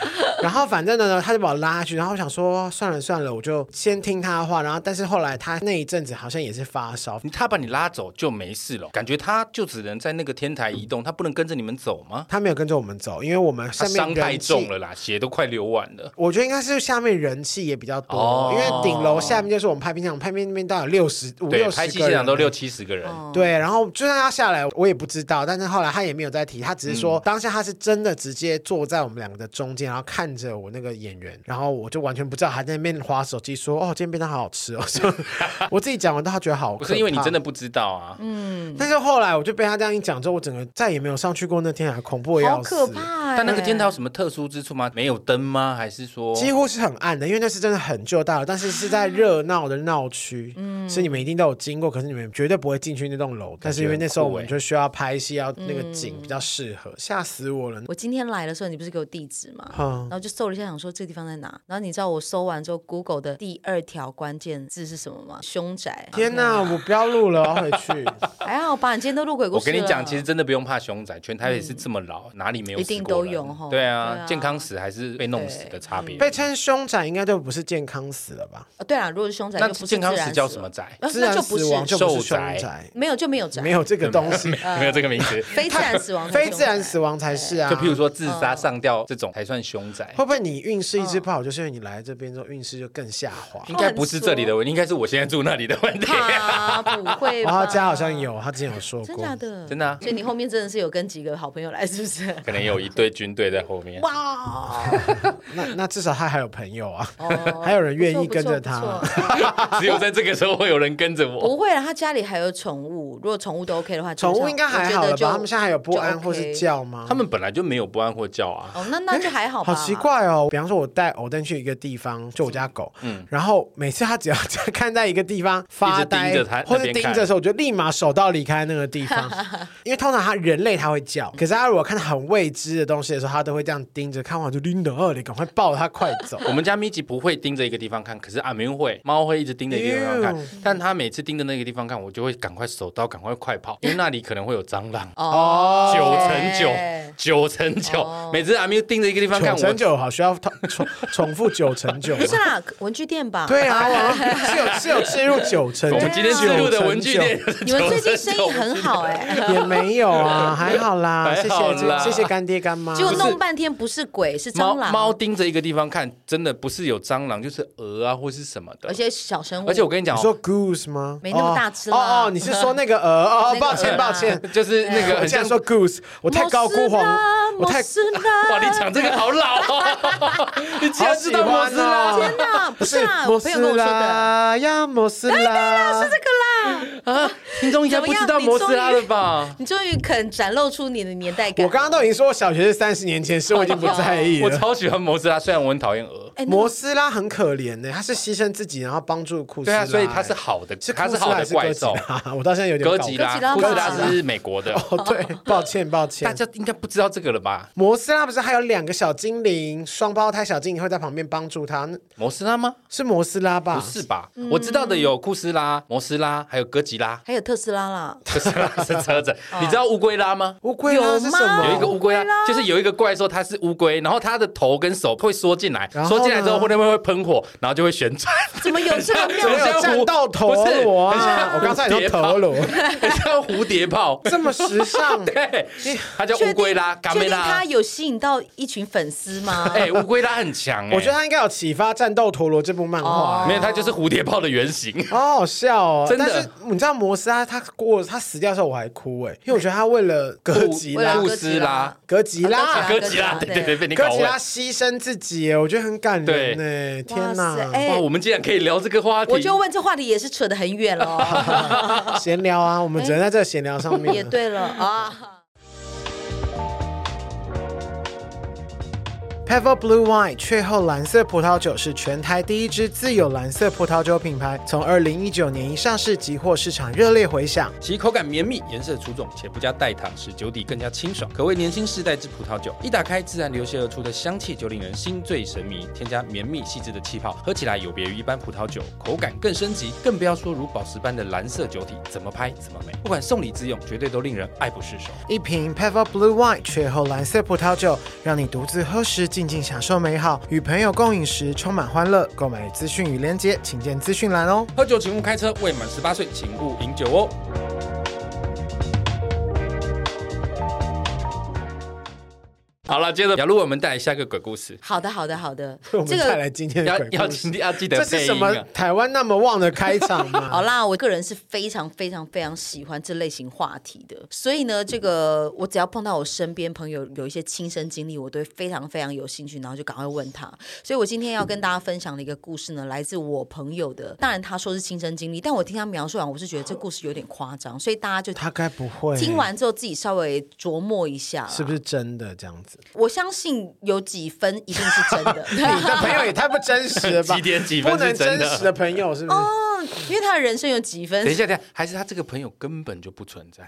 [SPEAKER 3] 然后反正呢，他就把我拉下去，然后我想说算了算了，我就先听他的话。然后但是后来他那一阵子好像也是发烧，
[SPEAKER 2] 他把你拉走就没事了，感觉他就只能在那个天台移动，他不能跟着你们走吗？
[SPEAKER 3] 他没有跟着我们走，因为我们
[SPEAKER 2] 他
[SPEAKER 3] 下
[SPEAKER 2] 伤
[SPEAKER 3] 面
[SPEAKER 2] 太
[SPEAKER 3] 人
[SPEAKER 2] 重
[SPEAKER 3] 气。
[SPEAKER 2] 了啦，血都快流完了。
[SPEAKER 3] 我觉得应该是下面人气也比较多，
[SPEAKER 2] 哦
[SPEAKER 3] 因为顶楼下面就是我们拍片场，拍片那边大概有六十五
[SPEAKER 2] 对
[SPEAKER 3] 六，十
[SPEAKER 2] 拍戏
[SPEAKER 3] 个
[SPEAKER 2] 现场
[SPEAKER 3] 人，
[SPEAKER 2] 都六七十个人，
[SPEAKER 1] 哦
[SPEAKER 3] 对，然后就算他下来，我也不
[SPEAKER 2] 嗯
[SPEAKER 3] 知道。但是后来他也没有再提，他只是说、当下他是真的直接坐在我们两个的中间，然后看看着我那个演员，然后我就完全不知道，还在那边划手机说：“哦，今天便当好好吃哦。就” 我自己讲完，他觉得好可
[SPEAKER 2] 不
[SPEAKER 3] 怕，
[SPEAKER 2] 是因为你真的不知道啊，
[SPEAKER 3] 嗯
[SPEAKER 1] 嗯
[SPEAKER 3] 但是后来我就被他这样一讲之后，我整个再也没有上去过那天，还啊恐怖的
[SPEAKER 1] 好
[SPEAKER 3] 要死。
[SPEAKER 1] 可怕、欸！
[SPEAKER 2] 但那个间它有什么特殊之处吗？没有灯吗？还是说
[SPEAKER 3] 几乎是很暗的，因为那是真的很旧大楼，但是是在热闹的闹区，嗯，是你们一定都有经过，可是你们绝对不会进去那栋楼。但是因为那时候我们
[SPEAKER 1] 欸
[SPEAKER 3] 就需要拍戏，要那个景比较适
[SPEAKER 1] 嗯
[SPEAKER 3] 合，吓死我了。
[SPEAKER 1] 我今天来的时候，你不是给我地址吗？
[SPEAKER 3] 嗯
[SPEAKER 1] 然，后就搜了一下，想说这个地方在哪。然后你知道我搜完之后，Google 的第二条关键字是什么吗？凶宅。
[SPEAKER 3] 天哪，我不要录了，我要回去。
[SPEAKER 1] 还好吧，你今天都录鬼故
[SPEAKER 2] 我
[SPEAKER 1] 事了
[SPEAKER 2] 跟你讲，其实真的不用怕熊仔，全台北是这么老，哪里没有
[SPEAKER 1] 嗯一
[SPEAKER 2] 死过
[SPEAKER 1] 定都
[SPEAKER 2] 人
[SPEAKER 1] 有吼
[SPEAKER 2] 对
[SPEAKER 1] 对
[SPEAKER 2] 啊
[SPEAKER 1] 啊，
[SPEAKER 2] 健康死还是被弄死的差别。
[SPEAKER 3] 被称凶宅应该就不是健康死了吧？
[SPEAKER 1] 哦对啊，如果是凶宅，
[SPEAKER 2] 那
[SPEAKER 1] 就不是
[SPEAKER 2] 健康
[SPEAKER 1] 自然
[SPEAKER 2] 死叫什么 宅？
[SPEAKER 1] 呃
[SPEAKER 3] 自
[SPEAKER 1] 那
[SPEAKER 3] 然
[SPEAKER 1] 就不
[SPEAKER 3] 死
[SPEAKER 1] 是
[SPEAKER 3] 亡就不是
[SPEAKER 2] 受
[SPEAKER 3] 凶
[SPEAKER 2] 宅
[SPEAKER 3] 宅，
[SPEAKER 1] 没有就没有宅，
[SPEAKER 3] 没有这个东 西，
[SPEAKER 1] 嗯
[SPEAKER 2] 没有这个名字。
[SPEAKER 1] 非自然死亡才是
[SPEAKER 3] 非
[SPEAKER 1] 凶宅，
[SPEAKER 3] 自然死亡才是啊。
[SPEAKER 2] 就譬如说
[SPEAKER 1] 嗯
[SPEAKER 2] 自杀、上吊这种才算凶宅，
[SPEAKER 3] 会不会你运势一直
[SPEAKER 1] 嗯
[SPEAKER 3] 不好，就是因为你来这边之后运势就更下滑？
[SPEAKER 2] 应该不是这里的问题，应该是我现在住那里的问题。
[SPEAKER 1] 怕不会吧？
[SPEAKER 3] 然后哦他家好像有，他之前有说
[SPEAKER 1] 真
[SPEAKER 3] 过。
[SPEAKER 1] 假的，
[SPEAKER 2] 真的啊
[SPEAKER 1] 所以你后面真的是有跟几个好朋友来，是不是？
[SPEAKER 2] 可能有一堆军队在后面。
[SPEAKER 1] 哇，
[SPEAKER 3] 那那至少他还有朋友啊，
[SPEAKER 1] 哦
[SPEAKER 3] 还有人愿意
[SPEAKER 1] 不错
[SPEAKER 3] 跟
[SPEAKER 1] 不错
[SPEAKER 3] 着他
[SPEAKER 1] 哦不。错
[SPEAKER 2] 只有在这个时候会有人跟着我。
[SPEAKER 1] 不会啦，他家里还有宠物，如果宠物都 OK 的话，
[SPEAKER 3] 宠
[SPEAKER 1] 基本
[SPEAKER 3] 物
[SPEAKER 1] 上
[SPEAKER 3] 应该还
[SPEAKER 1] 我觉
[SPEAKER 3] 好
[SPEAKER 1] 得
[SPEAKER 3] 了
[SPEAKER 1] 就
[SPEAKER 3] 吧？他们现在还有不安或
[SPEAKER 1] 就 OK
[SPEAKER 3] 是叫吗？
[SPEAKER 2] 他们本来就没有不安或叫啊，
[SPEAKER 1] 哦，那那就还好吧。嗯
[SPEAKER 3] 好奇，怪哦！比方说，我带偶登去一个地方，就我家狗，然后每次它只要 在看在一个地方发呆
[SPEAKER 2] 嗯一直盯着它
[SPEAKER 3] 或者
[SPEAKER 2] 那边
[SPEAKER 3] 盯
[SPEAKER 2] 看
[SPEAKER 3] 着的时候，我就立马手到离开那个 地方，因为通常它人类它会叫，
[SPEAKER 1] 嗯
[SPEAKER 3] 可是它如果看到很未知的东西的时候，它都会这样盯着，看完就拎着二你赶快抱它快走。
[SPEAKER 2] 我们家咪吉不会盯着一个地方看，可是阿明会，猫会一直盯着一个地方
[SPEAKER 3] 哎呦
[SPEAKER 2] 看，但它每次盯着那个地方看，我就会赶快手刀，赶快快跑，因为那里可能会有蟑螂，
[SPEAKER 1] 哦，
[SPEAKER 2] 九成九
[SPEAKER 1] 哎，Oh
[SPEAKER 2] 九成九，每次阿明盯着一个地方看，
[SPEAKER 3] 九
[SPEAKER 2] 我
[SPEAKER 3] 乘九好，需要 重重重复九乘九吗
[SPEAKER 1] 不？是啦，文具店吧？
[SPEAKER 3] 对啊，我是有是有置 入九乘九，
[SPEAKER 2] 我们今天进入的文具店
[SPEAKER 3] 九，
[SPEAKER 1] 你们最 近生意很好哎。
[SPEAKER 3] 乘九 也没有啊，还好啦，谢
[SPEAKER 2] 还好
[SPEAKER 3] 谢
[SPEAKER 2] 啦
[SPEAKER 3] 谢谢干爹干妈。
[SPEAKER 1] 结果弄半天不是鬼，是
[SPEAKER 2] 猫
[SPEAKER 1] 蟑螂，
[SPEAKER 2] 猫盯着一个地方看，真的不是有蟑螂就是蛾啊或是什么的，
[SPEAKER 1] 而且小生物，
[SPEAKER 2] 而且我跟你讲
[SPEAKER 3] 你
[SPEAKER 2] 哦，
[SPEAKER 3] 说 goose 吗？
[SPEAKER 1] 没那么大只啦
[SPEAKER 3] 哦哦，你是说那个鹅？哦
[SPEAKER 1] 那个鹅，啊
[SPEAKER 3] 抱歉抱歉，
[SPEAKER 2] 就是那
[SPEAKER 1] 哎
[SPEAKER 2] 个
[SPEAKER 3] 我
[SPEAKER 2] 很
[SPEAKER 3] 竟
[SPEAKER 2] 像
[SPEAKER 3] 然说 goose，我太高估黄，我太
[SPEAKER 1] 是啦，
[SPEAKER 2] 哇，你讲这个好老 哦！
[SPEAKER 3] 啊
[SPEAKER 2] 你竟然知道摩斯拉
[SPEAKER 3] 好喜欢哦
[SPEAKER 1] 天哪，不是啦，
[SPEAKER 3] 摩
[SPEAKER 1] 我朋友跟
[SPEAKER 3] 斯
[SPEAKER 1] 我说的。
[SPEAKER 3] 拉呀，摩斯拉，
[SPEAKER 2] 啊？听众应该不知道摩斯拉了吧？
[SPEAKER 1] 你终于肯展露出你的年代感。
[SPEAKER 3] 我刚刚都已经说我小学是三十年前，是我已经不在意
[SPEAKER 2] 我
[SPEAKER 3] 了。
[SPEAKER 2] 超喜欢摩斯拉，虽然我很讨厌鹅。
[SPEAKER 1] 哎，那
[SPEAKER 3] 摩斯拉很可怜呢，他是牺牲自己，然后帮助库斯
[SPEAKER 2] 对
[SPEAKER 3] 拉。
[SPEAKER 2] 啊，所以它是好的，
[SPEAKER 3] 是
[SPEAKER 2] 它
[SPEAKER 3] 库
[SPEAKER 2] 是
[SPEAKER 3] 斯
[SPEAKER 2] 好
[SPEAKER 3] 拉还
[SPEAKER 2] 的
[SPEAKER 3] 是
[SPEAKER 2] 怪
[SPEAKER 3] 哥吉
[SPEAKER 2] 兽。
[SPEAKER 3] 拉？ 我到现在有 点
[SPEAKER 2] 哥
[SPEAKER 3] 搞
[SPEAKER 2] 吉
[SPEAKER 1] 哥
[SPEAKER 2] 拉
[SPEAKER 1] 吉拉，
[SPEAKER 2] 库斯
[SPEAKER 1] 吧
[SPEAKER 2] 拉是美国的，
[SPEAKER 3] 哦，对，抱歉抱歉，
[SPEAKER 2] 大家应该不知道这个了吧？
[SPEAKER 3] 摩斯拉不是还有两个小精灵，双胞胎小精灵会在旁边帮助他，那
[SPEAKER 2] 摩斯拉吗？
[SPEAKER 3] 是摩斯拉吧？
[SPEAKER 2] 不是吧？我知
[SPEAKER 3] 嗯
[SPEAKER 2] 道的有库斯拉、摩斯拉，还有哥吉拉。
[SPEAKER 1] 还有特斯拉啦，
[SPEAKER 2] 特斯拉是 车 子，
[SPEAKER 3] 啊
[SPEAKER 2] 你知道乌龟拉吗？
[SPEAKER 3] 乌龟拉
[SPEAKER 1] 有
[SPEAKER 3] 是
[SPEAKER 1] 吗
[SPEAKER 3] 什么？
[SPEAKER 2] 有一个乌
[SPEAKER 1] 乌
[SPEAKER 2] 龟
[SPEAKER 1] 龟啦
[SPEAKER 2] 啊，就是有一个怪兽，它是乌龟，然后它的头跟手会缩进来，
[SPEAKER 3] 然后
[SPEAKER 2] 缩进来之后
[SPEAKER 3] 呢
[SPEAKER 2] 会那边会喷火，然后就会旋转，
[SPEAKER 1] 怎么有这个
[SPEAKER 3] 怎么
[SPEAKER 1] 妙？
[SPEAKER 3] 有战斗陀螺
[SPEAKER 2] 不是很
[SPEAKER 3] 啊？
[SPEAKER 2] 像
[SPEAKER 3] 我刚才也说陀 螺，
[SPEAKER 2] 很像蝴蝶炮。
[SPEAKER 3] 这么时尚。
[SPEAKER 2] 对，它叫
[SPEAKER 1] 确
[SPEAKER 2] 乌
[SPEAKER 1] 定
[SPEAKER 2] 龟拉、嘎
[SPEAKER 1] 确
[SPEAKER 2] 梅
[SPEAKER 1] 定
[SPEAKER 2] 拉
[SPEAKER 1] 他。有吸引到一群粉丝吗？
[SPEAKER 2] 哎，乌龟拉很强哎，
[SPEAKER 3] 我觉得他应该有启发《战斗陀螺》这部漫画、
[SPEAKER 1] 哦
[SPEAKER 2] 没有，它就是蝴蝶炮的原型。
[SPEAKER 3] 好好笑哦！
[SPEAKER 2] 真的
[SPEAKER 3] 但是你知道摩斯拉他过他死掉的时候我还哭哎，因为我觉得他 为了哥吉
[SPEAKER 1] 为了
[SPEAKER 3] 拉
[SPEAKER 2] 乌
[SPEAKER 1] 哥吉
[SPEAKER 2] 斯拉
[SPEAKER 3] 哥吉
[SPEAKER 1] 啊
[SPEAKER 3] 拉
[SPEAKER 2] 哥吉
[SPEAKER 1] 哥吉拉
[SPEAKER 2] 拉，对对对，被你
[SPEAKER 3] 哥
[SPEAKER 2] 搞欸
[SPEAKER 3] 吉
[SPEAKER 2] 混。
[SPEAKER 3] 拉牺牲自己欸耶，我觉得很感人哎！天
[SPEAKER 1] 哇塞
[SPEAKER 3] 哪，
[SPEAKER 1] 哎
[SPEAKER 2] 哇，我们竟然可以聊这个话题
[SPEAKER 1] 我，就问这话题也是扯得很远了哦，
[SPEAKER 3] 闲聊啊，我们只能在这个闲聊上面。
[SPEAKER 1] 也对了啊。
[SPEAKER 3] Pebble Blue Wine 雀后蓝色葡萄酒是全台第一支自有蓝色葡萄酒品牌，从二零一九年一上市即获市场热烈回响。
[SPEAKER 2] 其口感绵密，颜色出众，且不加代糖，使酒底更加清爽，可谓年轻世代之葡萄酒。一打开，自然流泻而出的香气就令人心醉神迷。添加绵密细致的气泡，喝起来有别于一般葡萄酒，口感更升级，更不要说如宝石般的蓝色酒体，怎么拍怎么美。不管送礼自用，绝对都令人爱不释手。
[SPEAKER 3] 一瓶 Pebble Blue Wine 雀后蓝色葡萄酒，让你独自喝时静静享受美好，与朋友共饮时充满欢乐。购买资讯与链接，请见资讯栏哦。
[SPEAKER 2] 喝酒请勿开车，未满十八岁请勿饮酒哦。好了，接着雅露为我们带来下一个鬼故事，
[SPEAKER 1] 好的，好的，好的
[SPEAKER 3] 为 我，
[SPEAKER 1] 这
[SPEAKER 3] 们带
[SPEAKER 1] 个
[SPEAKER 3] 来今天的
[SPEAKER 2] 要
[SPEAKER 3] 鬼
[SPEAKER 2] 要
[SPEAKER 3] 故事
[SPEAKER 2] 记。要记得
[SPEAKER 3] 这
[SPEAKER 2] 配
[SPEAKER 3] 是
[SPEAKER 2] 音
[SPEAKER 3] 什么
[SPEAKER 2] 啊？
[SPEAKER 3] 台湾那么旺的开场
[SPEAKER 1] 好
[SPEAKER 3] 吗？
[SPEAKER 1] 啦，我个人是非常非常非常喜欢这类型话题的，所以呢，这个我只要碰到我身边朋友有一些亲身经历，我都会非常非常有兴趣，然后就赶快问他。所以我今天要跟大家分享的一个故事呢，来自我朋友的，当然他说是亲身经历，但我听他描述完，我是觉得这故事有点夸张，所以大家就
[SPEAKER 3] 他该不会
[SPEAKER 1] 听完之后自己稍微琢磨一下啦，
[SPEAKER 3] 是不是真的这样子？
[SPEAKER 1] 我相信有几分一定是真的。
[SPEAKER 3] 你 的朋友也太不真实了 吧？
[SPEAKER 2] 几点几分
[SPEAKER 3] 不能
[SPEAKER 2] 是真
[SPEAKER 3] 真
[SPEAKER 2] 的
[SPEAKER 3] 实的朋友是不是？
[SPEAKER 1] 因为他的人生有几分
[SPEAKER 2] 等一下，等一下，还是他这个朋友根本就不存在，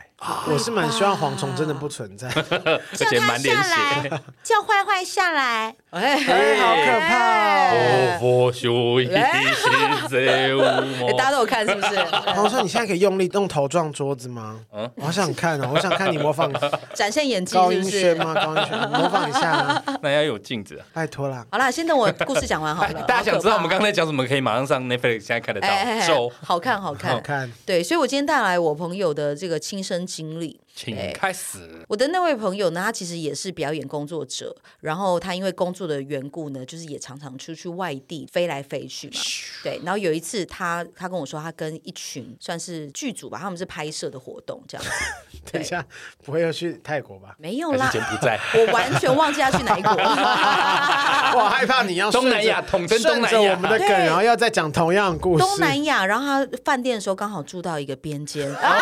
[SPEAKER 3] 我是蛮希望蝗虫真的不存在，
[SPEAKER 2] 而且满脸血。，
[SPEAKER 1] 叫坏坏下来，
[SPEAKER 3] 哎
[SPEAKER 1] 哎，
[SPEAKER 3] 好可怕哦！
[SPEAKER 2] 我佛修一世贼无
[SPEAKER 1] 哎大家
[SPEAKER 2] 谋。
[SPEAKER 1] 都有看是不是？
[SPEAKER 3] 黄虫，你现在可以用力用头撞桌子吗？
[SPEAKER 2] 嗯
[SPEAKER 3] 我好想看哦，我想看你 模仿
[SPEAKER 1] 展现演技
[SPEAKER 3] 高
[SPEAKER 1] 是
[SPEAKER 3] 音
[SPEAKER 1] 不
[SPEAKER 3] 轩
[SPEAKER 1] 是？
[SPEAKER 3] 吗？高音轩，模仿一下啊，
[SPEAKER 2] 那要有镜子啊！
[SPEAKER 3] 拜托啦。
[SPEAKER 1] 好啦，先等我故事讲完好
[SPEAKER 2] 哎
[SPEAKER 1] 了。
[SPEAKER 2] 大家想知道我们刚
[SPEAKER 1] 好
[SPEAKER 2] 才讲什么，可以马上上 Netflix 现在看得
[SPEAKER 1] 可怕哎哎
[SPEAKER 2] 到。
[SPEAKER 1] 哎
[SPEAKER 2] 咒，
[SPEAKER 1] 好看好
[SPEAKER 3] 好
[SPEAKER 1] 看。
[SPEAKER 3] 看，
[SPEAKER 1] 对，所以我今天带来我朋友的这个亲身经历。
[SPEAKER 2] 请开始。
[SPEAKER 1] 我的那位朋友呢，他其实也是表演工作者，然后他因为工作的缘故呢，就是也常常出去外地飞来飞去嘛。对，然后有一次他他跟我说，他跟一群算是剧组吧，他们是拍摄的活动这样子。
[SPEAKER 3] 等一下不会要去泰国 吧？
[SPEAKER 1] 没有
[SPEAKER 2] 还
[SPEAKER 1] 啦
[SPEAKER 2] 是，柬埔寨？
[SPEAKER 1] 我完全忘记他去哪一国。
[SPEAKER 3] 我害怕你要
[SPEAKER 2] 东南亚
[SPEAKER 3] 顺
[SPEAKER 2] 统
[SPEAKER 3] 着
[SPEAKER 2] 称东南亚
[SPEAKER 3] 顺着我们的梗，
[SPEAKER 1] 对
[SPEAKER 3] 然后要再讲同样的故事。
[SPEAKER 1] 东南亚，然后他饭店的时候刚好住到一个边间，啊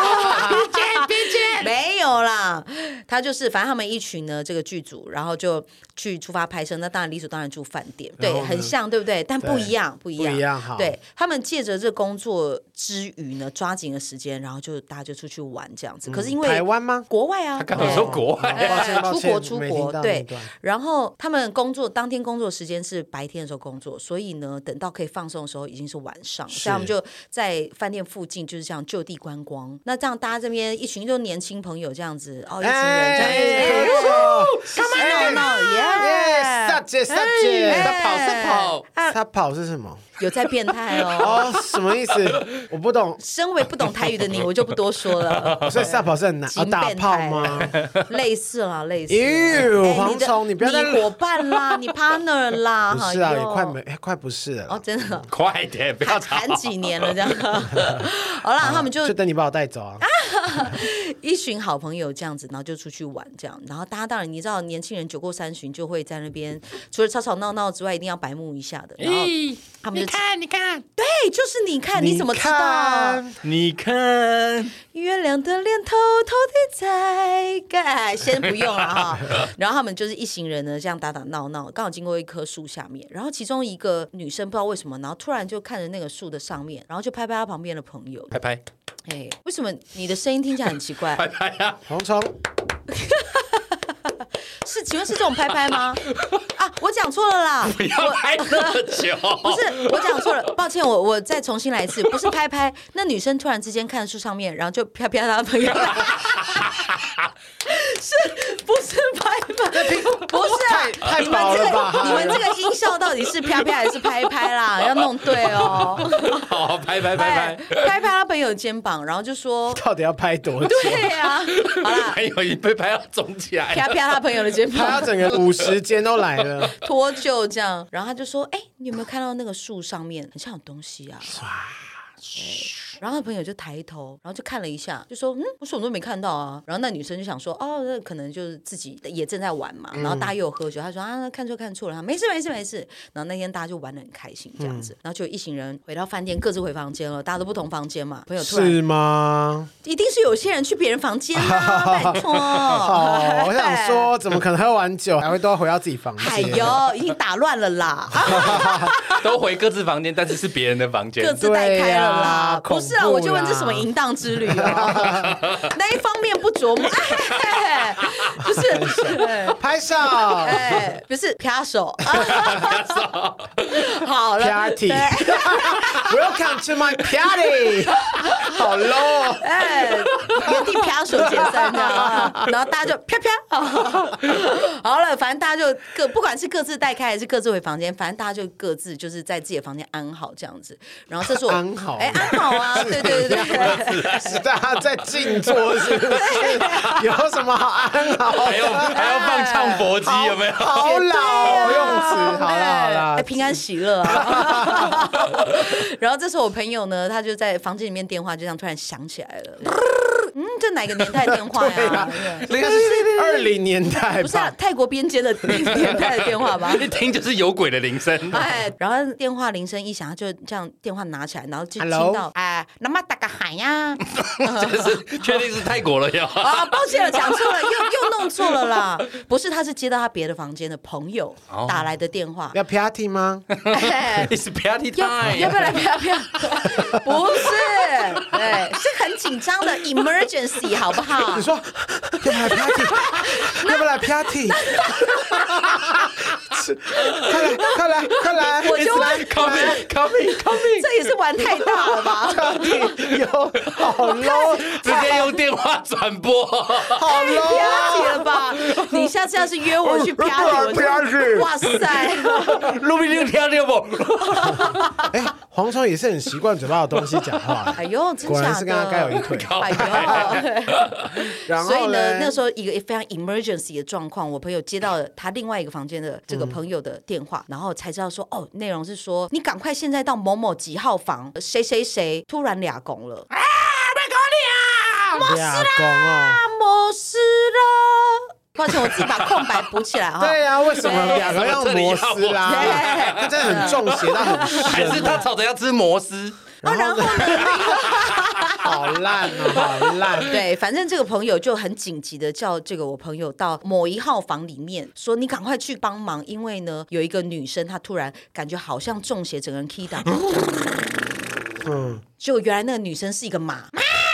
[SPEAKER 1] 边间边间 没有啦，他就是反正他们一群呢这个剧组，然后就去出发拍摄，那当然理所当然住饭店，
[SPEAKER 3] 然
[SPEAKER 1] 对
[SPEAKER 3] 后，呢
[SPEAKER 1] 很像对不对？但不一样，不一样，
[SPEAKER 3] 不一样好
[SPEAKER 1] 对他们借着这工作之余呢，抓紧了时间，然后就大家就出去玩这样子。可是因为
[SPEAKER 3] 台湾吗？
[SPEAKER 1] 国外啊，
[SPEAKER 2] 他刚好说国外
[SPEAKER 1] 对
[SPEAKER 3] 哦抱歉
[SPEAKER 1] 哎
[SPEAKER 3] 抱
[SPEAKER 1] 出
[SPEAKER 3] 歉
[SPEAKER 1] 国出
[SPEAKER 3] 没听
[SPEAKER 1] 国
[SPEAKER 3] 到那
[SPEAKER 1] 对
[SPEAKER 3] 一段。
[SPEAKER 1] 然后他们工作当天工作时间是白天的时候工作，所以呢，等到可以放松的时候已经是晚上，
[SPEAKER 3] 是
[SPEAKER 1] 所以他们就在饭店附近就是这样就地观光。那这样大家这边一群就年轻朋友这样子，哦，一群人这样。
[SPEAKER 3] 哎，
[SPEAKER 1] 哎
[SPEAKER 3] 干
[SPEAKER 1] 闹闹耶！
[SPEAKER 3] 耶，撒姐撒姐，
[SPEAKER 2] 哎撒跑
[SPEAKER 1] 哎啊，
[SPEAKER 3] 他跑是什么？
[SPEAKER 1] 有在变态哦。
[SPEAKER 3] 哦，什么意思？我不懂。
[SPEAKER 1] 身为不懂台语的你，我就不多说了。
[SPEAKER 3] 所以撒跑是很难啊，
[SPEAKER 1] 金
[SPEAKER 3] 打
[SPEAKER 1] 变
[SPEAKER 3] 炮
[SPEAKER 1] 态
[SPEAKER 3] 吗？
[SPEAKER 1] 类似啦，类似啦。
[SPEAKER 3] 咦
[SPEAKER 1] 哎
[SPEAKER 3] 蝗
[SPEAKER 1] 你的
[SPEAKER 3] 虫你不要再
[SPEAKER 1] 你伙伴啦，你 partner 啦，
[SPEAKER 3] 不是啊，
[SPEAKER 1] 哎呦
[SPEAKER 3] 也快没，哎快不是了
[SPEAKER 1] 哦，
[SPEAKER 3] 啦，
[SPEAKER 1] 真的 哦。
[SPEAKER 2] 快点，不要
[SPEAKER 1] 谈
[SPEAKER 2] 吵。
[SPEAKER 1] 谈几年了这样， 好啦，他们就
[SPEAKER 3] 就等你把我带走啊。
[SPEAKER 1] 一群好朋友这样子，然后就出去玩这样，然后大家当然你知道，年轻人酒过三巡就会在那边，除了吵吵闹闹之外，一定要白目一下的。然后
[SPEAKER 4] 咦，
[SPEAKER 1] 他们
[SPEAKER 4] 你
[SPEAKER 1] 就哎、
[SPEAKER 4] 看，你看，
[SPEAKER 1] 就是你看，你怎么知道
[SPEAKER 3] 看
[SPEAKER 1] 啊？？
[SPEAKER 2] 你看，
[SPEAKER 1] 月亮的脸偷偷地在盖，先不用了哈。然后他们就是一行人呢，这样打打闹闹，刚好经过一棵树下面，然后其中一个女生不知道为什么，然后突然就看着那个树的上面，然后就拍拍她旁边的朋友，
[SPEAKER 2] 拍拍
[SPEAKER 1] 哎，为什么你的声音听起来很奇 怪？
[SPEAKER 2] 拍拍啊！
[SPEAKER 3] 蝗虫，
[SPEAKER 1] 是，请问是这种拍拍 吗？啊，我讲错了啦，
[SPEAKER 2] 不要拍那么久。
[SPEAKER 1] 不是我讲错了，抱歉，我我再重新来一次，不是拍拍。 那女生突然之间看树上面，然后就啪啪她朋友， 是不是拍拍？不是啊
[SPEAKER 3] 太。太
[SPEAKER 1] 你们
[SPEAKER 3] 薄
[SPEAKER 1] 这
[SPEAKER 3] 了
[SPEAKER 1] 个
[SPEAKER 3] 吧？哎
[SPEAKER 1] 你们这个音效到底是啪啪还是拍拍啦？要弄对哦。
[SPEAKER 2] 好，拍拍
[SPEAKER 1] 哎
[SPEAKER 2] 拍拍。
[SPEAKER 1] 拍拍他朋友的肩膀，然后就说
[SPEAKER 3] 到底要拍多 久？啊
[SPEAKER 1] 对呀、
[SPEAKER 2] 啊
[SPEAKER 1] 哎好啦，
[SPEAKER 2] 朋友已经被拍到肿起来
[SPEAKER 1] 啪
[SPEAKER 2] 了。
[SPEAKER 1] 啪他朋友的肩膀
[SPEAKER 3] 他。要整个五十间都来了，
[SPEAKER 1] 脱臼这样，然后他就说：“哎、你有没有看到那个树上面很像有东西啊？”对然后他朋友就抬头，然后就看了一下，就说：“嗯，我什么都没看到啊。”然后那女生就想说：“哦，那可能就是自己也正在玩嘛。”
[SPEAKER 3] 嗯
[SPEAKER 1] 然后大家又有喝酒，他说：“啊，那看错看错了，他没事没事没事。”然后那天大家就玩的很开心这样
[SPEAKER 3] 嗯
[SPEAKER 1] 子，然后就一行人回到饭店，各自回房间了，大家都不同房间嘛。朋友 突然
[SPEAKER 3] 是吗？
[SPEAKER 1] 一定是有些人去别人房间啊， 拜托。
[SPEAKER 3] 哦，我想说，怎么可能喝 完酒还会都要回到自己房
[SPEAKER 1] 哎
[SPEAKER 3] 间？
[SPEAKER 1] 呦，已经打乱了啦。
[SPEAKER 2] 都回各自房间，但是是别人的房间
[SPEAKER 1] 各。自带开了
[SPEAKER 3] 对
[SPEAKER 1] 啦。
[SPEAKER 3] 啊
[SPEAKER 1] 不是啊，
[SPEAKER 3] 恐怖啦
[SPEAKER 1] 我就问这什么淫荡之旅 啊？那一方面不琢磨， 哎、不是。
[SPEAKER 3] 拍手，
[SPEAKER 1] 哎，不是啪 手，好了，
[SPEAKER 3] Party
[SPEAKER 1] 对
[SPEAKER 3] Welcome to my party，好 low 哦。
[SPEAKER 1] 哎，原地啪手结束，声这 样，然后大家就啪啪， 好了，反正大家就各不管是各自带开还是各自回房间，反正大家就各自就是在自己的房间安好这样子。然后这是我
[SPEAKER 3] 安好
[SPEAKER 1] 哎、安好啊，对对对 对对。
[SPEAKER 3] 是大家在静坐，是不是？有什么好安好的？
[SPEAKER 2] 还要还要放唱佛机有没有？
[SPEAKER 3] 好老哦
[SPEAKER 1] 啊
[SPEAKER 3] 用词，好啦好
[SPEAKER 1] 哎、
[SPEAKER 3] 啦，
[SPEAKER 1] 平安喜乐啊！ 然后这时候我朋友呢，他就在房间里面电话就这样突然响起来 了。嗯，这哪个年代电话
[SPEAKER 3] 对哎
[SPEAKER 1] 呀
[SPEAKER 3] 啦？，那个是二零年代
[SPEAKER 1] 不是、啊、
[SPEAKER 3] 吧？
[SPEAKER 1] 泰国边间的年代的电话 吧？
[SPEAKER 2] 一听就是有鬼的铃 声。
[SPEAKER 1] 哎，然后电话铃声一响，他就这样电话拿起来，然后就听
[SPEAKER 3] Hello？
[SPEAKER 1] 到哎，那么打个喊呀！
[SPEAKER 2] 就是确定是泰国了呀？
[SPEAKER 1] 啊，抱歉了，讲错了，又又弄错了啦。不是，他是接到他别的房间的朋友
[SPEAKER 2] 哦
[SPEAKER 1] 打来的电话。
[SPEAKER 3] 要 party 吗？
[SPEAKER 1] 哎
[SPEAKER 2] It's party
[SPEAKER 1] 要
[SPEAKER 3] 哎
[SPEAKER 1] 要不
[SPEAKER 2] time！
[SPEAKER 1] 要来？不要不 要，不是，对，是很紧张 的 emergency，好不好
[SPEAKER 3] 你？说要不要来
[SPEAKER 1] 啊
[SPEAKER 3] party？要不要来 party？是快来快来快来！
[SPEAKER 1] 我就问
[SPEAKER 2] coming coming coming！
[SPEAKER 1] 这也是玩太大了吧？
[SPEAKER 3] party 有好 low
[SPEAKER 2] 直接用电话转播，
[SPEAKER 3] 好 low 啊。
[SPEAKER 1] 啪起了吧？你下次要是约我去啪起，我
[SPEAKER 3] 不要去
[SPEAKER 1] 就哇塞！
[SPEAKER 2] 路边就听到不？
[SPEAKER 3] 哎，蝗虫也是很习惯嘴巴有东西讲话
[SPEAKER 1] 啊哎。呦，真
[SPEAKER 3] 果然
[SPEAKER 1] 假
[SPEAKER 3] 是
[SPEAKER 1] 的？
[SPEAKER 3] 跟他该有一腿
[SPEAKER 1] 哎呦！
[SPEAKER 3] 然
[SPEAKER 1] 所以
[SPEAKER 3] 后
[SPEAKER 1] 呢，
[SPEAKER 3] 嘞
[SPEAKER 1] 那时候一个非常 emergency 的状况，我朋友接到了他另外一个房间的这个朋友的电
[SPEAKER 3] 嗯
[SPEAKER 1] 话，然后才知道说，哦，内容是说你赶快现在到某某几号房，呃谁谁谁突然俩拱了，啊，
[SPEAKER 3] 俩公哦，
[SPEAKER 1] 没事了。抱歉，我自己把空白补起来哈。 哦
[SPEAKER 3] 对呀，为什么
[SPEAKER 1] 哎
[SPEAKER 3] 两个要摩斯啦
[SPEAKER 1] 这里要摩？斯
[SPEAKER 3] 他真的很重，写到很
[SPEAKER 2] 还是
[SPEAKER 3] 深，
[SPEAKER 2] 他吵着要吃摩斯？
[SPEAKER 1] 啊，然后
[SPEAKER 3] 好烂哦，好烂。
[SPEAKER 1] 对，反正这个朋友就很紧急的叫这个我朋友到某一号房里面，说你赶快去帮忙，因为呢有一个女生她突然感觉好像中邪，整个人 k 倒。
[SPEAKER 3] 嗯，
[SPEAKER 1] 就原来那个女生是一个马，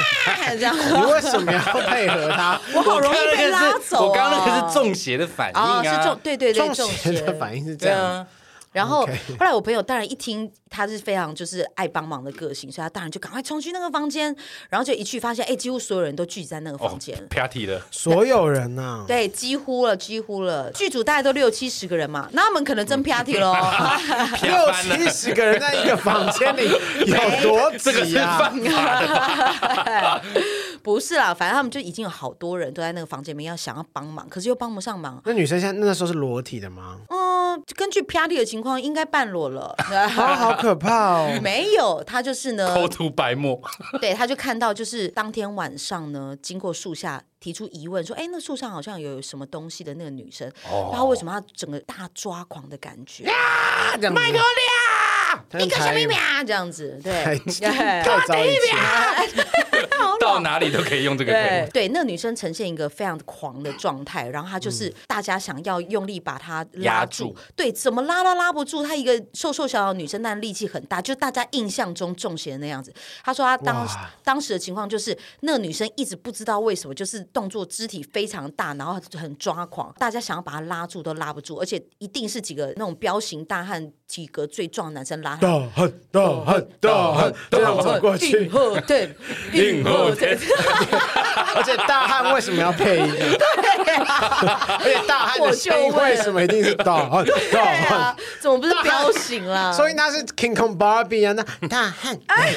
[SPEAKER 1] 这样。
[SPEAKER 3] 你为什么要配合他？
[SPEAKER 1] 我好容易
[SPEAKER 2] 我刚刚那个
[SPEAKER 1] 被
[SPEAKER 2] 是
[SPEAKER 1] 拉走、啊。
[SPEAKER 2] 我刚刚那个是中邪的反应
[SPEAKER 1] 啊、
[SPEAKER 2] 啊，
[SPEAKER 1] 是中对对对
[SPEAKER 3] 中邪的反应是这
[SPEAKER 2] 对
[SPEAKER 3] 样，
[SPEAKER 2] 啊，
[SPEAKER 1] 然后
[SPEAKER 3] OK
[SPEAKER 1] 后来我朋友当然一听他是非常就是爱帮忙的个性，所以他当然就赶快冲去那个房间，然后就一去发现，哎，几乎所有人都聚集在那个
[SPEAKER 2] 哦
[SPEAKER 1] 房间。
[SPEAKER 2] ，party 了，
[SPEAKER 3] 所有人呐，
[SPEAKER 1] 对，几乎了，几乎了。剧组大概都六七十个人嘛，那他们可能真 party 喽。
[SPEAKER 3] 六
[SPEAKER 2] 翻了
[SPEAKER 3] 七十个人在一个房间里 有多
[SPEAKER 2] 这个
[SPEAKER 3] 挤
[SPEAKER 2] 是
[SPEAKER 3] 啊？
[SPEAKER 2] 犯法的吧？
[SPEAKER 1] 不是啦，反正他们就已经有好多人都在那个房间里面要想要帮忙，可是又帮不上忙。
[SPEAKER 3] 那女生现在那时候是裸体的 吗？
[SPEAKER 1] 嗯，根据 party 的情况，应该半裸了。
[SPEAKER 3] 啊，好可怕哦！
[SPEAKER 1] 没有，他就是呢，
[SPEAKER 2] 口吐 白沫，
[SPEAKER 1] 对，他就看到就是当天晚上呢，经过树下提出疑问说，哎，那树上好像有什么东西的那个女生，
[SPEAKER 2] 哦
[SPEAKER 1] 不知道为什么她整个大抓狂的感 觉，啊
[SPEAKER 3] 麦克 俩，
[SPEAKER 1] 一个小
[SPEAKER 3] 台
[SPEAKER 1] 妹
[SPEAKER 3] 语
[SPEAKER 1] 妹啊这样子，对
[SPEAKER 3] 台语，
[SPEAKER 1] 对
[SPEAKER 3] 太早以前
[SPEAKER 1] 啊
[SPEAKER 3] 了，
[SPEAKER 2] 到哪里都可以用这个梗
[SPEAKER 1] 对。对，那女生呈现一个非常狂的状态，然后她就是大家想要用力把她
[SPEAKER 2] 压
[SPEAKER 1] 拉
[SPEAKER 2] 住
[SPEAKER 1] 住，对，怎么拉都拉不住。她一个瘦瘦小小的女生，但力气很大，就大家印象中中邪的那样子。她说她当
[SPEAKER 3] 哇
[SPEAKER 1] 当时的情况就是，那女生一直不知道为什么，就是动作肢体非常大，然后很抓狂，大家想要把她拉住都拉不住，而且一定是几个那种彪形大汉、体格最壮的男生拉她
[SPEAKER 3] 大恨大恨大恨，这样走过去
[SPEAKER 1] 应。后对，
[SPEAKER 2] 应
[SPEAKER 1] 哦
[SPEAKER 2] 后天
[SPEAKER 3] 而且大汉为什么要配 音？
[SPEAKER 1] 啊
[SPEAKER 3] 而且大汉的声音为什么一定是大 汉大
[SPEAKER 1] 对
[SPEAKER 3] 汉？
[SPEAKER 1] 啊，怎么不是彪形啦？
[SPEAKER 3] 所以他是 King Kong Barbie 啊，那大汉， 那
[SPEAKER 1] 哎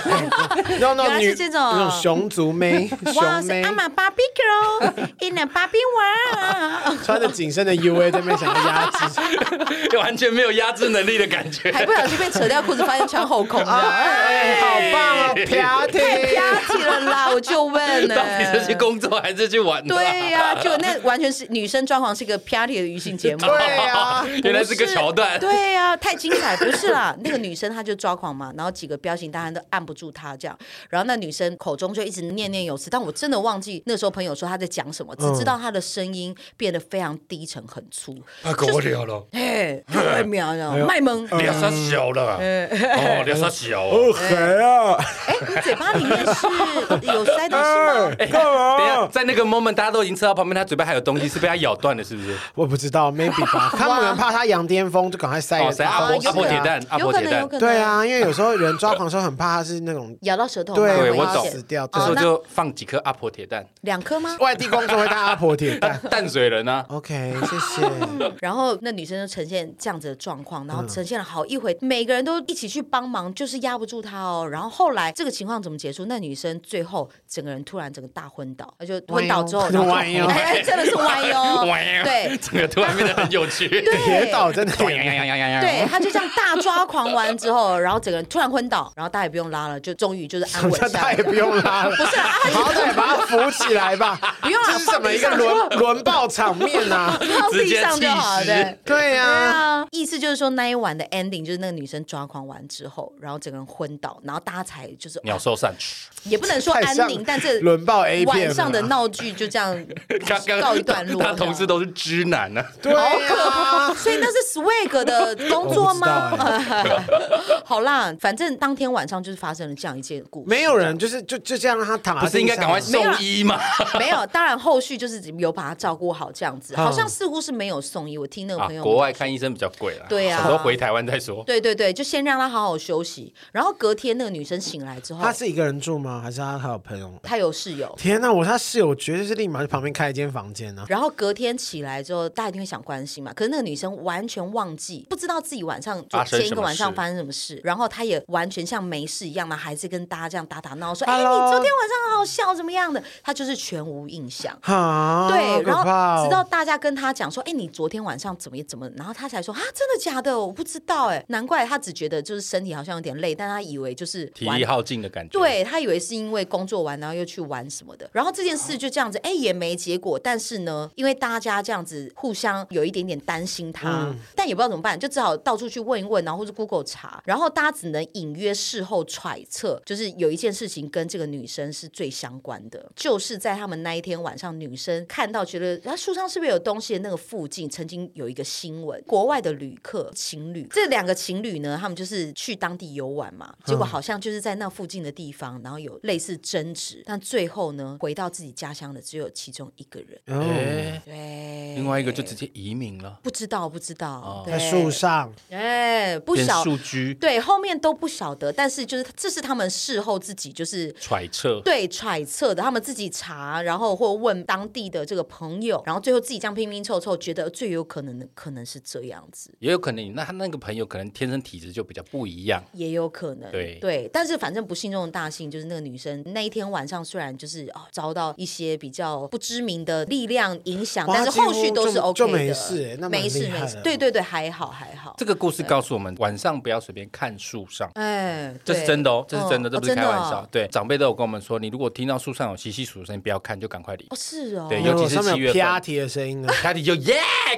[SPEAKER 1] 原
[SPEAKER 3] 那
[SPEAKER 1] 来是
[SPEAKER 3] 女
[SPEAKER 1] 这种
[SPEAKER 3] 那种熊族妹，
[SPEAKER 1] 哇塞，
[SPEAKER 3] 熊妹
[SPEAKER 1] 阿玛芭比 girl，in a 芭比 world，
[SPEAKER 3] 穿着紧身的 U A 在那边想要压制，
[SPEAKER 2] 就 完全没有压制能力的感觉。
[SPEAKER 1] 还不小心被扯掉裤子，发现穿后空的。
[SPEAKER 3] 哎，好棒哦，啪
[SPEAKER 1] 啪
[SPEAKER 3] 婷，
[SPEAKER 1] 起了啦！我就问 呢、
[SPEAKER 2] 到底是去工作还是去玩？啊
[SPEAKER 1] 对呀、就那完全是女生装潢是一个啪里的娱性节目。
[SPEAKER 3] 对啊，
[SPEAKER 2] 原来是个桥段。
[SPEAKER 1] 对呀、太精彩！不是啦，那个女生她就抓狂嘛，然后几个彪形大汉都按不住她这样，然后那女生口中就一直念念有词，但我真的忘记那时候朋友说她在讲什么，只知道她的声音变得非常低沉很粗，
[SPEAKER 2] 啊，狗聊了，
[SPEAKER 1] 哎，太妙了，卖萌。
[SPEAKER 2] 聊啥小了？哦，聊啥小？
[SPEAKER 3] 不狠啊，
[SPEAKER 1] 哎，你嘴巴里面是有塞东西吗？
[SPEAKER 3] 哎
[SPEAKER 2] 等一下，在那个 moment，大家都已经吃到旁边，他嘴巴还有东西是被它咬断的，是不是？
[SPEAKER 3] 我不知道，maybe 吧。他们可能怕他羊癫疯，就赶快塞
[SPEAKER 2] 哦，
[SPEAKER 3] 人
[SPEAKER 2] 塞
[SPEAKER 1] 啊
[SPEAKER 2] 阿
[SPEAKER 1] 有
[SPEAKER 2] 婆阿
[SPEAKER 1] 可
[SPEAKER 2] 婆
[SPEAKER 1] 能
[SPEAKER 2] 铁蛋，阿
[SPEAKER 1] 有
[SPEAKER 2] 婆
[SPEAKER 1] 可
[SPEAKER 2] 铁
[SPEAKER 1] 能有
[SPEAKER 2] 蛋。
[SPEAKER 1] 可能，
[SPEAKER 3] 对，啊，因为有时候人抓狂的时候很怕他是那种
[SPEAKER 1] 咬到舌头嘛，
[SPEAKER 3] 对
[SPEAKER 1] 很
[SPEAKER 2] 我
[SPEAKER 1] 危
[SPEAKER 2] 懂
[SPEAKER 1] 险
[SPEAKER 3] 死掉
[SPEAKER 2] 这时
[SPEAKER 3] 哦
[SPEAKER 2] 候
[SPEAKER 1] 那
[SPEAKER 2] 就放几颗阿婆铁蛋，
[SPEAKER 1] 两颗吗？
[SPEAKER 3] 外地工作会带阿婆铁 蛋。
[SPEAKER 2] 淡水人啊，
[SPEAKER 3] OK，谢谢。
[SPEAKER 1] 然后那女生就呈现这样子的状况，
[SPEAKER 2] 嗯
[SPEAKER 1] 然后呈现了好一回，每个人都一起去帮忙，就是压不住她哦。然后后来这个情况怎么结束？那女生最后整个人突然整个大昏倒，呃她就
[SPEAKER 2] 哦
[SPEAKER 1] 昏倒之后， 然后
[SPEAKER 3] 弯 腰
[SPEAKER 1] 哎哎，真的是弯腰，对
[SPEAKER 2] 整个突然变得很有趣。
[SPEAKER 3] 铁
[SPEAKER 1] 对。
[SPEAKER 3] 岛真的，
[SPEAKER 2] 哦
[SPEAKER 1] 对，她就这样大抓狂完之后，然后整个人突然昏倒，然后大家也不用拉了，就终于就是安
[SPEAKER 3] 我
[SPEAKER 1] 稳
[SPEAKER 3] 家
[SPEAKER 1] 下
[SPEAKER 3] 他
[SPEAKER 1] 来
[SPEAKER 3] 也
[SPEAKER 1] 了。
[SPEAKER 3] 不用拉了，
[SPEAKER 1] 不是啦，她就
[SPEAKER 3] 好歹把他扶起来吧。
[SPEAKER 1] 不用啦
[SPEAKER 3] 这是怎
[SPEAKER 1] 放
[SPEAKER 3] 么
[SPEAKER 1] 地
[SPEAKER 3] 一个
[SPEAKER 1] 上
[SPEAKER 3] 轮轮爆场面啊？
[SPEAKER 1] 放
[SPEAKER 2] 直
[SPEAKER 1] 地
[SPEAKER 2] 接
[SPEAKER 1] 上就
[SPEAKER 2] 气
[SPEAKER 1] 好了。
[SPEAKER 2] 死
[SPEAKER 1] 对
[SPEAKER 3] 对
[SPEAKER 1] 对
[SPEAKER 3] 呀、
[SPEAKER 1] 啊，意思就是说那一晚的 ending 就是那个女生抓狂完之后，然后整个人昏倒，然后大家才就是
[SPEAKER 2] 鸟兽散，
[SPEAKER 1] 也不能说
[SPEAKER 3] 太像
[SPEAKER 1] 安宁，但是
[SPEAKER 3] 轮爆 A 片啊了
[SPEAKER 1] 晚上的闹剧就这样
[SPEAKER 2] 刚刚
[SPEAKER 1] 告一段落。
[SPEAKER 2] 他同事都是知男啊呢。
[SPEAKER 3] 对啊
[SPEAKER 1] 好
[SPEAKER 3] 呀、
[SPEAKER 1] 可怕，所以那是 swag 的工作吗
[SPEAKER 3] 我不？欸
[SPEAKER 1] 好啦，反正当天晚上就是发生了这样一件故事。
[SPEAKER 3] 没有人就是就就这样让他躺在
[SPEAKER 2] 不
[SPEAKER 3] 地上，
[SPEAKER 2] 是应该赶快送医吗？
[SPEAKER 1] 没有，当然后续就是有把他照顾好这样子，
[SPEAKER 3] 嗯
[SPEAKER 1] 好像似乎是没有送医。我听那个
[SPEAKER 2] 啊
[SPEAKER 1] 朋，友
[SPEAKER 2] 国外看医生比较贵啦，
[SPEAKER 1] 对啊
[SPEAKER 2] 想说回台湾再说。
[SPEAKER 1] 对对对，就先让他好好休息。然后隔天那个女生醒来之后，
[SPEAKER 3] 他是一个人住吗？还是他还有朋友？
[SPEAKER 1] 她有室友。
[SPEAKER 3] 天哪、我是他室友，绝对是立马去旁边开一间房间 呢、啊。
[SPEAKER 1] 然后隔天起来之后，大家一定会想关心嘛。可是那个女生完全忘记，不知道自己晚上就
[SPEAKER 2] 发生
[SPEAKER 1] 前一
[SPEAKER 2] 什
[SPEAKER 1] 个
[SPEAKER 2] 么
[SPEAKER 1] 晚上
[SPEAKER 2] 事
[SPEAKER 1] 发生什么事，然后她也完全像没事一样嘛，还是跟大家这样打打闹闹说：“哎、
[SPEAKER 3] Hello
[SPEAKER 1] 你昨天晚上好好笑，怎么样的？”她就是全无印象。
[SPEAKER 3] 好，啊好
[SPEAKER 1] 对，
[SPEAKER 3] 可
[SPEAKER 1] 然
[SPEAKER 3] 怕
[SPEAKER 1] 后
[SPEAKER 3] 哦
[SPEAKER 1] 直到大家跟她讲说：“哎、你昨天晚上怎么也怎么？”然后她才说：“啊，真的假的？我不知道。”哎，难怪她只觉得就是身体好像有点累，但她以为就是
[SPEAKER 2] 体
[SPEAKER 1] 玩
[SPEAKER 2] 力耗尽的感觉。，
[SPEAKER 1] 对他以为是因为工作完，然后又去玩什么的，然后这件事就这样子，哎，也没结果。但是呢，因为大家这样子互相有一点点担心他，
[SPEAKER 2] 嗯
[SPEAKER 1] 但也不知道怎么办，就只好到处去问一问，然后或是 Google 查，然后大家只能隐约事后揣测，就是有一件事情跟这个女生是最相关的，就是在他们那一天晚上，女生看到觉得啊树上是不是有东西的那个附近，曾经有一个新闻，国外的旅客情侣，这两个情侣呢，他们就是去当地游玩嘛，结
[SPEAKER 3] 嗯
[SPEAKER 1] 果好像就是在那附近的地方，然后有类似争执，但最后呢，回到自己家乡的只有其中一个人，
[SPEAKER 3] 哦，
[SPEAKER 1] 嗯
[SPEAKER 2] 哎，
[SPEAKER 1] 对，
[SPEAKER 2] 另外一个就直接移民了，
[SPEAKER 1] 不知道不知道，对
[SPEAKER 3] 哦在树，上，
[SPEAKER 1] 哎，不
[SPEAKER 2] 变
[SPEAKER 1] 晓
[SPEAKER 2] 数据
[SPEAKER 1] 对，后面都不晓得，但是就是这是他们事后自己就是
[SPEAKER 2] 揣测。
[SPEAKER 1] 对揣测的，他们自己查，然后或问当地的这个朋友，然后最后自己这样拼拼凑凑，觉得哎最有可能的可能是这样子，
[SPEAKER 2] 也有可能，那他那个朋友可能天生体质就比较不一样，
[SPEAKER 1] 也有可能
[SPEAKER 2] 对
[SPEAKER 1] 但是反正不幸中的大幸就是那个女生那一天晚上虽然就是哦遭到一些比较不知名的力量影响，
[SPEAKER 3] 哇
[SPEAKER 1] 但是后
[SPEAKER 3] 几
[SPEAKER 1] 续
[SPEAKER 3] 乎
[SPEAKER 1] 都是
[SPEAKER 3] 就
[SPEAKER 1] OK 的，
[SPEAKER 3] 就没事欸那蛮
[SPEAKER 1] 没事
[SPEAKER 3] 厉害
[SPEAKER 1] 没
[SPEAKER 3] 的
[SPEAKER 1] 事，对对对，还好还好
[SPEAKER 2] 这，个故事告诉我们，晚上不要随便看树上。
[SPEAKER 1] 哎，
[SPEAKER 2] 这是真的哦，这是真的，
[SPEAKER 1] 嗯
[SPEAKER 2] 这不是开玩笑。
[SPEAKER 1] 哦真的哦
[SPEAKER 2] 对，长辈都有跟我们说，你如果听到树上有稀稀疏疏的声音，不要看，就赶快离
[SPEAKER 1] 哦。是哦，
[SPEAKER 2] 对
[SPEAKER 3] 因
[SPEAKER 2] 尤其
[SPEAKER 3] 为
[SPEAKER 2] 是
[SPEAKER 3] 上面
[SPEAKER 2] 七
[SPEAKER 3] 有
[SPEAKER 2] 月份
[SPEAKER 3] 啪提的声音啊。
[SPEAKER 2] 他你就耶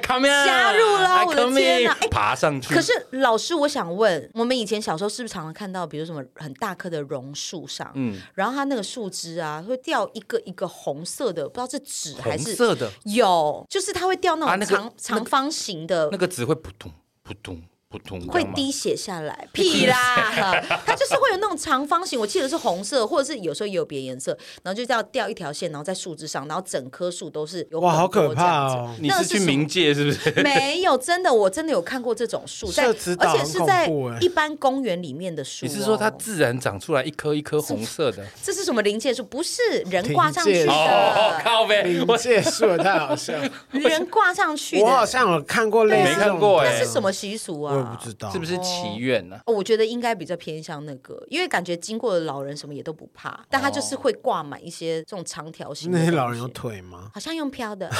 [SPEAKER 2] ，come on，
[SPEAKER 1] 加入了
[SPEAKER 2] I
[SPEAKER 1] 我的
[SPEAKER 2] come
[SPEAKER 1] 天哪
[SPEAKER 2] in，
[SPEAKER 1] 哎
[SPEAKER 2] 爬上去。
[SPEAKER 1] 可是老师，我想问，我们以前小时候是不是常常看到，比如什么很大棵的榕树上，
[SPEAKER 2] 嗯
[SPEAKER 1] 然后它那个树枝啊会掉一个一个红色的，不知道是纸还
[SPEAKER 2] 红
[SPEAKER 1] 是
[SPEAKER 2] 色的
[SPEAKER 1] 有，就是它会掉
[SPEAKER 2] 啊
[SPEAKER 1] 那
[SPEAKER 2] 那
[SPEAKER 1] 种
[SPEAKER 2] 个
[SPEAKER 1] 长、长方形的。
[SPEAKER 2] 那个只会扑通扑通扑通，你知道
[SPEAKER 1] 会
[SPEAKER 2] 吗
[SPEAKER 1] 滴血下来，屁啦！ 它就是会有那种长方形，我记得是红色，或者是有时候也有别的颜色，然后就这样掉一条线，然后在树枝上，然后整棵树都是有
[SPEAKER 3] 哇，好
[SPEAKER 1] 很多
[SPEAKER 3] 可怕
[SPEAKER 1] 这样子！
[SPEAKER 3] 哦！
[SPEAKER 2] 你
[SPEAKER 1] 那
[SPEAKER 2] 是
[SPEAKER 1] 个
[SPEAKER 2] 去
[SPEAKER 1] 是什么
[SPEAKER 2] 冥界是 不 是？
[SPEAKER 1] 没有，真的，我真的有看过这种树，在
[SPEAKER 3] 社子岛
[SPEAKER 1] 而且是
[SPEAKER 3] 很
[SPEAKER 1] 在
[SPEAKER 3] 恐怖欸
[SPEAKER 1] 一般公园里面的树、
[SPEAKER 2] 你
[SPEAKER 1] 哦。
[SPEAKER 2] 是说它自然长出来一颗一颗红 色的？
[SPEAKER 1] 这是什么零件树？不是人挂上去
[SPEAKER 3] 临界树
[SPEAKER 2] 哦，
[SPEAKER 1] 的，
[SPEAKER 2] 靠呗，
[SPEAKER 3] 冥
[SPEAKER 2] 我
[SPEAKER 3] 界树也太 好笑了，
[SPEAKER 1] 人挂上去
[SPEAKER 3] 我好
[SPEAKER 1] 的，
[SPEAKER 3] 像有看过类似
[SPEAKER 2] 没看过
[SPEAKER 3] 哎
[SPEAKER 2] 欸，
[SPEAKER 1] 那是什么习俗
[SPEAKER 3] 我也
[SPEAKER 1] 啊
[SPEAKER 3] 不？知道，
[SPEAKER 2] 是不是祈愿呢？
[SPEAKER 1] 哦我觉得应该比较偏向那个，因为感觉经过的老人什么也都不怕，但他就是会挂满一些这种长条形的
[SPEAKER 3] 那
[SPEAKER 1] 东西。
[SPEAKER 3] 些老人有腿吗？
[SPEAKER 1] 好像用飘 的，哦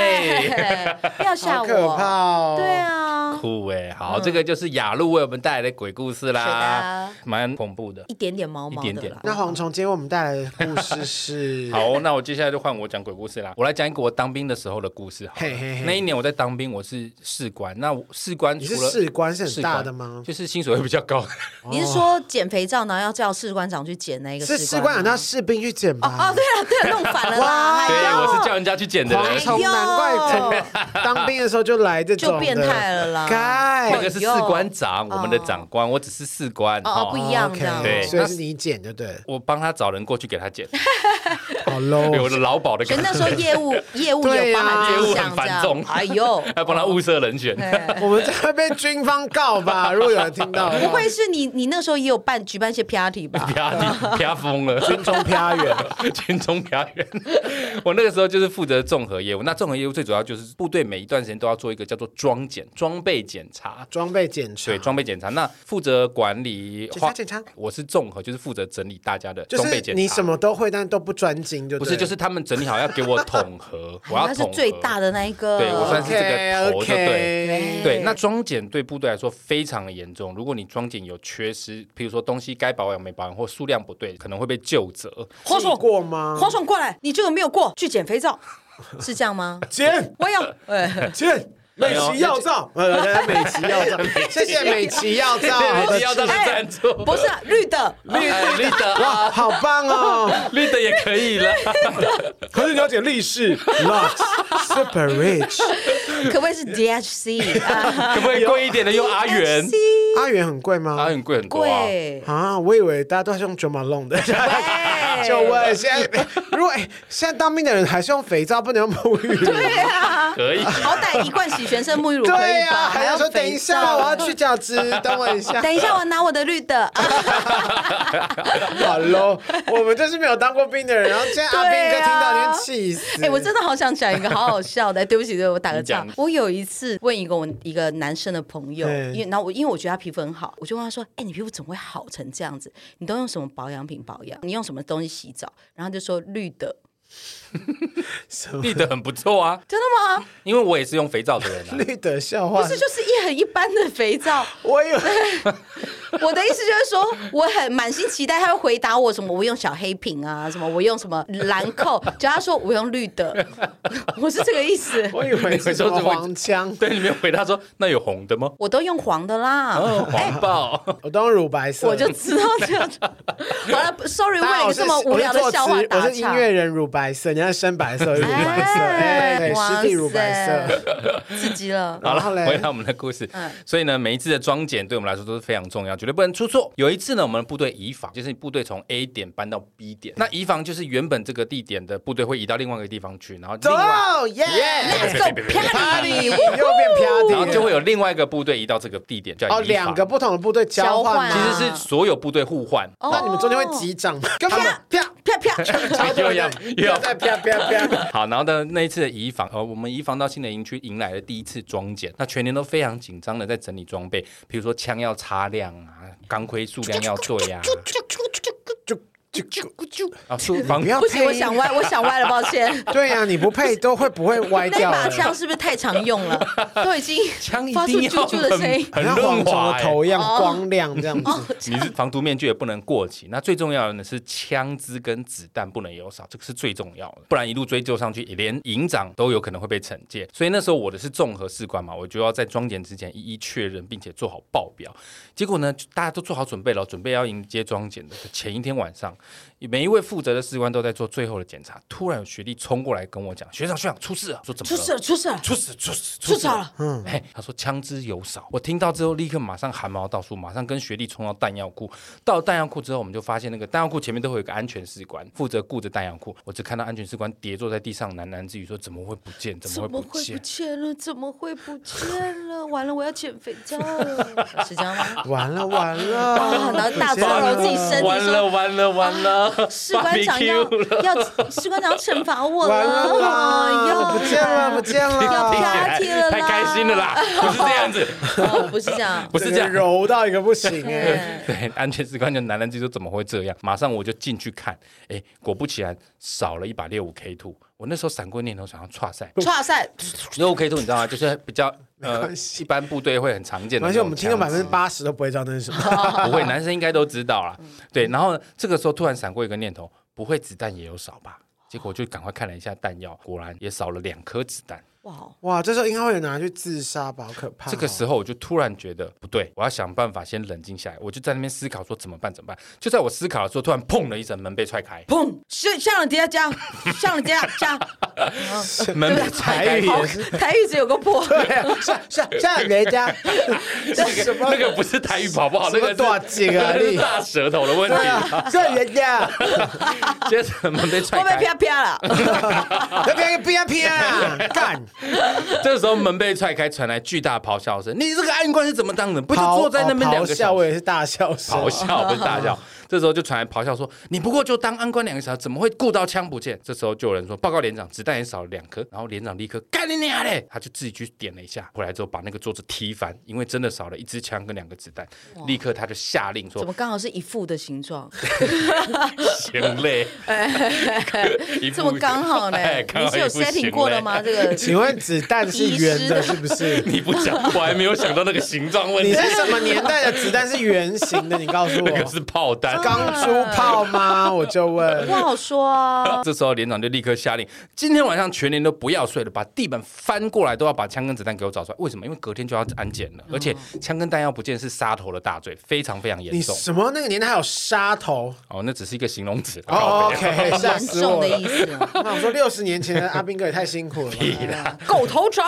[SPEAKER 2] 哎
[SPEAKER 1] 不要吓
[SPEAKER 3] 好
[SPEAKER 1] 我，
[SPEAKER 3] 可怕哦！
[SPEAKER 1] 对啊，
[SPEAKER 2] 酷哎，好，这个就是雅鹿为我们带来的鬼故事啦
[SPEAKER 1] 是，
[SPEAKER 2] 蛮恐怖的。
[SPEAKER 1] 一点点毛毛
[SPEAKER 2] 一
[SPEAKER 1] 的
[SPEAKER 2] 点点，
[SPEAKER 1] 啦。
[SPEAKER 3] 那蝗虫今天为我们带来的故事 是
[SPEAKER 2] 好，那我接下来就换我讲鬼故事啦。我来讲一个我当兵的时候的故事好了。
[SPEAKER 3] 嘿嘿嘿
[SPEAKER 2] 那一年我在当兵，我是士官。那我士官
[SPEAKER 3] 你是
[SPEAKER 2] 除了
[SPEAKER 3] 士官是
[SPEAKER 2] 士
[SPEAKER 3] 很
[SPEAKER 2] 官
[SPEAKER 3] 大的吗？
[SPEAKER 2] 就是薪水会比较高。
[SPEAKER 3] 哦
[SPEAKER 1] 你是说减肥皂，然后要叫士官长去捡那个？
[SPEAKER 3] 是士官长
[SPEAKER 1] 吗
[SPEAKER 3] 叫士兵去捡
[SPEAKER 1] 哦哎
[SPEAKER 3] 吧
[SPEAKER 1] 哦，？对了对了，弄反了啦！
[SPEAKER 3] 啊哇
[SPEAKER 1] 哎
[SPEAKER 2] 对，
[SPEAKER 1] 呦
[SPEAKER 2] 我是叫人家去捡的
[SPEAKER 3] 蝗
[SPEAKER 2] 人，
[SPEAKER 3] 虫难怪从当兵的时候就来这种
[SPEAKER 1] 就
[SPEAKER 3] 的
[SPEAKER 1] 变态了啦
[SPEAKER 3] 该
[SPEAKER 2] 那个是士官长，我们的长官，我只是士官。
[SPEAKER 1] 哎哦哦，不一样
[SPEAKER 3] OK，
[SPEAKER 1] 这样。
[SPEAKER 2] 对
[SPEAKER 3] 所以是你剪就 对了，
[SPEAKER 2] 我帮他找人过去给他捡，
[SPEAKER 3] 哦好
[SPEAKER 2] 对
[SPEAKER 3] low
[SPEAKER 2] 我。的劳保的
[SPEAKER 1] 所
[SPEAKER 2] 感
[SPEAKER 1] 以那时 候
[SPEAKER 2] 觉，
[SPEAKER 1] 业务业务有
[SPEAKER 3] 啊
[SPEAKER 1] 包含这一项这
[SPEAKER 2] 业务很繁
[SPEAKER 1] 样
[SPEAKER 2] 重，
[SPEAKER 1] 哎呦，
[SPEAKER 2] 还帮他物色人选。
[SPEAKER 1] 对
[SPEAKER 3] 我们这会被军方告 吧？如果有人听到的话，
[SPEAKER 1] 不会是你你那时候也有办举办一些 party 吧？
[SPEAKER 2] 啪 地啪疯 了，军中
[SPEAKER 3] 啪远，
[SPEAKER 2] 军中啪远。 我那个时候就是负责综合业务，那综合业务最主要就是部队每一段时间都要做一个叫做装检、装备检查。
[SPEAKER 3] 装备检查
[SPEAKER 2] 对，，装备检查，那负责管理
[SPEAKER 3] 检查嗯检查，
[SPEAKER 2] 我是综合，就是负责整理大家的
[SPEAKER 3] 就
[SPEAKER 2] 装备
[SPEAKER 3] 是
[SPEAKER 2] 检查。
[SPEAKER 3] 你什么都会，但都不专精就
[SPEAKER 2] 不
[SPEAKER 3] 对了，
[SPEAKER 2] 是，就是他们整理好要给我统合， 我要
[SPEAKER 1] 他是
[SPEAKER 2] 统合
[SPEAKER 1] 最大哦的那一个，
[SPEAKER 2] 对我算是这个
[SPEAKER 3] OK
[SPEAKER 2] 头就对
[SPEAKER 3] OK，
[SPEAKER 2] 对，那装检对部队来说非常的严重。如果你装检有缺失，譬如说东西该保养没保养，或数量不对，可能会被究责。
[SPEAKER 1] 黄
[SPEAKER 3] 记
[SPEAKER 1] 爽
[SPEAKER 3] 过吗？
[SPEAKER 1] 黄爽过来，你这个没有过，去捡肥皂，是这样 吗？
[SPEAKER 3] 剪
[SPEAKER 1] 我要，哎，
[SPEAKER 3] 剪。美琪药皂，呃，美琪 药皂，谢谢美琪药皂，
[SPEAKER 2] 你要当赞助，
[SPEAKER 1] 不是啊绿的，
[SPEAKER 2] 绿绿的 啊，
[SPEAKER 3] 好棒哦！
[SPEAKER 2] 绿的也可以了。
[SPEAKER 3] 可是了解历 史，Lux Super Rich，
[SPEAKER 1] 哦可不可以是 DHC？啊
[SPEAKER 2] 可不可以贵一点的用 阿元
[SPEAKER 1] DHC？
[SPEAKER 3] 阿元很贵
[SPEAKER 2] 阿
[SPEAKER 3] 吗？
[SPEAKER 2] 元贵很多啊。
[SPEAKER 1] 贵，
[SPEAKER 3] 啊，我以为大家都是用 Jo Malone 的。
[SPEAKER 1] 喂
[SPEAKER 3] 就问现在，如果哎现在当兵的人还是用肥皂，不能用沐浴乳。
[SPEAKER 1] 对啊，
[SPEAKER 2] 可以
[SPEAKER 1] 好歹一罐洗全身沐浴乳可
[SPEAKER 3] 对
[SPEAKER 1] 以
[SPEAKER 3] 呀、
[SPEAKER 1] 吧？
[SPEAKER 3] 还要说等一
[SPEAKER 1] 肥
[SPEAKER 3] 下，
[SPEAKER 1] 皂
[SPEAKER 3] 我要去角质，等我一下。
[SPEAKER 1] 等一下，我拿我的绿 的。
[SPEAKER 3] 好 low，我们就是没有当过兵的人，然后现在阿兵哥
[SPEAKER 1] 对
[SPEAKER 3] 听到
[SPEAKER 1] 啊
[SPEAKER 3] 你会气死。
[SPEAKER 1] 哎、我真的好想讲一个好好笑的，哎对不起，对不起我打个
[SPEAKER 2] 你讲
[SPEAKER 1] 岔。我有一次问一个我一个男生的朋友，
[SPEAKER 3] 嗯
[SPEAKER 1] 因为然后我因为我觉得他皮肤很好，我就问他说：“哎、你皮肤怎么会好成这样子？你都用什么保养品保养？你用什么东西洗澡？”然后他就说绿的，
[SPEAKER 2] 绿的很不错啊，
[SPEAKER 1] 真的吗？
[SPEAKER 2] 因为我也是用肥皂的 人啊。
[SPEAKER 3] 绿的笑
[SPEAKER 1] 不
[SPEAKER 3] 话，
[SPEAKER 1] 是，就是一很一般的肥皂。
[SPEAKER 3] 我有
[SPEAKER 1] 我的意思就是说，我很满心期待他会回答我什么，我用小黑瓶啊，什么我用什么 兰蔻，只要他说我用绿的， 我是这个意思。
[SPEAKER 3] 我以为是什么黄腔，
[SPEAKER 2] 对，你没有回答说那有红的吗？
[SPEAKER 1] 我都用黄的啦，
[SPEAKER 2] 哦，黄豹。
[SPEAKER 3] 我都用乳白色。
[SPEAKER 1] 我就知道这样子。好了，sorry，为
[SPEAKER 3] 大家
[SPEAKER 1] 了
[SPEAKER 3] 好
[SPEAKER 1] 一
[SPEAKER 3] 我
[SPEAKER 1] 个
[SPEAKER 3] 是
[SPEAKER 1] 这么无聊的笑话
[SPEAKER 3] 我是作
[SPEAKER 1] 打
[SPEAKER 3] 词
[SPEAKER 1] 岔。
[SPEAKER 3] 我是音乐人乳白色，人家是深白色，乳白色，哎，对
[SPEAKER 1] 哇
[SPEAKER 3] 湿地乳白色。
[SPEAKER 1] 塞，刺激 了。
[SPEAKER 2] 好了，
[SPEAKER 3] 哎然后嘞
[SPEAKER 2] 回到我们的故事。
[SPEAKER 1] 嗯
[SPEAKER 2] 所以呢，每一次的装检对我们来说都是非常重要，绝对不能出错。有一次呢，我们部队移防，就是部队从 A 点搬到 B 点。那移防就是原本这个地点的部队会移到另外一个地方去，然后
[SPEAKER 3] 走
[SPEAKER 2] 另外，
[SPEAKER 3] 耶
[SPEAKER 1] Let's go，啪你！
[SPEAKER 3] 又变
[SPEAKER 2] 然
[SPEAKER 3] 啪
[SPEAKER 2] 后
[SPEAKER 3] 地，
[SPEAKER 2] 就会有另外一个部队移到这个地点，叫移防
[SPEAKER 3] 哦，两个。不同的部队交换吗，
[SPEAKER 1] 交
[SPEAKER 2] 其
[SPEAKER 1] 换
[SPEAKER 2] 实是所有部队互换，
[SPEAKER 1] 哦
[SPEAKER 3] 那你们中间会击掌吗？跟他们啪
[SPEAKER 1] 啪 啪，
[SPEAKER 3] 啪，
[SPEAKER 2] 又要又要
[SPEAKER 3] 再啪啪 啪。
[SPEAKER 2] 好，然后呢，那一次的移防，呃，我们移防到新的营区，迎来了第一次装检，那全年都非常紧张的在整理装备，比如说枪要擦亮啊，钢盔数量要对啊，
[SPEAKER 3] 就就就
[SPEAKER 2] 啊，数防
[SPEAKER 3] 不要
[SPEAKER 1] 不行，我
[SPEAKER 3] 配，
[SPEAKER 1] 想歪，我想歪了，抱歉。
[SPEAKER 3] 对呀，你不配都会不会 歪
[SPEAKER 1] 那
[SPEAKER 3] 掉
[SPEAKER 1] 把
[SPEAKER 3] 的？
[SPEAKER 1] 枪是不是太常用了？都已经
[SPEAKER 2] 枪一
[SPEAKER 1] 发出
[SPEAKER 2] 定
[SPEAKER 1] 啾
[SPEAKER 2] 要
[SPEAKER 1] 啾的声音。
[SPEAKER 2] 很
[SPEAKER 3] 像
[SPEAKER 2] 润
[SPEAKER 3] 蝗
[SPEAKER 2] 滑、
[SPEAKER 3] 虫的
[SPEAKER 2] 欸。
[SPEAKER 3] 头一样
[SPEAKER 1] 哦
[SPEAKER 3] 光亮这
[SPEAKER 1] 啊
[SPEAKER 3] 样子。
[SPEAKER 2] 你是防毒面具也不能过期，那最重要的呢是枪支跟子弹不能有少，这个是最重要的，不然一路追究上去，连营长都有可能会被惩戒。所以那时候我的是综合士官嘛，我就要在装检之前一一确认，并且做好报表。结果呢，就大家都做好准备了，准备要迎接装检的前一天晚上，每一位负责的士官都在做最后的检查。突然有学弟冲过来跟我讲：“学长，学长，出事了！”说怎么
[SPEAKER 1] 出事了，出事了！
[SPEAKER 2] 出事出事
[SPEAKER 1] 出事了！
[SPEAKER 2] 嗯，嘿，他说枪支有少，我听到之后立刻马上汗毛倒竖，马上跟学弟冲到弹药库。到了弹药库之后，我们就发现那个弹药库前面都会有一个安全士官负责顾着弹药库。我只看到安全士官跌坐在地上，喃喃自语说：“怎么会不见？怎
[SPEAKER 1] 怎
[SPEAKER 2] 么
[SPEAKER 1] 么
[SPEAKER 2] 会
[SPEAKER 1] 会不？”
[SPEAKER 2] 见
[SPEAKER 1] 见了？怎么会不见 了？完了，我要减肥皂了，是这样吗？
[SPEAKER 3] 完了 完了啊
[SPEAKER 1] 哇，然后大招揉自己身体，啊
[SPEAKER 2] 完
[SPEAKER 1] 说
[SPEAKER 2] 了完了完了！
[SPEAKER 1] 士官长要
[SPEAKER 2] Barbecue
[SPEAKER 1] 要士官长要惩罚我哎
[SPEAKER 3] 完了
[SPEAKER 2] 哎
[SPEAKER 1] 了，
[SPEAKER 3] 啦，
[SPEAKER 1] 要
[SPEAKER 3] 不见了不见
[SPEAKER 1] 要
[SPEAKER 3] 了
[SPEAKER 1] 啪。
[SPEAKER 2] 听起来太开心了啦！不是这样子，
[SPEAKER 1] 哦，不是这样，
[SPEAKER 2] 不是这样
[SPEAKER 3] 整个。柔到一个不行哎、
[SPEAKER 1] 对
[SPEAKER 2] 对，安全士官就男人自己说怎么会这样？马上我就进去看，哎，果不其然少了一把六五 K two。我那时候闪过念头，想要岔赛，
[SPEAKER 1] 哇塞，
[SPEAKER 2] 六五 K two 你知道吗？就是比较呃
[SPEAKER 3] 关，系
[SPEAKER 2] 一般部队会很常见的
[SPEAKER 3] 而
[SPEAKER 2] 那
[SPEAKER 3] 且
[SPEAKER 2] 种枪支。
[SPEAKER 3] 我们听到百分之八十都不会知道那是什么，
[SPEAKER 2] 不会，男生应该都知道
[SPEAKER 1] 嗯
[SPEAKER 2] 啦。对，然后这个时候突然闪过一个念头，不会子弹也有少吧？结果我就赶快看了一下弹药，果然也少了两颗子弹。
[SPEAKER 1] 哇，哦
[SPEAKER 3] 哇，这时候应该会有人拿去自杀吧，好可怕哦、
[SPEAKER 2] 这个时候我就突然觉得不对，我要想办法先冷静下来。我就在那边思考说怎么办，怎么办？就在我思考的时候，突然砰的一声，门被踹开，
[SPEAKER 1] 砰！上上了底下加，上了底下加，
[SPEAKER 2] 门被
[SPEAKER 1] 对
[SPEAKER 2] 踹开，
[SPEAKER 1] 好，台语只有个破。
[SPEAKER 3] 是啊是啊是啊，人家什么
[SPEAKER 2] 那个不是台语跑不好，
[SPEAKER 3] 什
[SPEAKER 2] 那
[SPEAKER 3] 么
[SPEAKER 2] 个是
[SPEAKER 3] 大姐啊
[SPEAKER 2] 那个是
[SPEAKER 3] 你
[SPEAKER 2] 大舌头的问
[SPEAKER 3] 对
[SPEAKER 2] 题。
[SPEAKER 3] 啊，是人家，
[SPEAKER 2] 接着门被踹
[SPEAKER 1] 会被啪
[SPEAKER 2] 开，
[SPEAKER 1] 啪了，
[SPEAKER 3] 那边不要偏 啊，干
[SPEAKER 2] 这时候门被踹开，传来巨大咆哮声。你这个案官是怎么当的？不就
[SPEAKER 3] 咆
[SPEAKER 2] 坐在那边
[SPEAKER 3] 哦
[SPEAKER 2] 两个
[SPEAKER 3] 咆哮，
[SPEAKER 2] 小
[SPEAKER 3] 我
[SPEAKER 2] 时？
[SPEAKER 3] 也是大笑声，
[SPEAKER 1] 欸
[SPEAKER 2] 咆哮不是 大笑，这时候就传来咆哮说：“你不过就当安官两个小时，怎么会顾到枪不见？”这时候就有人说：“报告连长，子弹也少了两颗。”然后连长立刻干你娘嘞！他就自己去点了一下，回来之后把那个桌子踢翻，因为真的少了一支枪跟两个子弹。立刻他就下令
[SPEAKER 1] 怎
[SPEAKER 2] 说
[SPEAKER 1] 么刚好是一副的形 状？：“
[SPEAKER 2] 行嘞，一 副
[SPEAKER 1] 这么刚好呢
[SPEAKER 2] 哎？刚
[SPEAKER 1] 你
[SPEAKER 2] 好
[SPEAKER 1] 是有
[SPEAKER 2] 一副
[SPEAKER 1] setting
[SPEAKER 2] 行
[SPEAKER 1] 过
[SPEAKER 2] 嘞
[SPEAKER 1] 的吗？这个
[SPEAKER 3] 请问子弹是圆的，是不是？
[SPEAKER 2] 你不讲，我还没有想到那个形状问
[SPEAKER 3] 你
[SPEAKER 2] 题，
[SPEAKER 3] 是什么年代的子弹是圆形的？你告诉 我，
[SPEAKER 2] 那个是炮弹。
[SPEAKER 3] 钢珠炮吗？我就问
[SPEAKER 1] 不。好说啊。
[SPEAKER 2] 这时候连长就立刻下令，今天晚上全连都不要睡了，把地板翻过来都要把枪跟子弹给我找出来。为什么？因为隔天就要安检了，而且枪跟弹药不见是杀头的大罪，非常非常严
[SPEAKER 3] 哦你
[SPEAKER 2] 重。
[SPEAKER 3] 什么那个年代还有杀头？
[SPEAKER 2] 哦，那只是一个形容词。
[SPEAKER 3] 哦
[SPEAKER 2] 靠北
[SPEAKER 3] ，OK，吓
[SPEAKER 1] 严
[SPEAKER 3] 死我
[SPEAKER 1] 重的
[SPEAKER 3] 了
[SPEAKER 1] 意。思啊，
[SPEAKER 3] 那我说六十年前的阿兵哥也太辛苦了哎吧。
[SPEAKER 1] 狗头铡，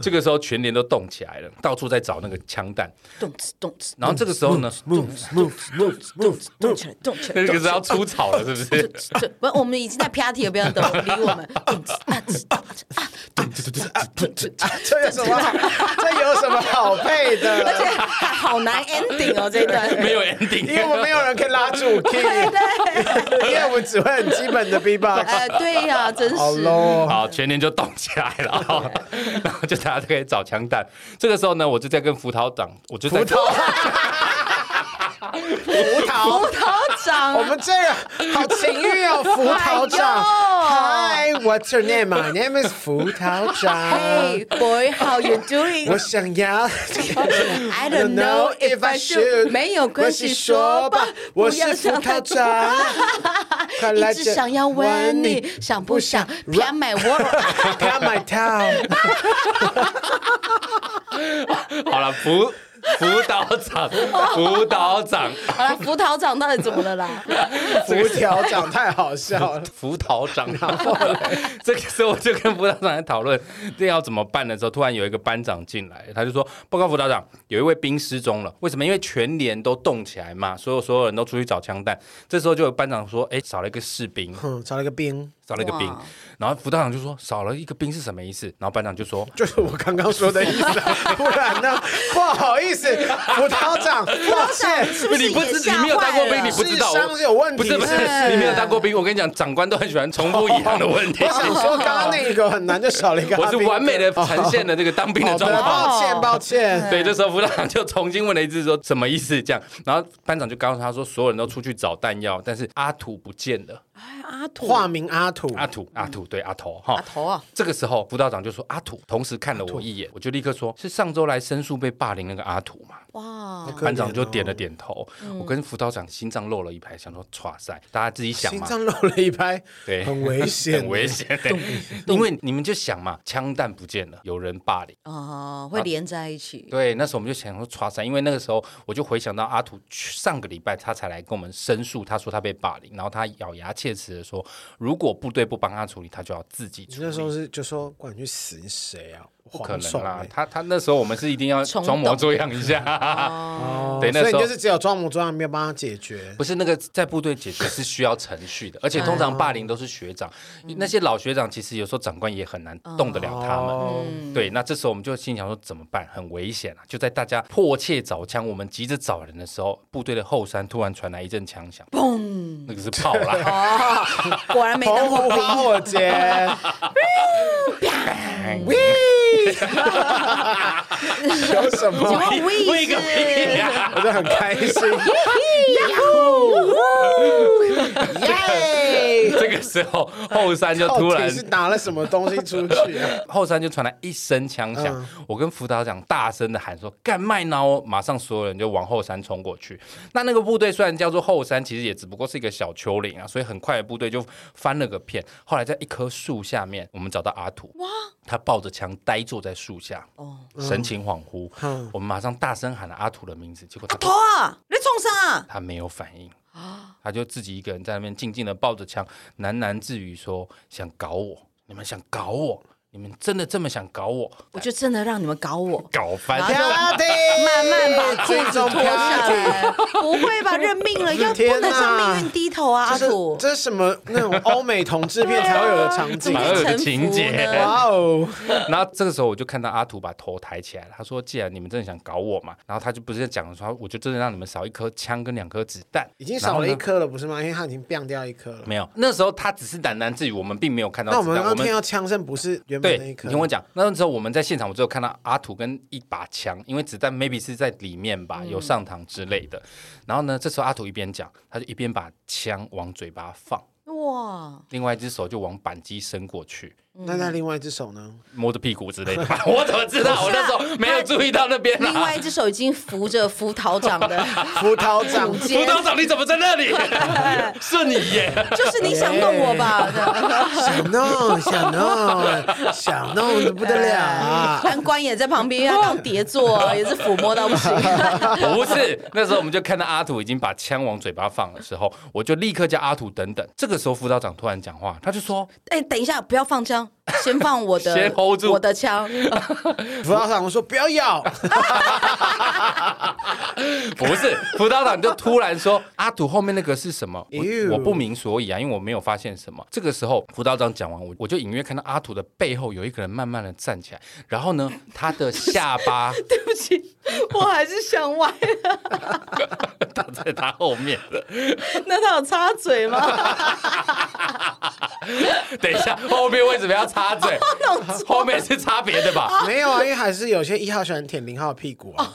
[SPEAKER 2] 这个时候全连都动起来了，到处在找那个枪弹。
[SPEAKER 1] 动次动次，
[SPEAKER 2] 然后这个时候呢，
[SPEAKER 3] Moves, moves, moves, moves,
[SPEAKER 1] 动起来，动起来。
[SPEAKER 2] 那个
[SPEAKER 1] 动
[SPEAKER 2] 是
[SPEAKER 1] 起来
[SPEAKER 2] 要出草了，是不是？
[SPEAKER 1] 这不，我们已经在啪题了，不要等理我们。动次啊次啊次啊
[SPEAKER 3] 这有什么好？这有什么好配
[SPEAKER 1] 而且
[SPEAKER 3] 的？
[SPEAKER 1] 还好难 ending 哦，这一段。
[SPEAKER 2] 没有
[SPEAKER 3] 因为我
[SPEAKER 2] ending。
[SPEAKER 3] 没有人可以拉住 key，因为我们只会很基本的 B box。
[SPEAKER 1] 哎，对呀，真
[SPEAKER 3] 好哦
[SPEAKER 1] 是。
[SPEAKER 3] 喽，
[SPEAKER 2] 好，全年就动起来了，哦 然后就大家都可以找枪弹。这个时候呢，我就在跟辅导长，我就在
[SPEAKER 3] 葡萄，
[SPEAKER 1] 葡
[SPEAKER 3] 葡萄。
[SPEAKER 1] 萄长
[SPEAKER 3] 我，们这人好情欲哦，葡萄长。
[SPEAKER 1] 哎
[SPEAKER 3] Hi，What's your name? My name is 葡萄长。
[SPEAKER 1] Hey boy, how you doing?
[SPEAKER 3] 我想要
[SPEAKER 1] I don't know if I should。没有关系，说吧，
[SPEAKER 3] 我
[SPEAKER 1] 不要
[SPEAKER 3] 是葡
[SPEAKER 1] 想太
[SPEAKER 3] 萄
[SPEAKER 1] 多。
[SPEAKER 3] 长， 快来
[SPEAKER 1] 一直想要问你，想不想
[SPEAKER 3] ？Run
[SPEAKER 1] 啪买我？
[SPEAKER 3] down my town。
[SPEAKER 2] 好了，辅辅导长，辅导长，
[SPEAKER 1] 好了，葡萄长到底怎么了啦？
[SPEAKER 3] 葡萄长太好 笑了。
[SPEAKER 2] 辅导长。然后嘞这个时候我就跟辅导长在讨论这要怎么办的时候，突然有一个班长进来，他就说：“报告辅导长，有一位兵失踪了。为什么？因为全连都动起来嘛，所有所有人都出去找枪弹。这时候就有班长说：‘哎，少了一个士兵，
[SPEAKER 1] 嗯
[SPEAKER 3] 哼，找了一个兵，
[SPEAKER 2] 少了一个兵
[SPEAKER 1] 哇。’
[SPEAKER 2] 然后辅导长就说：‘少了一个兵是什么意思？’然后班长就说。”
[SPEAKER 3] 就是我刚刚说的意 思。不然呢？不好意思，葡萄长，抱歉。
[SPEAKER 1] 是不是
[SPEAKER 2] 你不
[SPEAKER 1] 也
[SPEAKER 2] 知
[SPEAKER 1] 吓
[SPEAKER 2] 你没有当过兵，
[SPEAKER 1] 坏
[SPEAKER 2] 你
[SPEAKER 1] 了
[SPEAKER 2] 不知道
[SPEAKER 3] 智商是有问题
[SPEAKER 2] 不是不是，
[SPEAKER 1] 是
[SPEAKER 2] 你没有当过兵。我跟你讲，长官都很喜欢重复一样的问题
[SPEAKER 3] 我。想说，刚刚那个很难，就少了一个。
[SPEAKER 2] 我是完美的
[SPEAKER 1] 哦
[SPEAKER 2] 呈现了这个当兵的
[SPEAKER 3] 好的，
[SPEAKER 2] 状况。
[SPEAKER 3] 抱歉，抱
[SPEAKER 1] 嗯
[SPEAKER 3] 歉。
[SPEAKER 2] 对，这时候辅导长就重新问了一次，说什么意思？这样，然后班长就告诉他说，所有人都出去找弹药，但是阿土不见了。
[SPEAKER 1] 哎阿土，
[SPEAKER 3] 化名阿土，
[SPEAKER 2] 阿土，阿土，对，阿头哈。
[SPEAKER 1] 阿头啊，
[SPEAKER 2] 这个时候辅导长就说阿土，同时看了我一眼，我就立刻说，是上周来申诉被霸凌那个阿土嘛？
[SPEAKER 1] 哇，嗯
[SPEAKER 3] 可怜哦
[SPEAKER 2] 班长就点了点头。我跟辅导长心脏漏了一拍，想说，哇塞，大家自己想
[SPEAKER 3] 心
[SPEAKER 2] 嘛。
[SPEAKER 3] 脏漏了一拍，
[SPEAKER 2] 对
[SPEAKER 3] 很危险，
[SPEAKER 2] 很危。险、因为你们就想嘛，枪弹不见了，有人霸凌。
[SPEAKER 1] 哦，会连在一起。
[SPEAKER 2] 对，那时候我们就想说抓三，因为那个时候我就回想到阿土去上个礼拜他才来跟我们申诉，他说他被霸凌，然后他咬牙切齿的说，如果部队不帮他处理，他就要自己
[SPEAKER 3] 你
[SPEAKER 2] 处
[SPEAKER 3] 那时
[SPEAKER 2] 理。
[SPEAKER 3] 候是就说，管你去死，你谁啊？
[SPEAKER 2] 不可
[SPEAKER 3] 黄
[SPEAKER 2] 能
[SPEAKER 3] 爽
[SPEAKER 2] 啦
[SPEAKER 3] 欸，
[SPEAKER 2] 他他那时候我们是一定要
[SPEAKER 1] 冲
[SPEAKER 2] 装模
[SPEAKER 1] 动
[SPEAKER 2] 作样一 下，
[SPEAKER 3] 哦
[SPEAKER 2] 对那
[SPEAKER 3] 所以
[SPEAKER 2] 时
[SPEAKER 3] 你
[SPEAKER 2] 候
[SPEAKER 3] 就是只有装模作样，没有帮他解决。
[SPEAKER 2] 不是那个在部队解 决是需要程序的，而且通常霸凌都是学长，
[SPEAKER 3] 嗯
[SPEAKER 2] 那些老学长其实有时候长官也很难动得了他们。
[SPEAKER 3] 哦，
[SPEAKER 2] 对，那这时候我们就心想说怎么办？很危险啊！就在大家迫切找枪，我们急着找人的时候，部队的后山突然传来一阵枪响，砰！那个是炮啦，
[SPEAKER 1] 哦， 果然没当过
[SPEAKER 3] 澎湖
[SPEAKER 1] 兵。
[SPEAKER 3] 花火节， 有什
[SPEAKER 1] 请
[SPEAKER 3] 么？
[SPEAKER 1] 问
[SPEAKER 2] 喂喂个屁
[SPEAKER 1] 是
[SPEAKER 3] 我就很 开心。耶！
[SPEAKER 2] 这个时候后山就
[SPEAKER 3] 到
[SPEAKER 2] 突
[SPEAKER 3] 底
[SPEAKER 2] 然
[SPEAKER 3] 是拿了什么东西出去啊？
[SPEAKER 2] 后山就传来一声枪响，我跟辅导长大声的喊说：“干麦脑哦！”马上所有人就往后山冲过去。那那个部队虽然叫做后山，其实也只不过是一个小丘陵啊，所以很快的部队就翻了个片。后来在一棵树下面，我们找到阿土，哇，他抱着枪呆坐在树下，哦，神情恍惚。我们马上大声喊了阿土的名字，结果他
[SPEAKER 1] 头啊，你在冲啥啊？
[SPEAKER 2] 他没有反应。他就自己一个人在那边静静的抱着枪，喃喃自语说：“想搞我，你们想搞我，你们真的这么想搞我？
[SPEAKER 1] 我就真的让你们搞我。
[SPEAKER 2] 搞翻
[SPEAKER 1] 然后就
[SPEAKER 3] 飘的，
[SPEAKER 1] 慢慢哎把裤子脱下
[SPEAKER 3] 这种飘
[SPEAKER 1] 来，不会吧？认命了，要不
[SPEAKER 3] 天哪
[SPEAKER 1] 能向命运低头啊，阿
[SPEAKER 3] 这是
[SPEAKER 1] 土。
[SPEAKER 3] 这是什么那种欧美同志片才会有的场 景
[SPEAKER 1] 怎？么会
[SPEAKER 2] 反而有
[SPEAKER 1] 臣
[SPEAKER 2] 个情
[SPEAKER 1] 服
[SPEAKER 2] 节
[SPEAKER 1] 呢？
[SPEAKER 3] 哇哦！
[SPEAKER 2] 啊然后这个时候我就看到阿土把头抬起来了，他说：“既然你们真的想搞我嘛，然后他就不是讲说，我就真的让你们少一颗枪跟两颗子弹，
[SPEAKER 3] 已经少了一
[SPEAKER 2] 然后呢。
[SPEAKER 3] 颗了，不是吗？因为他已经变掉一颗了。
[SPEAKER 2] 没有，那时候他只是喃喃自语，我们并没有看到
[SPEAKER 3] 那我
[SPEAKER 2] 子
[SPEAKER 3] 们
[SPEAKER 2] 弹
[SPEAKER 3] 刚刚听到枪声，不是原本
[SPEAKER 2] 对
[SPEAKER 3] 那一
[SPEAKER 2] 你
[SPEAKER 3] 颗？
[SPEAKER 2] 听我讲，那时候我们在现场，我只有看到阿土跟一把枪，因为子弹 maybe 是在里面吧，有上膛之类的。然后呢，这时候阿土一边讲，他就一边把枪往嘴巴放，
[SPEAKER 1] 哇，
[SPEAKER 2] 另外一只手就往扳机伸过去，
[SPEAKER 3] 那那另外一只手 呢？
[SPEAKER 2] 摸着屁股之类的。我怎么知道？我那时候没有注意到那边
[SPEAKER 1] 另
[SPEAKER 2] 啊。
[SPEAKER 1] 外一只手已经扶着辅导长 的
[SPEAKER 3] 葡萄长
[SPEAKER 1] 骨
[SPEAKER 2] 辅
[SPEAKER 1] 尖，
[SPEAKER 2] 导长，你怎么在那里？是你耶！
[SPEAKER 1] 就是你想弄我吧？这样
[SPEAKER 3] 想弄想弄想弄的不得了啊！
[SPEAKER 1] 安官也在旁边，他当叠坐啊，也是抚摸到不 行。
[SPEAKER 2] 不是，那时候我们就看到阿土已经把枪往嘴巴放的时候，我就立刻叫阿土等等。这个时候辅导长突然讲话，他就说：“
[SPEAKER 1] 哎，等一下，不要放枪，先放我的，
[SPEAKER 2] 先 hold 住
[SPEAKER 1] 我的 枪。
[SPEAKER 3] 葡萄长说不要咬，
[SPEAKER 2] 不 是，辅导长就突然说：“阿土后面那个是什么？”
[SPEAKER 3] 哎呦
[SPEAKER 2] 我我不明所以啊，因为我没有发现什么。这个时候，辅导长讲完，我我就隐约看到阿土的背后有一个人慢慢的站起来，然后 呢，他的下巴
[SPEAKER 1] 对不起，我还是向外。
[SPEAKER 2] 挡在他后面 了。
[SPEAKER 1] 那他有插嘴吗？
[SPEAKER 2] 等一下，后面为什么要插嘴？后面是插别的吧？
[SPEAKER 3] 没有啊，因为还是有些一号喜欢舔零号的屁股啊。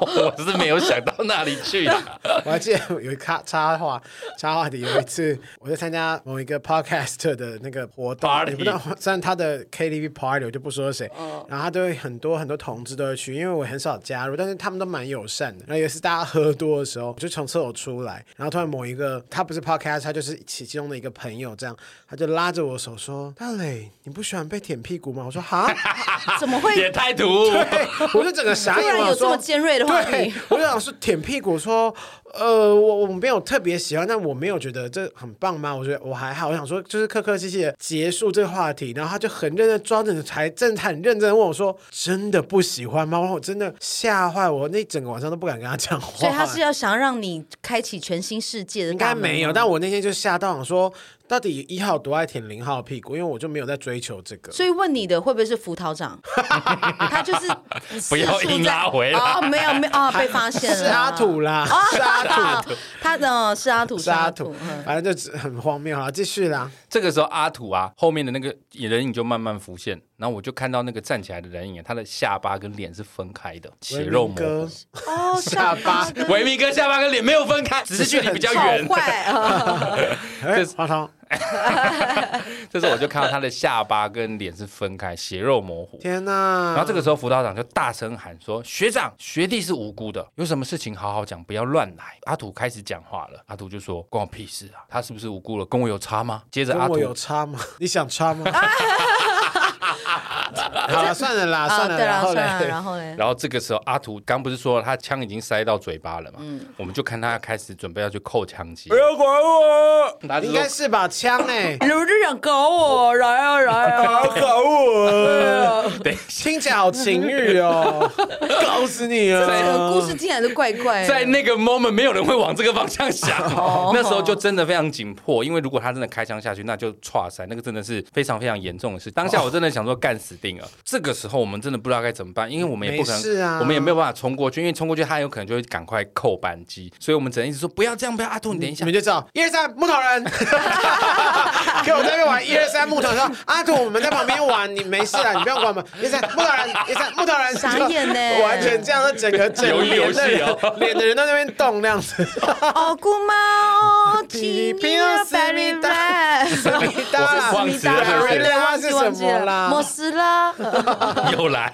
[SPEAKER 2] 我是没有想到那里去的。
[SPEAKER 3] 我还记得有一卡插话 插话的有一次，我在参加某一个 podcast 的那个活动
[SPEAKER 2] Party
[SPEAKER 3] 你不知道，虽然他的 KTV party 我就不说是谁，然后他都会很多很多同志都会去，因为我很少加入，但是他们都蛮友善的。然后有一次大家喝多的时候，我就从厕所出来，然后突然某一个他不是 podcast，他就是其中的一个朋友，这样他就拉着我手说：“大磊，你不喜欢被舔屁股吗？”我说：“哈。”
[SPEAKER 1] 怎么会
[SPEAKER 2] 也太突兀，
[SPEAKER 3] 对， 我就整个傻
[SPEAKER 1] 突
[SPEAKER 3] 眼
[SPEAKER 1] 然
[SPEAKER 3] 了。
[SPEAKER 1] 有
[SPEAKER 3] 我
[SPEAKER 1] 这么
[SPEAKER 3] 说
[SPEAKER 1] 尖锐的话
[SPEAKER 3] 对
[SPEAKER 1] 题？，
[SPEAKER 3] 我就想说舔屁股说，呃，我我没有特别喜欢，但我没有觉得这很棒吗？我觉得我还好，我想说就是客客气气的结束这个话题，然后他就很认真抓着，才正很认真地问我说，真的不喜欢吗？我真的吓坏我，那整个晚上都不敢跟他讲话。
[SPEAKER 1] 所以他是要想让你开启全新世界的
[SPEAKER 3] 应
[SPEAKER 1] 大
[SPEAKER 3] 该
[SPEAKER 1] 门吗，
[SPEAKER 3] 没有，但我那天就吓到，想说到底一号多爱舔零号的屁股，因为我就没有在追求这个。
[SPEAKER 1] 所以问你的会不会是啊辅导长？他就是
[SPEAKER 2] 不要
[SPEAKER 1] 四处
[SPEAKER 2] 硬
[SPEAKER 1] 在
[SPEAKER 2] 拉回来
[SPEAKER 1] 哦，没有没有啊，被发现了，
[SPEAKER 3] 是阿土啦，
[SPEAKER 1] 哦
[SPEAKER 3] 是阿土，
[SPEAKER 1] 他的是阿土，
[SPEAKER 3] 是
[SPEAKER 1] 是
[SPEAKER 3] 阿
[SPEAKER 1] 阿
[SPEAKER 3] 土
[SPEAKER 1] 土，，
[SPEAKER 3] 反正就 很荒谬啊！继续啦，
[SPEAKER 2] 这个时候，阿土啊，后面的那个人影就慢慢浮现，然后我就看到那个站起来的人影，啊他的下巴跟脸是分开的，血肉模糊
[SPEAKER 3] 哥。，
[SPEAKER 1] 哦，
[SPEAKER 3] 下巴
[SPEAKER 1] 下
[SPEAKER 2] 维明哥下巴跟脸没有分开， 只是距离比较
[SPEAKER 1] 好
[SPEAKER 2] 远。
[SPEAKER 1] 坏啊！
[SPEAKER 3] 哎，华涛，
[SPEAKER 2] 这时候我就看到他的下巴跟脸是分开，血肉模糊。
[SPEAKER 3] 天哪！
[SPEAKER 2] 然后这个时候辅导长就大声喊说：“学长，学弟是无辜的，有什么事情好好讲，不要乱来。”阿土开始讲话了，阿土就说：“关我屁事啊，他是不是无辜了，跟我有差吗？”接着
[SPEAKER 3] 跟
[SPEAKER 2] 阿
[SPEAKER 3] 我
[SPEAKER 2] 土
[SPEAKER 3] 有差吗？ 你想 差吗？好了，算了啦，
[SPEAKER 1] 啊，
[SPEAKER 3] 算了，
[SPEAKER 1] 对
[SPEAKER 3] 然
[SPEAKER 1] 了
[SPEAKER 3] 后
[SPEAKER 1] 算了，
[SPEAKER 3] 嘞，
[SPEAKER 1] 然后嘞，
[SPEAKER 2] 然后这个时候，阿图刚不是说他枪已经塞到嘴巴了嘛？我们就看他开始准备要去扣枪击。不要管我！他
[SPEAKER 3] 应该是把枪哎，
[SPEAKER 1] 你们就想搞我，来啊来啊！
[SPEAKER 3] 搞我，
[SPEAKER 2] 对。
[SPEAKER 3] 听起来好情欲哦， 搞死 你
[SPEAKER 1] 这个故
[SPEAKER 3] 啊！
[SPEAKER 1] 事听起来都怪怪的，
[SPEAKER 2] 在那个 moment，没有人会往这个方向想。
[SPEAKER 3] 哦
[SPEAKER 2] 那时候就真的非常紧迫，因为如果他真的开枪下去，那就歘塞，那个真的是非常非常严重的事。当
[SPEAKER 3] 哦
[SPEAKER 2] 下我真的想说干死定了。这个时候我们真的不知道该怎么办，因为我们也不可
[SPEAKER 3] 没事
[SPEAKER 2] 能，
[SPEAKER 3] 啊
[SPEAKER 2] 我们也没有办法冲过去，因为冲过去他有可能就会赶快扣扳机，所以我们只能一直说不要这样，不要阿图，你等一
[SPEAKER 3] 你
[SPEAKER 2] 下
[SPEAKER 3] 们。就知道，一二三，木 头人，跟我在那边玩一二三木头人说，阿土，我们在旁边玩，你没事啊，你不要管我们，一二扇，木头人，一扇，木头人，
[SPEAKER 1] 傻眼呢
[SPEAKER 3] 就 完全这样，整个整个
[SPEAKER 2] 鱿鱼游
[SPEAKER 3] 脸的
[SPEAKER 2] 戏
[SPEAKER 3] 人
[SPEAKER 2] 哦，
[SPEAKER 3] 脸的人都在那边动那 样子。
[SPEAKER 1] 哦，姑妈哦，吉米尔百里莱，
[SPEAKER 3] 我
[SPEAKER 2] 忘记了
[SPEAKER 1] 忘记
[SPEAKER 3] 瑞
[SPEAKER 1] 了
[SPEAKER 3] 拉
[SPEAKER 1] 忘
[SPEAKER 3] 是
[SPEAKER 1] 记忘
[SPEAKER 3] 什
[SPEAKER 1] 记
[SPEAKER 3] 么
[SPEAKER 1] 了，
[SPEAKER 3] 啦
[SPEAKER 1] 莫斯拉，
[SPEAKER 2] 又来。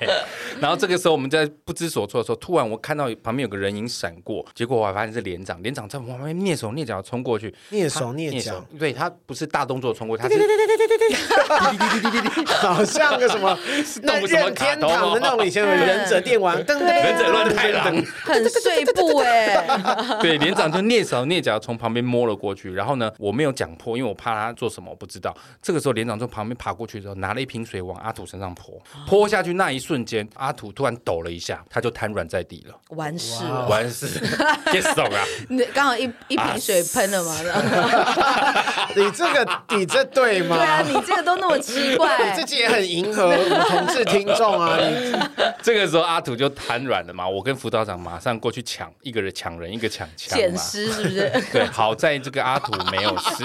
[SPEAKER 2] 然后这个时候我们在不知所措的时候，突然我看到旁边有个人影闪过，结果我还发现是连长，连长在我旁边蹑手蹑脚地冲过去，
[SPEAKER 3] 蹑手
[SPEAKER 2] 他
[SPEAKER 3] 蹑脚，
[SPEAKER 2] 对他不是大动作冲过去，他是
[SPEAKER 3] 好像个什么那
[SPEAKER 2] 动什么
[SPEAKER 3] 任
[SPEAKER 2] 卡
[SPEAKER 3] 天
[SPEAKER 2] 通哦
[SPEAKER 3] 堂的那种以前有忍者电 玩，噔噔
[SPEAKER 1] 对
[SPEAKER 2] 啊忍者乱太郎。
[SPEAKER 1] 很碎步哎，
[SPEAKER 2] 对，连长就蹑手蹑脚从旁边摸了过去，然后呢，我没有讲破，因为我怕他做什么，我不知道。这个时候，连长从旁边爬过去之后，拿了一瓶水往阿土身上泼，泼下去那一瞬间，阿土突然抖了一下，他就瘫软在地了。
[SPEAKER 1] 完事了。
[SPEAKER 2] 完 事 get 怂啊！
[SPEAKER 1] 你刚好一一瓶水喷了嘛？
[SPEAKER 3] 你这个你这对 吗？
[SPEAKER 1] 对啊，你这个都那么奇 怪，
[SPEAKER 3] 你自己也很迎合我们同志听众啊，你
[SPEAKER 2] 这个时候阿土就瘫软了嘛，我跟辅导长马上过去抢，一个人抢人，一个抢枪
[SPEAKER 1] 捡
[SPEAKER 2] 嘛。
[SPEAKER 1] 尸是不是？
[SPEAKER 2] 对，好在这个阿土没有 事，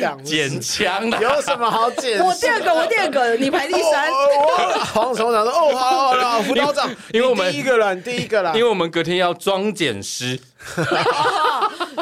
[SPEAKER 3] 讲
[SPEAKER 2] 捡枪的。
[SPEAKER 3] 有什么好解释？
[SPEAKER 1] 我第二个，我第二个，你排第三。
[SPEAKER 3] 我黄手长说：“哦，好好好，辅导长，
[SPEAKER 2] 因为因为我们
[SPEAKER 3] 你第一个了，你第一个了，
[SPEAKER 2] 因为我们隔天要装捡尸，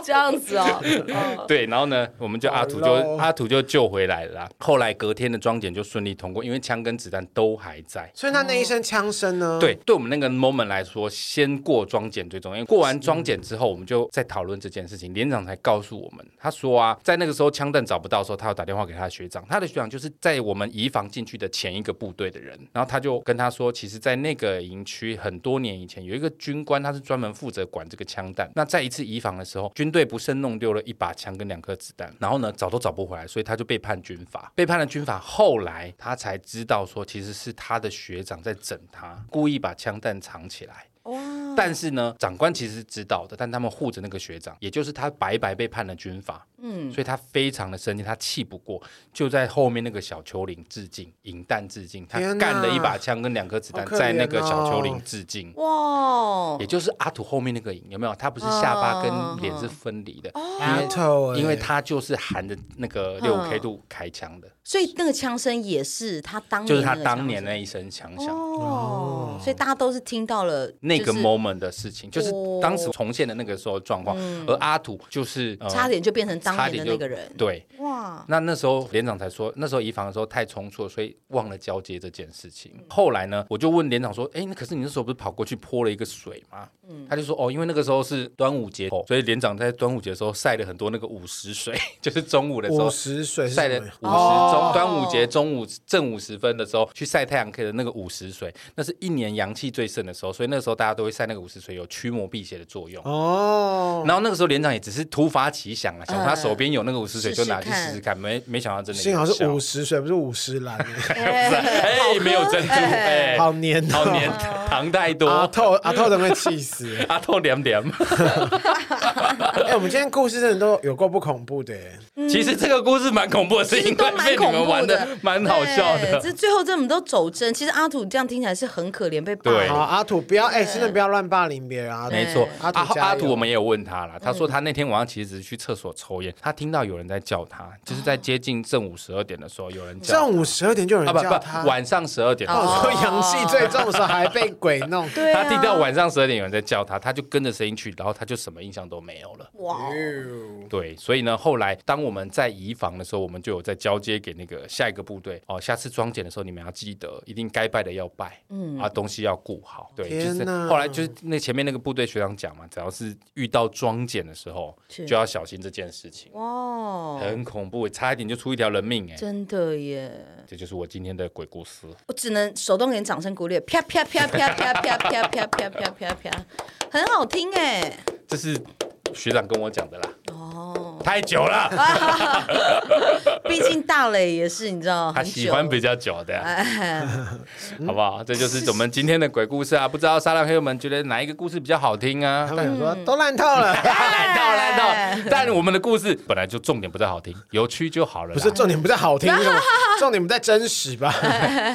[SPEAKER 1] 这样子 哦，
[SPEAKER 2] 对，然后呢，我们就阿土
[SPEAKER 3] 好
[SPEAKER 2] 就
[SPEAKER 3] 咯
[SPEAKER 2] 阿土就救回来了啦。后来隔天的装检就顺利通过，因为枪跟子弹都还在。
[SPEAKER 3] 所以他那一声枪声呢？
[SPEAKER 2] 对，对我们那个 moment 来说，先过装检最重要。因为过完装检之后，我们就在讨论这件事情。连长才告诉我们，他说啊，在那个时候枪弹找不到的时候，他有打电话给他的学长，他的学长就是在我们移防进去的前一个部队的人。然后他就跟他说，其实，在那个营区很多年以前有一个军官，他是专门负责管这个枪弹。那在一次移防的时候，军队不慎弄丢了一把枪跟两颗子弹，然后呢，找都找不回来，所以他就被判军法。被判了军法，后来他才知道说，其实是他的学长在整他，故意把枪弹藏起来。但是呢，长官其实是知道的，但他们护着那个学长，也就是他白白被判了军法，嗯，所以他非常的生气，他气不过，就在后面那个小丘陵致敬，引弹致敬，他
[SPEAKER 3] 天哪
[SPEAKER 2] 干了一把枪跟两颗子弹
[SPEAKER 3] 好可怜哦
[SPEAKER 2] 在那个小丘陵致敬。
[SPEAKER 1] 哇
[SPEAKER 2] 也，就是阿土后面那个影有没有？他不是下巴
[SPEAKER 1] 哦
[SPEAKER 2] 跟脸是分离的，
[SPEAKER 1] 啊
[SPEAKER 3] 阿头，
[SPEAKER 2] 因为他就是含着那
[SPEAKER 1] 嗯
[SPEAKER 2] 个六 K 度开枪的，
[SPEAKER 1] 所以那个枪声也是他当年
[SPEAKER 2] 就是他
[SPEAKER 1] 那个枪声
[SPEAKER 2] 当年那一声枪响。
[SPEAKER 1] 嗯哦，所以大家都是听到了
[SPEAKER 2] 那个
[SPEAKER 1] 就是哦
[SPEAKER 2] moment 的事情，就是当时重现的那个时候的状况，而阿土就是、呃
[SPEAKER 1] 嗯差点就变成当
[SPEAKER 2] 差
[SPEAKER 1] 年
[SPEAKER 2] 点
[SPEAKER 1] 的
[SPEAKER 2] 就
[SPEAKER 1] 那个人，
[SPEAKER 2] 对，
[SPEAKER 1] 哇，
[SPEAKER 2] 那那时候连长才说，那时候移防的时候太冲促了，所以忘了交接这件事情。后来呢，我就问连长说：“哎、那可是你那时候不是跑过去泼了一个水吗？”他就说：“哦，因为那个时候是端午节后，所以连长在端午节的时候晒了很多那个午时水， 就是中午的时候
[SPEAKER 3] 五。”十水是
[SPEAKER 2] 晒了
[SPEAKER 3] 什
[SPEAKER 2] 午
[SPEAKER 3] 么
[SPEAKER 2] 时
[SPEAKER 3] 呀
[SPEAKER 2] 中、
[SPEAKER 1] 哦
[SPEAKER 2] 端午节中午正午时分的时候去晒太阳，可以的那个午时水，那是一年阳气最盛的时候，所以那时候大家都会晒那个午时水，有驱魔辟邪的作用。
[SPEAKER 3] 哦，
[SPEAKER 2] 然后那个时候连长也只是突发奇想啊，想说他手边有那个五十水，
[SPEAKER 1] 试
[SPEAKER 2] 就
[SPEAKER 1] 嗯试
[SPEAKER 2] 拿去
[SPEAKER 1] 看
[SPEAKER 2] 试试看，没没想到真的
[SPEAKER 3] 幸好是
[SPEAKER 2] 有
[SPEAKER 3] 五
[SPEAKER 2] 效，
[SPEAKER 3] 十水，不是五 十兰，
[SPEAKER 1] 哎
[SPEAKER 2] 哎，没有珍珠，哎，
[SPEAKER 3] 好啊黏哦，
[SPEAKER 2] 好黏，
[SPEAKER 1] 嗯
[SPEAKER 2] 糖太
[SPEAKER 3] 阿
[SPEAKER 2] 多，啊
[SPEAKER 3] 透阿透，等会气死。
[SPEAKER 2] 阿透凉凉。
[SPEAKER 3] 哎，我们今天故事真的都有够不恐怖的耶，
[SPEAKER 2] 其实这个故事蛮恐怖的，是
[SPEAKER 1] 嗯其实
[SPEAKER 2] 因
[SPEAKER 1] 都
[SPEAKER 2] 为被
[SPEAKER 1] 蛮
[SPEAKER 2] 你
[SPEAKER 1] 恐
[SPEAKER 2] 们玩
[SPEAKER 1] 怖
[SPEAKER 2] 的蛮好笑
[SPEAKER 1] 对
[SPEAKER 2] 的。
[SPEAKER 1] 这最后这我们都走真，其实阿土这样听起来是很可怜，被霸
[SPEAKER 2] 对
[SPEAKER 3] 好，阿土不要，哎，真的不要乱霸凌别人啊！
[SPEAKER 2] 没错，
[SPEAKER 3] 阿
[SPEAKER 2] 阿
[SPEAKER 3] 土加油
[SPEAKER 2] 阿土，我们也有问他啦，
[SPEAKER 1] 嗯
[SPEAKER 2] 他说他那天晚上其实只是去厕所抽烟，他听到有人在叫他，就是在接近正午十二点的时候有人叫他，
[SPEAKER 3] 正午十二点就有
[SPEAKER 2] 啊
[SPEAKER 3] 人
[SPEAKER 2] 不
[SPEAKER 3] 叫他
[SPEAKER 2] 不，，晚上十二点的时候
[SPEAKER 3] 哦，说阳气最重的时候还被鬼弄，
[SPEAKER 1] 对啊
[SPEAKER 2] 他听到晚上十二点有人在叫他，他就跟着声音去，然后他就什么印象都没有了。
[SPEAKER 1] 哇，
[SPEAKER 2] 对，所以呢，后来当我们在移防的时候，我们就有在交接给那个下一个部队哦。下次装检的时候，你们要记得一定该拜的要拜，嗯，啊，东西要顾好。对，就
[SPEAKER 3] 天
[SPEAKER 2] 是
[SPEAKER 3] 哪
[SPEAKER 2] 后来就是那前面那个部队学长讲嘛，只要是遇到装检的时候，
[SPEAKER 1] 是
[SPEAKER 2] 就要小心这件事情，
[SPEAKER 1] 哇，
[SPEAKER 2] 很恐怖，差一点就出一条人命哎。
[SPEAKER 1] 真的耶！
[SPEAKER 2] 这就是我今天的鬼故事。
[SPEAKER 1] 我只能手动给你掌声鼓励，啪啪啪啪啪啪啪啪啪啪啪啪，很好听哎。
[SPEAKER 2] 这是学长跟我讲的啦，
[SPEAKER 1] 哦，
[SPEAKER 2] 太 久了，
[SPEAKER 1] 毕竟大磊也是你知道，
[SPEAKER 2] 他
[SPEAKER 1] 很
[SPEAKER 2] 喜
[SPEAKER 1] 久
[SPEAKER 2] 欢比较久的。啊
[SPEAKER 1] 哎，
[SPEAKER 2] 好不好？这就是我们今天的鬼故事啊！不知道沙拉黑友们觉得哪一个故事比较好听啊
[SPEAKER 3] 他？们想说
[SPEAKER 1] 嗯
[SPEAKER 3] 都烂透了。
[SPEAKER 2] 烂到烂到！但我们的故事本来就重点不太好听，有趣就好了 啦。
[SPEAKER 3] 不是重点，不是好听，是什么重重点不在真实吧？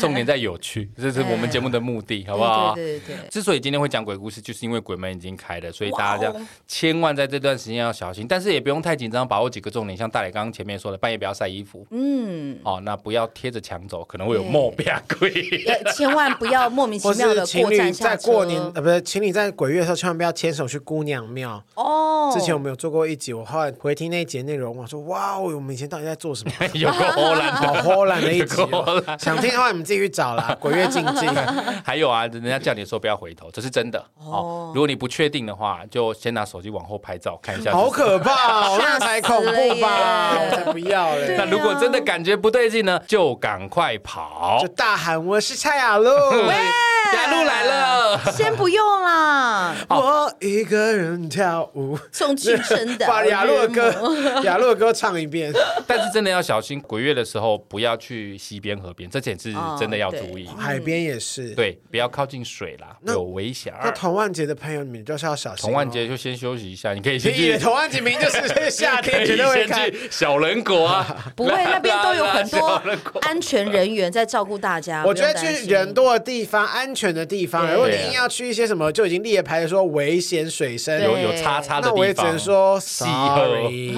[SPEAKER 2] 重点在有趣，这是我们节目的目的，好不好？
[SPEAKER 1] 对对对对
[SPEAKER 2] 之所以今天会讲鬼故事，就是因为鬼门已经开了，所以大家
[SPEAKER 1] 哇哦
[SPEAKER 2] 千万在这段时间要小心，但是也不用太紧张，把握几个重点。像大磊刚刚前面说的，半夜不要晒衣服，嗯，哦，那不要贴着墙走，可能会有 莫变鬼。
[SPEAKER 1] 对，呃千万不要莫名其
[SPEAKER 3] 或
[SPEAKER 1] 妙
[SPEAKER 3] 是
[SPEAKER 1] 的
[SPEAKER 3] 情
[SPEAKER 1] 过
[SPEAKER 3] 侣
[SPEAKER 1] 站下
[SPEAKER 3] 在过
[SPEAKER 1] 车
[SPEAKER 3] 年呃，不是情侣在鬼月的时候，千万不要牵手去姑娘庙。
[SPEAKER 1] 哦。
[SPEAKER 3] 之前我们有做过一集，我后来回听那一节内容，我说哇哦，我们以前到底在 做什么？
[SPEAKER 2] 有个荷兰
[SPEAKER 3] 好
[SPEAKER 2] 的，
[SPEAKER 3] 偷哦懒的一集
[SPEAKER 2] 有够
[SPEAKER 3] 哦、想听的话你们自己去 找啦。鬼月禁忌，
[SPEAKER 2] 还有啊，人家叫你说不要回头，这是真的哦。如果你不确定的话，就先拿手机往后拍照看一下。
[SPEAKER 3] 好可怕、哦，那才恐
[SPEAKER 1] 吓死了
[SPEAKER 3] 怖
[SPEAKER 1] 耶
[SPEAKER 3] 吧？我才不要嘞！
[SPEAKER 2] 那如果真的感觉不对劲呢，就赶快 跑
[SPEAKER 3] 就。大喊我是蔡 雅露，啊
[SPEAKER 2] 雅露来了。
[SPEAKER 1] 先不用 啦，
[SPEAKER 3] 我一个人跳舞。
[SPEAKER 1] 送去真的
[SPEAKER 3] 把雅露的
[SPEAKER 1] 我觉得，
[SPEAKER 3] 歌，雅露的歌唱一遍。
[SPEAKER 2] 但是真的要小心，鬼月的时候不要去西边、河边，这点是
[SPEAKER 3] 哦
[SPEAKER 2] 真的要注意。
[SPEAKER 3] 海边也是。，
[SPEAKER 2] 对，不要靠近水啦，有危险。
[SPEAKER 3] 那童万杰的朋友，你们就是要小心、哦。
[SPEAKER 2] 童万，杰就先休息一下，你可以
[SPEAKER 3] 你
[SPEAKER 2] 先
[SPEAKER 3] 以为
[SPEAKER 2] 去，
[SPEAKER 3] 童万杰明明就是这个夏
[SPEAKER 2] 可
[SPEAKER 3] 天
[SPEAKER 2] 以
[SPEAKER 3] 绝对会
[SPEAKER 2] 先
[SPEAKER 3] 看？
[SPEAKER 2] 去小人国啊
[SPEAKER 1] 不会，那边都有很
[SPEAKER 2] 小
[SPEAKER 1] 多
[SPEAKER 2] 人国
[SPEAKER 1] 安全人员在照顾大家。
[SPEAKER 3] 我觉得
[SPEAKER 1] 不用担心
[SPEAKER 3] 去人多的地方、安全的地方，
[SPEAKER 1] 对
[SPEAKER 3] 如果你硬要去一些什么就已经列牌说危险水深，
[SPEAKER 2] 有
[SPEAKER 1] 对
[SPEAKER 2] 有叉叉的
[SPEAKER 3] 那
[SPEAKER 2] 地方，
[SPEAKER 3] 我也只 能说
[SPEAKER 2] 气候
[SPEAKER 3] sorry，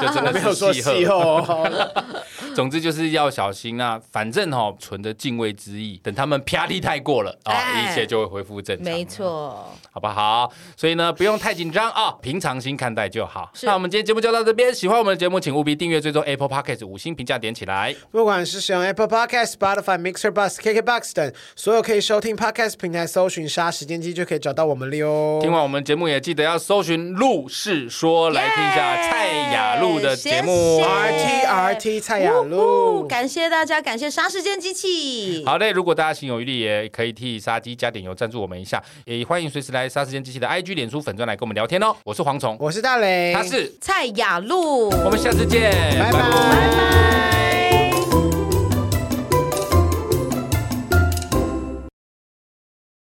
[SPEAKER 2] 就真
[SPEAKER 3] 我没
[SPEAKER 2] 的
[SPEAKER 3] 有说
[SPEAKER 2] 是
[SPEAKER 3] 气
[SPEAKER 2] 气
[SPEAKER 3] 候
[SPEAKER 2] 候。
[SPEAKER 3] 哦。
[SPEAKER 2] 总之就是要小心啊，反正哦，存着敬畏之意，等他们啪地太过了啊，
[SPEAKER 1] 哎
[SPEAKER 2] 一切就会恢复正常。
[SPEAKER 1] 没。错，
[SPEAKER 2] 好不好？所以呢，不用太紧张啊、平常心看待就好。
[SPEAKER 1] 是
[SPEAKER 2] 那我们今天节目就到这边，喜欢我们的节目，请务必订阅、追踪 Apple Podcast 五星评价点起来。
[SPEAKER 3] 不管是使用 Apple Podcast、Spotify、Mixer、Bus、KKBox 等所有可以收听 Podcast 平台，搜寻“杀时间机”就可以找到我们了哟。
[SPEAKER 1] 哦
[SPEAKER 2] 听完我们节目也记得要搜寻“陆氏说”来听一下蔡雅露的节目。
[SPEAKER 1] 谢谢
[SPEAKER 3] RT RT 蔡雅
[SPEAKER 1] 哦
[SPEAKER 3] 露，
[SPEAKER 1] 感谢大家，感谢杀时间机器。
[SPEAKER 2] 好嘞，如果大家心有余力，也可以替杀鸡加点油赞助我们一下，也欢迎随时来杀时间机器的 IG、脸书粉专来跟我们聊天哦。我是蝗虫，
[SPEAKER 3] 我是大雷，
[SPEAKER 2] 他是，
[SPEAKER 1] 蔡雅露，
[SPEAKER 2] 我们下次见，
[SPEAKER 3] 拜拜。